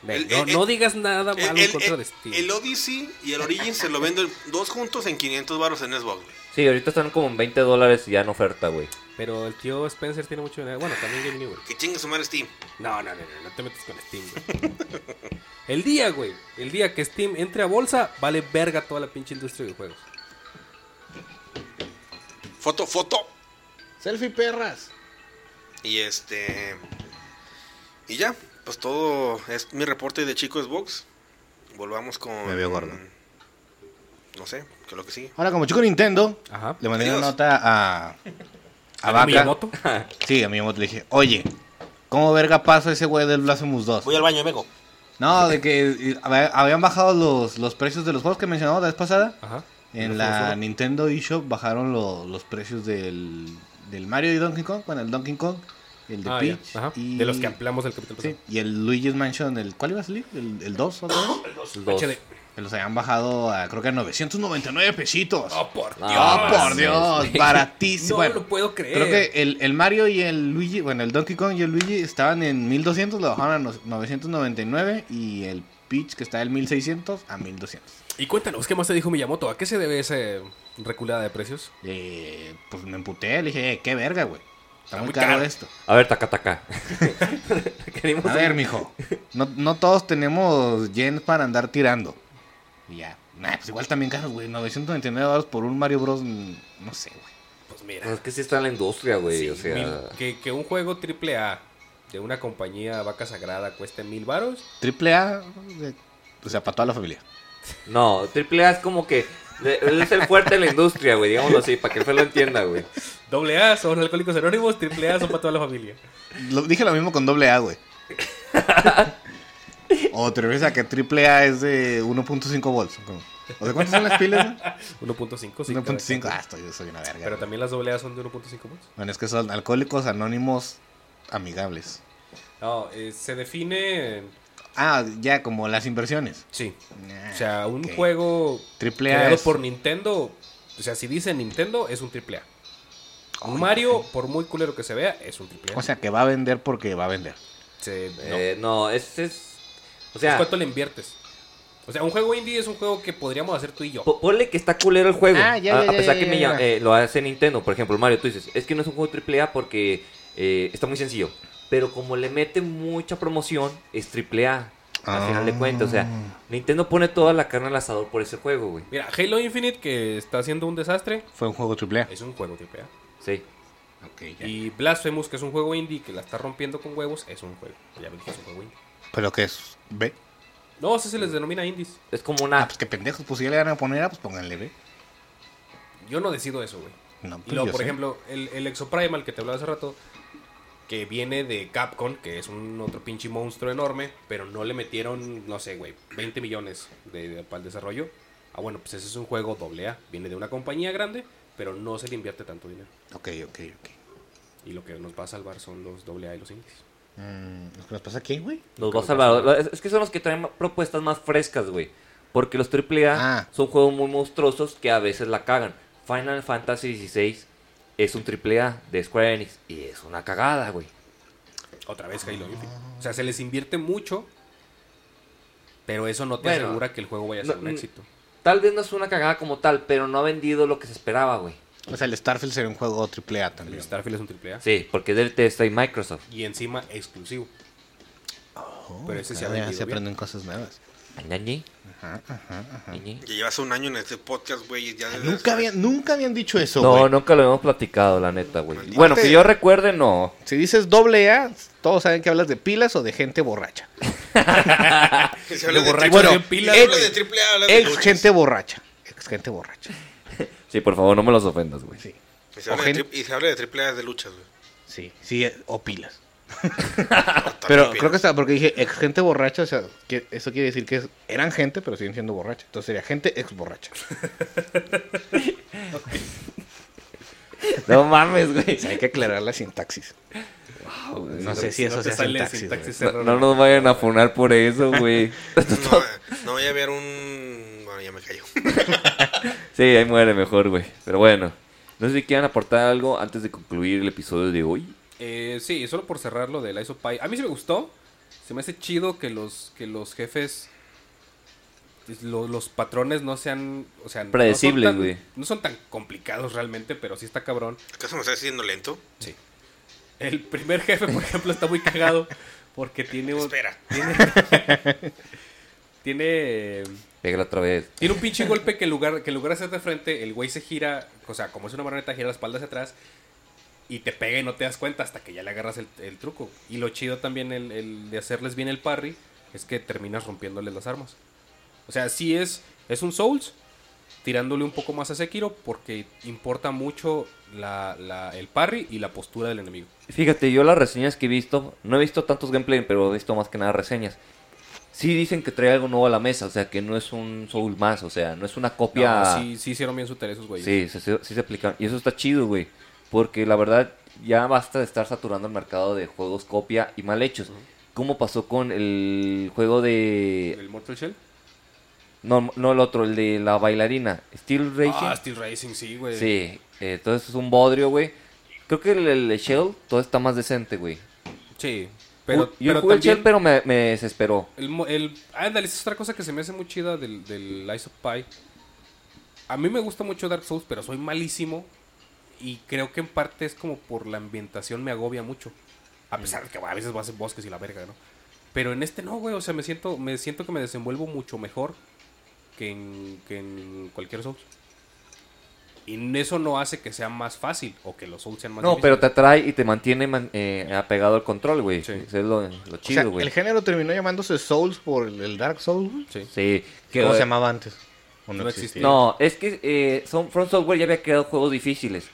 Speaker 1: Ven,
Speaker 4: El-
Speaker 1: no,
Speaker 4: el-
Speaker 1: no digas nada malo
Speaker 4: El,
Speaker 1: en
Speaker 4: el-
Speaker 1: contra de
Speaker 4: el-
Speaker 1: Steam.
Speaker 4: el Odyssey y el Origins se lo venden dos juntos en 500 baros en Xbox, güey.
Speaker 2: sí, ahorita están como en 20 dólares ya en oferta, güey.
Speaker 1: Pero el tío Spencer tiene mucho dinero. Bueno, también Game Newell.
Speaker 4: Que chingue su madre Steam.
Speaker 1: No, no, no, no, no te metas con Steam, güey. El día, güey. El día que Steam entre a bolsa, vale verga toda la pinche industria de juegos.
Speaker 4: Foto, foto.
Speaker 3: Selfie perras.
Speaker 4: Y este. Y ya. Pues todo es mi reporte de Chico Xbox. Volvamos con.
Speaker 3: Me veo gordo.
Speaker 4: No sé, que es lo que sigue.
Speaker 3: Ahora, como chico Nintendo,
Speaker 1: Ajá.
Speaker 3: le mandé una
Speaker 4: Adiós.
Speaker 3: nota a. A
Speaker 1: ¿A
Speaker 3: Vaca.
Speaker 1: Miyamoto?
Speaker 3: Sí, a mi moto le dije, oye, ¿cómo verga pasa ese güey del Blasphemous 2?
Speaker 4: Voy al baño, vengo.
Speaker 3: No, de que eh, hab- habían bajado los, los precios de los juegos que mencionamos la vez pasada.
Speaker 1: Ajá.
Speaker 3: En
Speaker 1: ¿No
Speaker 3: la
Speaker 1: funciona?
Speaker 3: Nintendo eShop bajaron lo- los precios del, del Mario y Donkey Kong. Bueno, el Donkey Kong, el de
Speaker 1: Ah, ya,
Speaker 3: Peach.
Speaker 1: ajá.
Speaker 3: Y,
Speaker 1: De los que ampliamos el capítulo
Speaker 3: sí,
Speaker 1: pasado.
Speaker 3: y el Luigi's Mansion, el, ¿cuál iba a salir? ¿El, el 2 otra vez?
Speaker 2: Dos.
Speaker 1: HD.
Speaker 3: Que los habían bajado a creo que a 999 pesitos.
Speaker 1: ¡Oh, por
Speaker 2: No,
Speaker 1: Dios!
Speaker 3: ¡Oh, por
Speaker 2: mames,
Speaker 3: Dios!
Speaker 2: güey.
Speaker 1: No
Speaker 3: Baratísimo. Bueno,
Speaker 1: lo puedo creer.
Speaker 3: creo que el, el Mario y el Luigi, bueno, el Donkey Kong y el Luigi estaban en 1200, lo bajaron a no- 999 y el Peach que está en 1600 a 1200.
Speaker 1: Y cuéntanos, ¿qué más te dijo Miyamoto? ¿A qué se debe esa reculada de precios?
Speaker 3: Eh, pues me emputé, le dije, "Eh, qué verga, güey. Está, muy
Speaker 1: muy
Speaker 3: caro,
Speaker 1: caro.
Speaker 3: esto.
Speaker 2: A ver, taca, taca. Queremos
Speaker 3: A ver, mijo. No, no todos tenemos yens para andar tirando. Y ya. Nah, pues igual también caros, güey. 999 dólares por un Mario Bros. mm, No sé, güey.
Speaker 1: Pues
Speaker 2: No,
Speaker 1: mira,
Speaker 2: Es que sí está en la industria, güey.
Speaker 1: sí,
Speaker 2: o sea,
Speaker 1: mil- que, que un juego triple A de una compañía vaca sagrada cueste mil varos,
Speaker 3: Triple A. de- O sea, pues para toda la familia.
Speaker 2: no, AAA es como que de- él es el fuerte de la industria, güey. Digámoslo así, para que el fe lo entienda, güey.
Speaker 1: doble A son alcohólicos anónimos, triple A son para toda la familia.
Speaker 3: Lo- dije lo mismo con doble A, güey. o te refieres a que triple A es de 1.5 volts. ¿o cómo? ¿O de cuántas son las pilas? güey?
Speaker 1: 1.5, sí.
Speaker 3: 1.5.
Speaker 1: cada-
Speaker 3: Ah, estoy, soy una verga.
Speaker 1: Pero
Speaker 3: güey.
Speaker 1: también las doble A son de 1.5 más.
Speaker 3: Bueno, es que son alcohólicos anónimos amigables.
Speaker 1: No, eh, se define.
Speaker 3: Ah, ya, como las inversiones. Ah,
Speaker 1: Sí. O sea, un
Speaker 3: Ok.
Speaker 1: juego
Speaker 3: Triple A
Speaker 1: creado
Speaker 3: es-
Speaker 1: por Nintendo. O sea, si dice Nintendo, es un triple A. Un Mario, por muy culero que se vea, es un triple A.
Speaker 3: O sea, que va a vender porque va a vender.
Speaker 1: Se- no.
Speaker 2: Eh, no, es, es. O
Speaker 1: Es
Speaker 2: sea,
Speaker 1: cuánto le inviertes. O sea, un juego indie es un juego que podríamos hacer tú y yo.
Speaker 2: po- ponle que está culero el juego.
Speaker 3: Ah, ya,
Speaker 2: a,
Speaker 3: ya,
Speaker 2: a
Speaker 3: ya,
Speaker 2: pesar
Speaker 3: ya,
Speaker 2: que
Speaker 3: ya,
Speaker 2: me llama-
Speaker 3: ya.
Speaker 2: eh, lo hace Nintendo, por ejemplo, el Mario. Tú dices, es que no es un juego AAA porque eh, está muy sencillo. Pero como le mete mucha promoción, es AAA. Al final de cuentas, o sea,
Speaker 3: Ah.
Speaker 2: Nintendo pone toda la carne al asador por ese juego, güey.
Speaker 1: Mira, Halo Infinite, que está haciendo un desastre,
Speaker 3: Fue un juego triple A.
Speaker 1: es un juego triple A.
Speaker 2: Sí.
Speaker 1: Y Blasphemous, que es un juego indie que la está rompiendo con huevos, es un juego. Ya me dije, es un juego indie.
Speaker 3: Pero que es B.
Speaker 1: No, así se les denomina indies.
Speaker 2: Es como
Speaker 3: Ah,
Speaker 2: una.
Speaker 3: pues que pendejos. Pues si ya le van a poner A, pues pónganle B.
Speaker 1: Yo no decido eso, güey.
Speaker 3: No,
Speaker 1: Y
Speaker 3: pues
Speaker 1: luego,
Speaker 3: yo
Speaker 1: por
Speaker 3: sé.
Speaker 1: ejemplo, el, el Exoprimal que te hablaba hace rato, que viene de Capcom, que es un otro pinche monstruo enorme, pero no le metieron, no sé, güey, 20 millones de, de- para el desarrollo. Ah, bueno, pues ese es un juego doble A. Viene de una compañía grande, pero no se le invierte tanto dinero.
Speaker 3: Ok, ok, ok.
Speaker 1: Y lo que nos va a salvar son los doble A y los indies.
Speaker 3: Mm, ¿Lo que nos pasa aquí, güey?
Speaker 2: Los va a salvar. Lo- Es es que son los que traen propuestas más frescas, güey. Porque los AAA
Speaker 3: Ah.
Speaker 2: son juegos muy monstruosos que a veces la cagan. Final Fantasy XVI es un AAA de Square Enix y es una cagada, güey.
Speaker 1: Otra vez Halo Infinite. O sea, se les invierte mucho, pero eso no te
Speaker 2: Bueno,
Speaker 1: asegura que el juego vaya a ser
Speaker 2: no,
Speaker 1: un
Speaker 2: mm.
Speaker 1: éxito.
Speaker 2: Tal vez no es una cagada como tal, pero no ha vendido lo que se esperaba, güey.
Speaker 3: O sea, el Starfield sería un juego triple A
Speaker 1: El
Speaker 3: también.
Speaker 1: Starfield es un triple A.
Speaker 2: Sí, porque es del Testa y Microsoft.
Speaker 1: Y encima exclusivo.
Speaker 3: Oh,
Speaker 1: Pero ese se ha
Speaker 3: cada día
Speaker 1: vendido
Speaker 3: se
Speaker 1: bien.
Speaker 3: aprenden cosas nuevas.
Speaker 2: Ñañi,
Speaker 3: Ajá, ajá, ajá.
Speaker 2: ñañi.
Speaker 4: Ya llevas un año en este podcast, güey. y Ya
Speaker 1: Ah,
Speaker 4: desde-
Speaker 3: Ah, Nunca habían, nunca habían dicho eso,
Speaker 2: No,
Speaker 3: güey.
Speaker 2: nunca lo hemos platicado, la neta, güey.
Speaker 4: Maldita
Speaker 2: Bueno,
Speaker 4: sea.
Speaker 2: que yo recuerde, no.
Speaker 3: Si dices doble A, todos saben que hablas de pilas o de gente borracha.
Speaker 4: Si hablas
Speaker 1: De
Speaker 4: de
Speaker 1: borracho
Speaker 4: triple-
Speaker 1: bien pilas,
Speaker 4: si hablas
Speaker 1: güey.
Speaker 4: de triple A, hablas de
Speaker 3: Ex
Speaker 4: luchas.
Speaker 3: gente borracha. Ex gente borracha.
Speaker 2: Sí, por favor, no me los ofendas, güey.
Speaker 3: Sí,
Speaker 4: Y se habla
Speaker 3: O
Speaker 4: de
Speaker 3: gen-
Speaker 4: tri- Y se habla de triple A de luchas, güey.
Speaker 3: sí, sí, eh, o pilas.
Speaker 1: Ah,
Speaker 4: No,
Speaker 3: Pero
Speaker 4: también.
Speaker 3: creo que está, porque dije ex gente borracha, o sea, que eso quiere decir que es- eran gente, pero siguen siendo borracha. Entonces sería gente ex borracha.
Speaker 2: No mames, güey.
Speaker 3: O sea, hay que aclarar la sintaxis. no sé si
Speaker 1: no
Speaker 3: eso
Speaker 1: te
Speaker 3: sea
Speaker 1: sale
Speaker 3: sintaxis.
Speaker 1: sintaxis
Speaker 2: No,
Speaker 1: error.
Speaker 2: no nos vayan a funar por eso, güey.
Speaker 4: No, eh, no voy a ver un. Bueno, ya me cayó.
Speaker 2: Sí, ahí muere mejor, güey. Pero bueno. No sé si quieran aportar algo antes de concluir el episodio de hoy.
Speaker 1: Eh, sí, solo por cerrar lo del Ice Pie. A mí sí me gustó. Se me hace chido que los, que los jefes. pues, lo- los patrones no sean. O sea, no son
Speaker 2: Predecibles,
Speaker 1: tan-
Speaker 2: güey.
Speaker 1: No son tan complicados realmente, pero sí está cabrón.
Speaker 4: ¿Acaso me estás diciendo lento?
Speaker 1: Sí. El primer jefe, por ejemplo, está muy cagado. Porque tiene un.
Speaker 4: Espera.
Speaker 1: Tiene. tiene.
Speaker 2: Pégala otra vez.
Speaker 1: Tiene un pinche golpe que en lugar, que en lugar de hacer de frente, el güey se gira, o sea, como es una marioneta, gira la espalda hacia atrás y te pega y no te das cuenta hasta que ya le agarras el, el truco. Y lo chido también el, el de hacerles bien el parry es que terminas rompiéndoles las armas. O sea, sí es, es un Souls, tirándole un poco más a Sekiro porque importa mucho la, la- el parry y la postura del enemigo.
Speaker 2: Fíjate, yo las reseñas que he visto, no he visto tantos gameplay, pero he visto más que nada reseñas. Sí dicen que trae algo nuevo a la mesa, o sea, que no es un Soul más, o sea, no es una copia...
Speaker 1: No, sí, sí hicieron bien su tarea esos güeyes.
Speaker 2: Sí, se- se- sí se aplican. Y eso está chido, güey. Porque la verdad, ya basta de estar saturando el mercado de juegos copia y mal hechos. ¿Cómo pasó con el juego de...
Speaker 1: ¿El Mortal Shell?
Speaker 2: No, no el otro, el de la bailarina. Steel Racing.
Speaker 1: Ah, Steel Racing, sí, güey.
Speaker 2: sí, eh, todo eso es un bodrio, güey. Creo que el, el Shell todo está más decente, güey.
Speaker 1: Sí. Pero,
Speaker 2: Yo
Speaker 1: pero
Speaker 2: jugué el
Speaker 1: también-
Speaker 2: Shell, pero me, me desesperó.
Speaker 1: El, mo- el, ándale, esa es otra cosa que se me hace muy chida del, del Lies of Pi. A mí me gusta mucho Dark Souls, pero soy malísimo. Y creo que en parte es como por la ambientación me agobia mucho.
Speaker 2: Mm.
Speaker 1: A pesar de que bueno, a veces vas en bosques y la verga, ¿no? Pero en este no, güey. O sea, me siento, me siento que me desenvuelvo mucho mejor que en, que en cualquier Souls. Y eso no hace que sea más fácil o que los Souls sean más
Speaker 2: No, pero
Speaker 1: difíciles.
Speaker 2: te atrae y te mantiene man- eh, apegado al control, güey.
Speaker 1: Sí.
Speaker 2: Eso es lo, lo
Speaker 3: O sea,
Speaker 2: chido, güey.
Speaker 3: el género terminó llamándose Souls por el- el Dark Souls. güey.
Speaker 1: Sí.
Speaker 2: Sí. que-
Speaker 3: ¿Cómo se llamaba antes? ¿O no,
Speaker 1: No
Speaker 3: existía?
Speaker 1: existía.
Speaker 2: No, es que eh, son Front Software ya había creado juegos difíciles.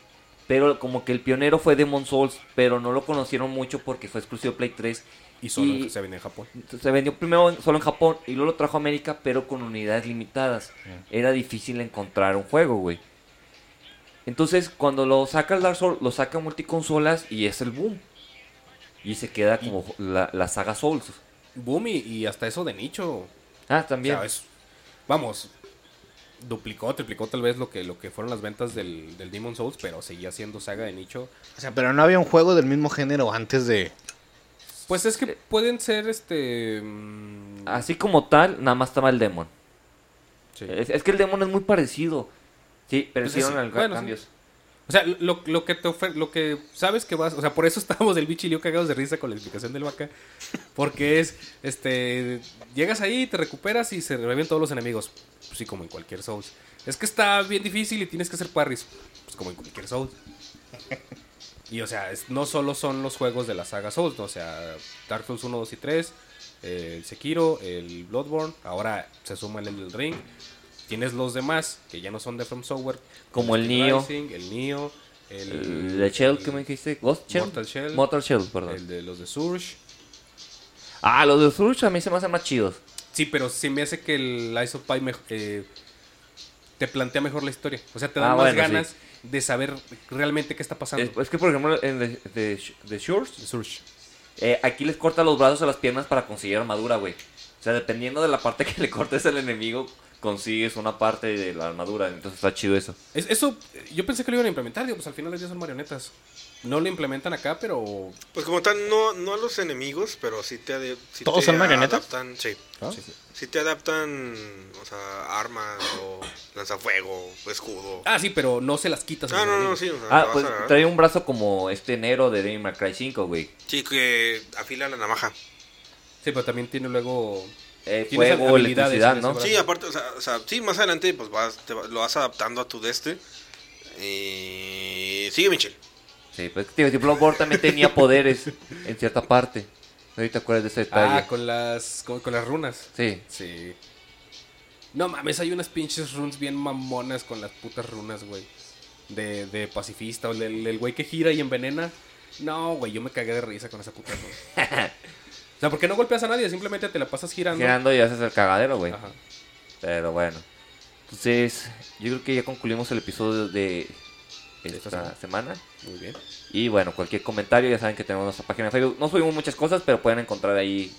Speaker 2: Pero como que el pionero fue Demon Souls, pero no lo conocieron mucho porque fue exclusivo de Play 3.
Speaker 1: Y solo
Speaker 2: y-
Speaker 1: que se viene en Japón.
Speaker 2: Se vendió primero en- solo en Japón y luego lo trajo a América, pero con unidades limitadas. Era difícil encontrar un juego, güey. Entonces, cuando lo saca el Dark Souls, lo saca a multiconsolas y es el boom. Y se queda como la, la saga Souls.
Speaker 1: Boom, y- y hasta eso de nicho.
Speaker 2: Ah, también.
Speaker 1: O sea, es- vamos, duplicó, triplicó tal vez lo que, lo que fueron las ventas del, del Demon Souls, pero seguía siendo saga de nicho.
Speaker 3: O sea, pero no había un juego del mismo género antes de...
Speaker 1: Pues es que pueden ser este. mm,
Speaker 2: Así como tal, nada más estaba el Demon.
Speaker 1: sí.
Speaker 2: Es, es que el demonio es muy parecido. Sí, pero
Speaker 1: Pues
Speaker 2: hicieron
Speaker 1: sí,
Speaker 2: algo-
Speaker 1: bueno,
Speaker 2: cambios.
Speaker 1: O sea, lo, lo que te ofer- lo que sabes que vas, o sea, por eso estábamos del bicho y yo cagados de risa con la explicación del vaca, porque es, este, llegas ahí, te recuperas y se reviven todos los enemigos, Pues sí, como en cualquier Souls. Es que está bien difícil y tienes que hacer parries, pues como en cualquier Souls. Y o sea, es- no solo son los juegos de la saga Souls, ¿no? o sea, Dark Souls 1, 2 y 3, eh, el Sekiro, el Bloodborne, ahora se suma el Elden Ring. Tienes los demás que ya no son de From Software,
Speaker 2: Como el
Speaker 1: Steel
Speaker 2: Nioh.
Speaker 1: Rising, el Neo, el,
Speaker 2: El, el Shell, ¿qué me dijiste? ¿Ghost Shell?
Speaker 1: Mortal Shell.
Speaker 2: Mortal Shell, perdón.
Speaker 1: el de los de Surge.
Speaker 2: Ah, los de Surge a mí se me hacen más chidos.
Speaker 1: Sí, pero sí me hace que el Lies of Pi me- eh, te plantea mejor la historia. O sea, te da
Speaker 2: Ah,
Speaker 1: más
Speaker 2: bueno,
Speaker 1: ganas de saber realmente qué está pasando.
Speaker 2: Es, es que, por ejemplo, en de, de, de Shores,
Speaker 1: El Surge.
Speaker 2: eh, aquí les corta los brazos a las piernas para conseguir armadura, güey. O sea, dependiendo de la parte que le cortes al enemigo, consigues una parte de la armadura. Entonces está chido eso.
Speaker 1: Es- eso, eh, yo pensé que lo iban a implementar, digo, pues al final del día son marionetas. No lo implementan acá, pero
Speaker 4: Pues como tal, no, no a los enemigos, pero sí te, ade- sí
Speaker 3: ¿Todos
Speaker 4: te
Speaker 3: son marionetas?
Speaker 4: adaptan, sí.
Speaker 3: ¿Ah?
Speaker 4: Sí te adaptan, o sea, armas o lanzafuego, o escudo.
Speaker 1: Ah, sí, pero no se las quitas.
Speaker 4: no,
Speaker 1: al
Speaker 4: no,
Speaker 1: enemigo.
Speaker 4: no, sí, o sea,
Speaker 2: Ah,
Speaker 4: te vas
Speaker 2: pues
Speaker 4: a-
Speaker 2: trae un brazo como este enero de Devil May Cry 5, güey.
Speaker 4: Sí, que afila la navaja.
Speaker 1: Sí, pero también tiene luego...
Speaker 2: Eh,
Speaker 1: Tienes
Speaker 2: fuego,
Speaker 1: habilidades en
Speaker 2: electricidad,
Speaker 1: ese
Speaker 2: ¿no?
Speaker 1: brazo.
Speaker 4: Sí, aparte, o sea, o sea, sí, más adelante pues vas, te va- lo vas adaptando a tu de este. Y... Sigue, Michel.
Speaker 2: Sí, pues tío, tío, Bloodborne también tenía poderes en cierta parte. No sé si te acuerdas de ese detalle.
Speaker 1: Ah, con las, con- con las runas.
Speaker 2: Sí.
Speaker 1: Sí. No mames, hay unas pinches runes bien mamonas con las putas runas, güey. De, de pacifista, o el del del güey que gira y envenena. No, güey, yo me cagué de risa con esa puta runa. o sea, porque no golpeas a nadie, simplemente te la pasas girando.
Speaker 2: Girando y haces el cagadero, güey.
Speaker 1: Ajá.
Speaker 2: Pero bueno. Entonces, yo creo que ya concluimos el episodio de esta
Speaker 1: Esta semana.
Speaker 2: semana.
Speaker 1: Muy bien.
Speaker 2: Y bueno, cualquier comentario, ya saben que tenemos nuestra página de Facebook. No subimos muchas cosas, pero pueden encontrar ahí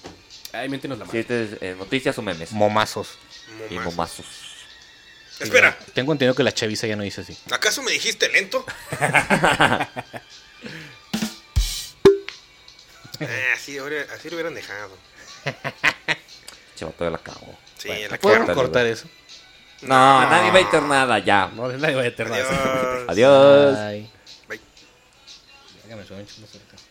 Speaker 1: Ay, miéntenos la madre.
Speaker 2: ciertas eh, noticias o memes.
Speaker 3: Momazos.
Speaker 2: Y
Speaker 4: Momás.
Speaker 2: momazos.
Speaker 4: Espera,
Speaker 3: Tengo entendido que la chaviza ya no dice así.
Speaker 4: ¿acaso me dijiste lento? Ah, así, ahora- así lo hubieran dejado.
Speaker 2: Chivato de la cabo.
Speaker 4: Sí, la
Speaker 3: ¿Podemos
Speaker 2: córtale,
Speaker 3: cortar
Speaker 2: güey.
Speaker 3: eso?
Speaker 2: No, nadie va a editar nada, ya.
Speaker 1: No, nadie va a detener.
Speaker 4: Adiós.
Speaker 2: Adiós.
Speaker 3: Ay.
Speaker 4: Bye.
Speaker 3: Ya que me suena un chingo cerca.